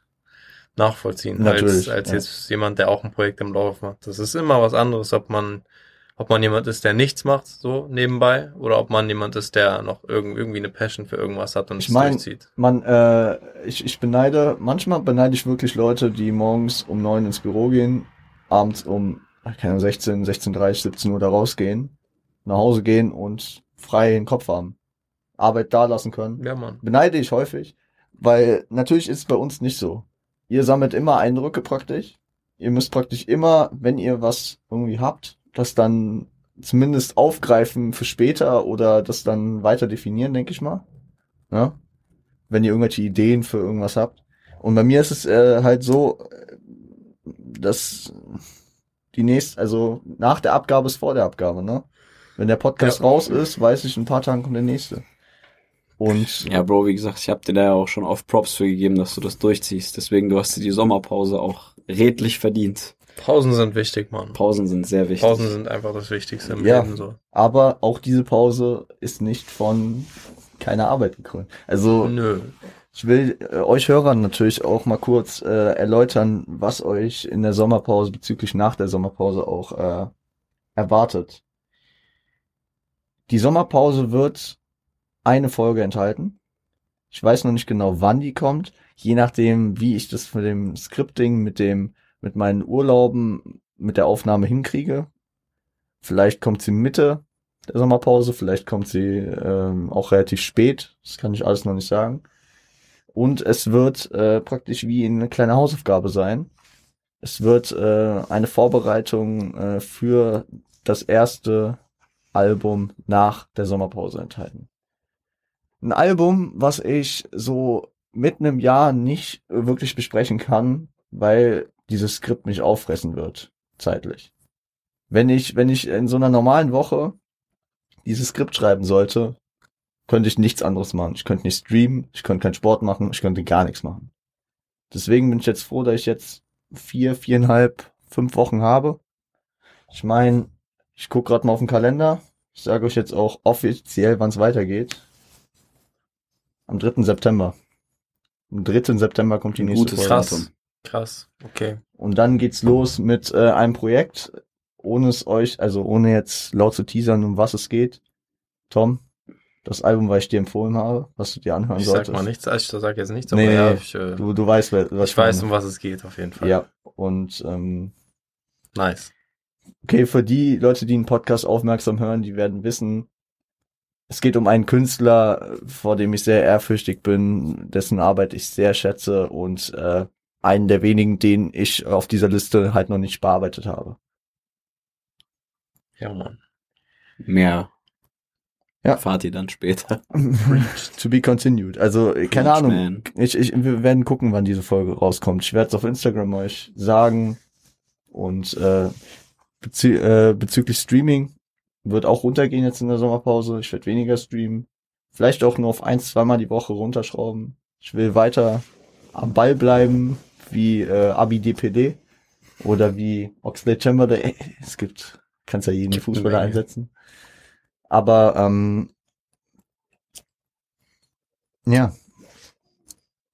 Speaker 2: nachvollziehen, als,
Speaker 1: Natürlich,
Speaker 2: als
Speaker 1: ja.
Speaker 2: jetzt jemand, der auch ein Projekt im Lauf macht. Das ist immer was anderes, ob man, ob man jemand ist, der nichts macht, so nebenbei, oder ob man jemand ist, der noch irgend, irgendwie eine Passion für irgendwas hat und
Speaker 1: Ich
Speaker 2: es
Speaker 1: mein-
Speaker 2: durchzieht.
Speaker 1: Man, äh, ich, ich beneide, manchmal beneide ich wirklich Leute, die morgens um neun ins Büro gehen, abends um, keine Ahnung, 16, 16.30, 17 Uhr da rausgehen, nach Hause gehen und frei den Kopf haben. Arbeit da lassen können.
Speaker 2: Ja, Mann.
Speaker 1: Beneide ich häufig, weil natürlich ist es bei uns nicht so. Ihr sammelt immer Eindrücke praktisch. Ihr müsst praktisch immer, wenn ihr was irgendwie habt, das dann zumindest aufgreifen für später oder das dann weiter definieren, denke ich mal. Ja? Wenn ihr irgendwelche Ideen für irgendwas habt. Und bei mir ist es äh, halt so, äh, dass die nächste, also nach der Abgabe ist vor der Abgabe, ne? Wenn der Podcast
Speaker 2: Ja.
Speaker 1: raus ist, weiß ich, in ein paar Tagen kommt der nächste. Und
Speaker 3: Ja, Bro, wie gesagt, ich hab dir da ja auch schon oft Props für gegeben, dass du das durchziehst. Deswegen, du hast dir die Sommerpause auch redlich verdient.
Speaker 2: Pausen sind wichtig, Mann.
Speaker 3: Pausen sind sehr wichtig.
Speaker 2: Pausen sind einfach das Wichtigste im
Speaker 1: Ja.
Speaker 2: Leben, so.
Speaker 1: Aber auch diese Pause ist nicht von keiner Arbeit gekrönt. Also
Speaker 2: Nö.
Speaker 1: ich will äh, euch Hörern natürlich auch mal kurz äh, erläutern, was euch in der Sommerpause bezüglich nach der Sommerpause auch äh, erwartet. Die Sommerpause wird eine Folge enthalten. Ich weiß noch nicht genau, wann die kommt. Je nachdem, wie ich das mit dem Scripting, mit dem, mit meinen Urlauben, mit der Aufnahme hinkriege. Vielleicht kommt sie Mitte der Sommerpause, vielleicht kommt sie ähm, auch relativ spät. Das kann ich alles noch nicht sagen. Und es wird äh, praktisch wie eine kleine Hausaufgabe sein. Es wird äh, eine Vorbereitung äh, für das erste Album nach der Sommerpause enthalten. Ein Album, was ich so mitten im Jahr nicht äh, wirklich besprechen kann, weil dieses Skript mich auffressen wird, zeitlich. Wenn ich, wenn ich in so einer normalen Woche dieses Skript schreiben sollte, könnte ich nichts anderes machen. Ich könnte nicht streamen, ich könnte keinen Sport machen, ich könnte gar nichts machen. Deswegen bin ich jetzt froh, dass ich jetzt vier, viereinhalb, fünf Wochen habe. Ich meine, ich gucke gerade mal auf den Kalender. Ich sage euch jetzt auch offiziell, wann es weitergeht. Am 3. September. Am 3. September kommt die
Speaker 3: Ein
Speaker 1: nächste
Speaker 3: gutes
Speaker 1: Folge.
Speaker 3: Datum.
Speaker 2: Krass. Krass. Okay.
Speaker 1: Und dann geht's los mit äh, einem Projekt, ohne es euch, also ohne jetzt laut zu teasern, um was es geht. Tom, das Album, was ich dir empfohlen habe, was du dir anhören
Speaker 2: Ich
Speaker 1: solltest.
Speaker 2: sag mal nichts, also ich sag jetzt nichts, aber
Speaker 1: Nee,
Speaker 2: ja,
Speaker 1: nee,
Speaker 2: ich, äh,
Speaker 1: Du, du weißt, wer- was
Speaker 2: ich weiß,
Speaker 1: meine.
Speaker 2: um was es geht, auf jeden Fall.
Speaker 1: Ja, und ähm,
Speaker 2: Nice.
Speaker 1: okay, für die Leute, die einen Podcast aufmerksam hören, die werden wissen, es geht um einen Künstler, äh, vor dem ich sehr ehrfürchtig bin, dessen Arbeit ich sehr schätze und äh, einen der wenigen, den ich auf dieser Liste halt noch nicht bearbeitet habe.
Speaker 2: Ja, Mann.
Speaker 3: Mehr.
Speaker 1: Ja.
Speaker 3: Fahrt ihr dann später.
Speaker 1: to be continued. Also, äh, keine
Speaker 3: Preach,
Speaker 1: Ahnung.
Speaker 3: man.
Speaker 1: Ich, ich, wir werden gucken, wann diese Folge rauskommt. Ich werde es auf Instagram euch sagen. Und äh, bezü äh, bezüglich Streaming wird auch runtergehen jetzt in der Sommerpause. Ich werde weniger streamen. Vielleicht auch nur auf ein, zweimal die Woche runterschrauben. Ich will weiter am Ball bleiben, wie äh, Abi DPD oder wie Oxlade Chamberlain. Es gibt, kannst ja jeden
Speaker 2: Gibt eine
Speaker 1: Fußballer
Speaker 2: Menge.
Speaker 1: einsetzen. Aber ähm, ja,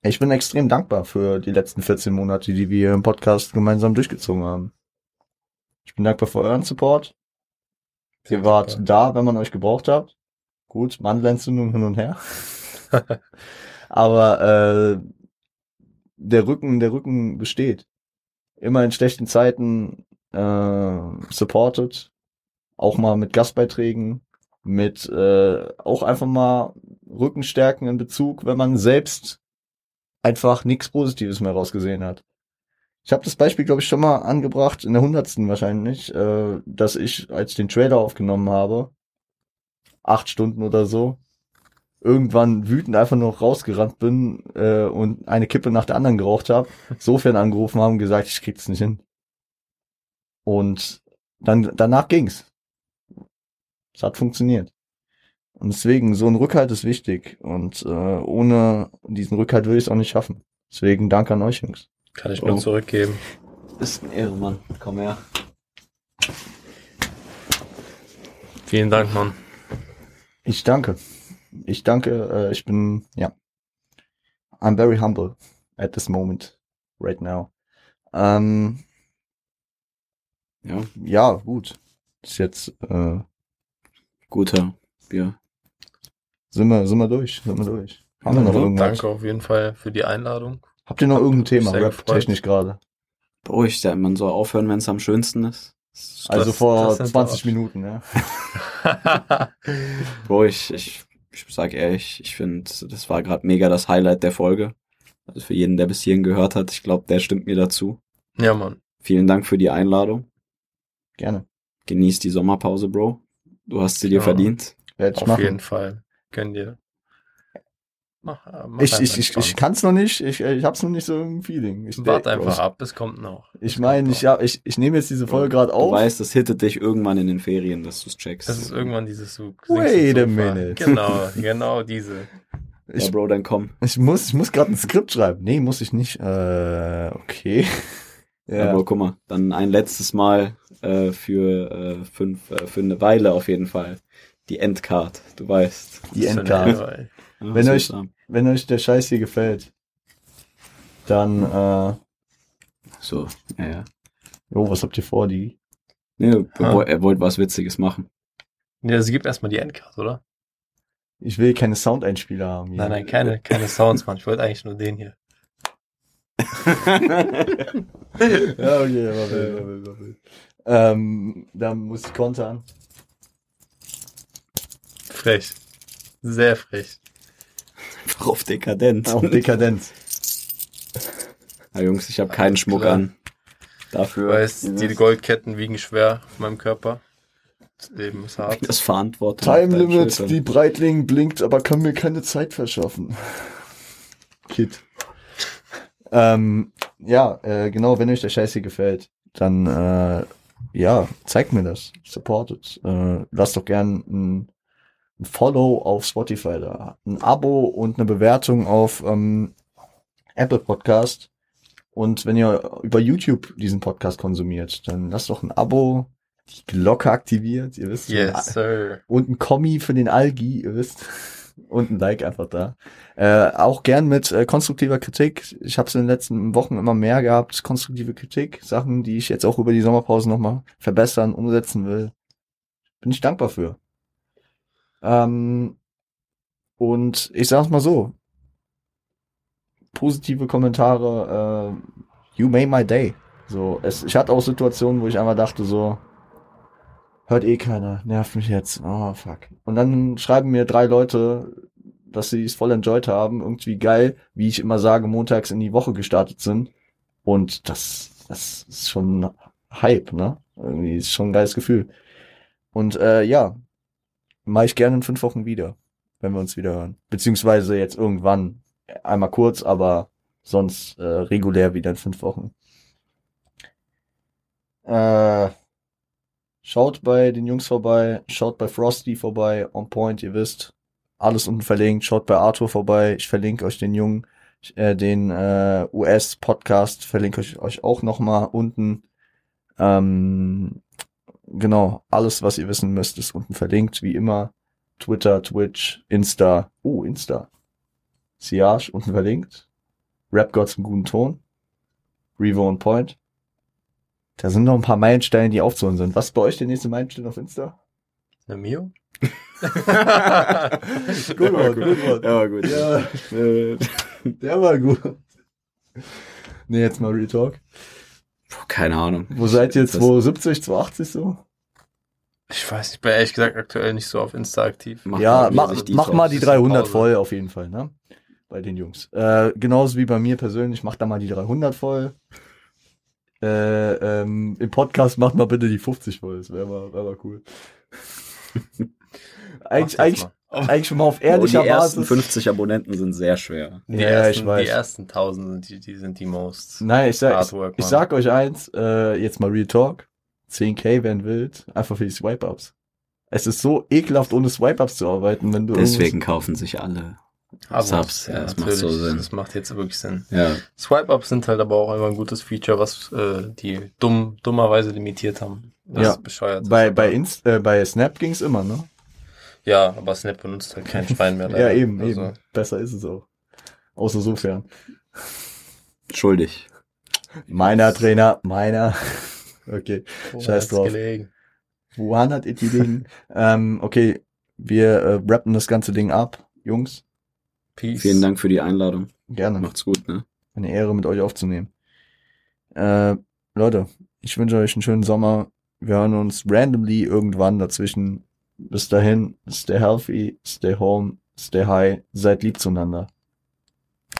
Speaker 1: ich bin extrem dankbar für die letzten 14 Monate, die wir im Podcast gemeinsam durchgezogen haben. Ich bin dankbar für euren Support. Ihr wart da, wenn man euch gebraucht habt. Gut, Mandelentzündung hin und her. Aber äh, der Rücken, der Rücken besteht. Immer in schlechten Zeiten äh, supported. Auch mal mit Gastbeiträgen, mit äh, auch einfach mal Rückenstärken in Bezug, wenn man selbst einfach nichts Positives mehr rausgesehen hat. Ich habe das Beispiel, glaube ich, schon mal angebracht, in der hundertsten wahrscheinlich, äh, dass ich, als ich den Trailer aufgenommen habe, acht Stunden oder so, irgendwann wütend einfach nur rausgerannt bin äh, und eine Kippe nach der anderen geraucht habe, sofern angerufen haben und gesagt, ich krieg's nicht hin. Und dann danach ging's. Es hat funktioniert. Und deswegen, so ein Rückhalt ist wichtig. Und äh, ohne diesen Rückhalt würde ich es auch nicht schaffen. Deswegen danke an euch, Jungs.
Speaker 2: Kann ich nur
Speaker 3: Oh.
Speaker 2: zurückgeben.
Speaker 3: Ist ein Ehrenmann. Komm her.
Speaker 2: Vielen Dank, Mann.
Speaker 1: Ich danke. Ich danke, äh, ich bin, ja. I'm very humble at this moment, right now. Ähm,
Speaker 3: Ja,
Speaker 1: ja, gut. Ist jetzt, äh,
Speaker 3: guter Bier.
Speaker 1: sind wir, sind wir durch, sind wir durch. Haben wir noch
Speaker 3: Ja,
Speaker 1: irgendwas?
Speaker 2: Danke auf jeden Fall für die Einladung.
Speaker 1: Habt ihr noch
Speaker 2: Hab
Speaker 1: irgendein
Speaker 2: mich
Speaker 1: Thema,
Speaker 2: sehr
Speaker 1: Rap
Speaker 2: gefreut.
Speaker 1: technisch gerade?
Speaker 3: Beruhigt, ja, man soll aufhören, wenn es am schönsten ist.
Speaker 1: Also
Speaker 2: Das-
Speaker 1: vor
Speaker 2: das sind
Speaker 1: 20
Speaker 2: wir.
Speaker 1: Minuten, ja.
Speaker 3: Bro, ich, ich, ich sag ehrlich, ich finde, das war gerade mega das Highlight der Folge. Also für jeden, der bis hierhin gehört hat, ich glaube, der stimmt mir dazu.
Speaker 2: ja, Mann.
Speaker 3: Vielen Dank für die Einladung.
Speaker 1: Gerne.
Speaker 3: Genieß die Sommerpause, Bro. Du hast sie dir
Speaker 2: Ja.
Speaker 3: verdient.
Speaker 1: Werd ich
Speaker 2: Auf
Speaker 1: machen.
Speaker 2: jeden Fall. Gönn dir. Mach, äh, mach
Speaker 1: Ich,
Speaker 2: einfach
Speaker 1: ich, ich, ich
Speaker 2: entspannt.
Speaker 1: kann's noch nicht, ich, ich hab's noch nicht so im Feeling. Ich
Speaker 2: Wart
Speaker 1: denk-
Speaker 2: einfach ab, es kommt noch.
Speaker 1: Ich meine, ich, ja, ich, ich nehme jetzt diese Folge gerade
Speaker 3: Du
Speaker 1: auf.
Speaker 3: weißt, es hittet dich irgendwann in den Ferien, dass du es checkst.
Speaker 2: Das ist irgendwann dieses so.
Speaker 1: Wait a
Speaker 2: singst du so
Speaker 1: minute.
Speaker 2: fahren. Genau, genau diese.
Speaker 3: ja, Bro, dann komm.
Speaker 1: Ich muss, ich muss gerade ein Skript schreiben. Nee, muss ich nicht. Äh, okay.
Speaker 3: Ja.
Speaker 1: Ja,
Speaker 3: Aber guck mal, dann ein letztes Mal äh, für, äh, fünf, äh, für eine Weile auf jeden Fall. Die Endcard, du weißt.
Speaker 1: die
Speaker 2: Das ist
Speaker 1: Endcard.
Speaker 2: eine-
Speaker 3: Ja,
Speaker 1: Wenn
Speaker 3: was
Speaker 1: euch-
Speaker 3: willst du haben?
Speaker 1: Wenn euch der Scheiß hier gefällt, dann, äh,
Speaker 3: So, ja, ja.
Speaker 1: jo, was habt ihr vor, die?
Speaker 3: Nee,
Speaker 2: Ah.
Speaker 3: wo- er wollte was Witziges machen.
Speaker 2: Nee, es gibt erstmal die Endcard, oder?
Speaker 1: Ich will keine Soundeinspieler haben. hier.
Speaker 2: Nein, nein, keine, keine Sounds, Mann. Ich wollte eigentlich nur den hier.
Speaker 1: Ja, okay, war wild, war wild, war wild. Ähm, dann muss ich kontern.
Speaker 2: Frech. Sehr frech.
Speaker 3: Einfach auf dekadent.
Speaker 1: Auf Dekadenz.
Speaker 3: Na, Jungs, ich habe keinen
Speaker 2: Alles
Speaker 3: Schmuck
Speaker 2: klar.
Speaker 3: an.
Speaker 2: Du
Speaker 3: Dafür
Speaker 2: weißt,
Speaker 3: dieses-
Speaker 2: die Goldketten wiegen schwer auf meinem Körper. Das Leben ist hart.
Speaker 3: das Verantwortung. auf
Speaker 1: Time
Speaker 3: deinen
Speaker 1: Limit,
Speaker 3: Schultern.
Speaker 1: die Breitling blinkt, aber kann mir keine Zeit verschaffen. Kid. Ähm, ja, äh, genau, wenn euch der Scheiß hier gefällt, dann äh, ja, zeigt mir das. Supportet. Äh, lasst doch gern ein, ein Follow auf Spotify da. Ein Abo und eine Bewertung auf ähm, Apple Podcast. Und wenn ihr über YouTube diesen Podcast konsumiert, dann lasst doch ein Abo, die Glocke aktiviert, ihr wisst schon,
Speaker 2: Yes, sir.
Speaker 1: und ein Kommi für den Algi, ihr wisst. Und ein Like einfach da. Äh, auch gern mit äh, konstruktiver Kritik. Ich habe es in den letzten Wochen immer mehr gehabt. Konstruktive Kritik, Sachen, die ich jetzt auch über die Sommerpause nochmal verbessern, umsetzen will. Bin ich dankbar für. Ähm, und ich sag's mal so. Positive Kommentare, äh, you made my day. So, es, ich hatte auch Situationen, wo ich einmal dachte so, hört eh keiner, nervt mich jetzt, oh fuck. Und dann schreiben mir drei Leute, dass sie es voll enjoyed haben, irgendwie geil, wie ich immer sage, montags in die Woche gestartet sind. Und das, das ist schon Hype, ne? Irgendwie ist schon ein geiles Gefühl. Und äh, ja, mache ich gerne in fünf Wochen wieder, wenn wir uns wieder hören. Beziehungsweise jetzt irgendwann, einmal kurz, aber sonst äh, regulär wieder in fünf Wochen. Äh, Schaut bei den Jungs vorbei, schaut bei Frosty vorbei, on point, ihr wisst. Alles unten verlinkt, schaut bei Arthur vorbei, ich verlinke euch den Jungen, äh, den äh, US-Podcast, verlinke ich euch auch nochmal unten. Ähm, genau, alles, was ihr wissen müsst, ist unten verlinkt, wie immer. Twitter, Twitch, Insta, oh, Insta. Siage, unten verlinkt. Rap Gods im guten Ton. Revo on point. Da sind noch ein paar Meilensteine, die aufzuholen sind. Was ist bei euch der nächste Meilenstein auf Insta?
Speaker 2: Eine Mio?
Speaker 1: Good one, good one.
Speaker 3: Ja, gut.
Speaker 1: Ja,
Speaker 3: Äh,
Speaker 1: der war gut. Nee, jetzt mal Real Talk.
Speaker 3: Puh, keine Ahnung.
Speaker 1: Wo seid ihr?
Speaker 3: Das-
Speaker 1: 270, 280 so?
Speaker 2: Ich weiß, ich bin ehrlich gesagt aktuell nicht so auf Insta aktiv.
Speaker 3: Mach
Speaker 1: ja,
Speaker 3: mal,
Speaker 1: mach,
Speaker 3: wie sich
Speaker 1: mach
Speaker 3: Frau-
Speaker 1: mal die
Speaker 2: ist eine
Speaker 1: 300
Speaker 2: Pause.
Speaker 1: voll auf jeden Fall, ne? Bei den Jungs. Äh, genauso wie bei mir persönlich, mach da mal die 300 voll. äh, ähm, im Podcast macht mal bitte die 50 voll. Das wäre mal, wär mal cool.
Speaker 2: Mach das
Speaker 1: eigentlich, eigentlich,
Speaker 2: mal.
Speaker 1: eigentlich schon mal auf
Speaker 3: Oh, die
Speaker 1: ehrlicher
Speaker 3: ersten
Speaker 1: Basis.
Speaker 3: 50 Abonnenten sind sehr schwer.
Speaker 2: Die,
Speaker 1: Ja,
Speaker 2: ersten,
Speaker 1: ich weiß.
Speaker 2: die ersten tausend sind die, die sind die most.
Speaker 1: Nein, ich sag, ich,
Speaker 2: Artwork,
Speaker 1: ich
Speaker 2: Mann.
Speaker 1: sag euch eins, äh, jetzt mal Real Talk. 10k wären wild, einfach für die Swipe-Ups. Es ist so ekelhaft, ohne Swipe-Ups zu arbeiten, wenn du.
Speaker 3: Deswegen kaufen sich alle.
Speaker 2: Abos,
Speaker 3: Subs, ja, das macht
Speaker 2: natürlich.
Speaker 3: so Sinn.
Speaker 2: Das macht jetzt wirklich Sinn.
Speaker 3: Ja,
Speaker 2: Swipe-Ups sind halt aber auch immer ein gutes Feature, was äh, die dumm, dummerweise limitiert haben. Das
Speaker 1: Ja.
Speaker 2: ist bescheuert.
Speaker 1: Bei, bei, Inst äh, bei Snap ging's immer, ne?
Speaker 2: ja, aber Snap benutzt halt kein Schwein mehr.
Speaker 1: Ja,
Speaker 2: leider.
Speaker 1: eben,
Speaker 2: Also,
Speaker 1: eben. Besser ist es auch. Außer sofern.
Speaker 3: schuldig.
Speaker 1: Meiner Trainer, meiner. Okay.
Speaker 2: wo
Speaker 1: Scheiß
Speaker 2: hat's
Speaker 1: drauf.
Speaker 2: Gelegen.
Speaker 1: Wuhan hat it Ding. ähm, okay, wir äh, rappen das ganze Ding ab, Jungs.
Speaker 2: Peace.
Speaker 3: Vielen Dank für die Einladung.
Speaker 1: Gerne.
Speaker 3: Macht's gut, ne?
Speaker 1: Eine Ehre, mit euch aufzunehmen. Äh, Leute, ich wünsche euch einen schönen Sommer. Wir hören uns randomly irgendwann dazwischen. Bis dahin, stay healthy, stay home, stay high, seid lieb zueinander.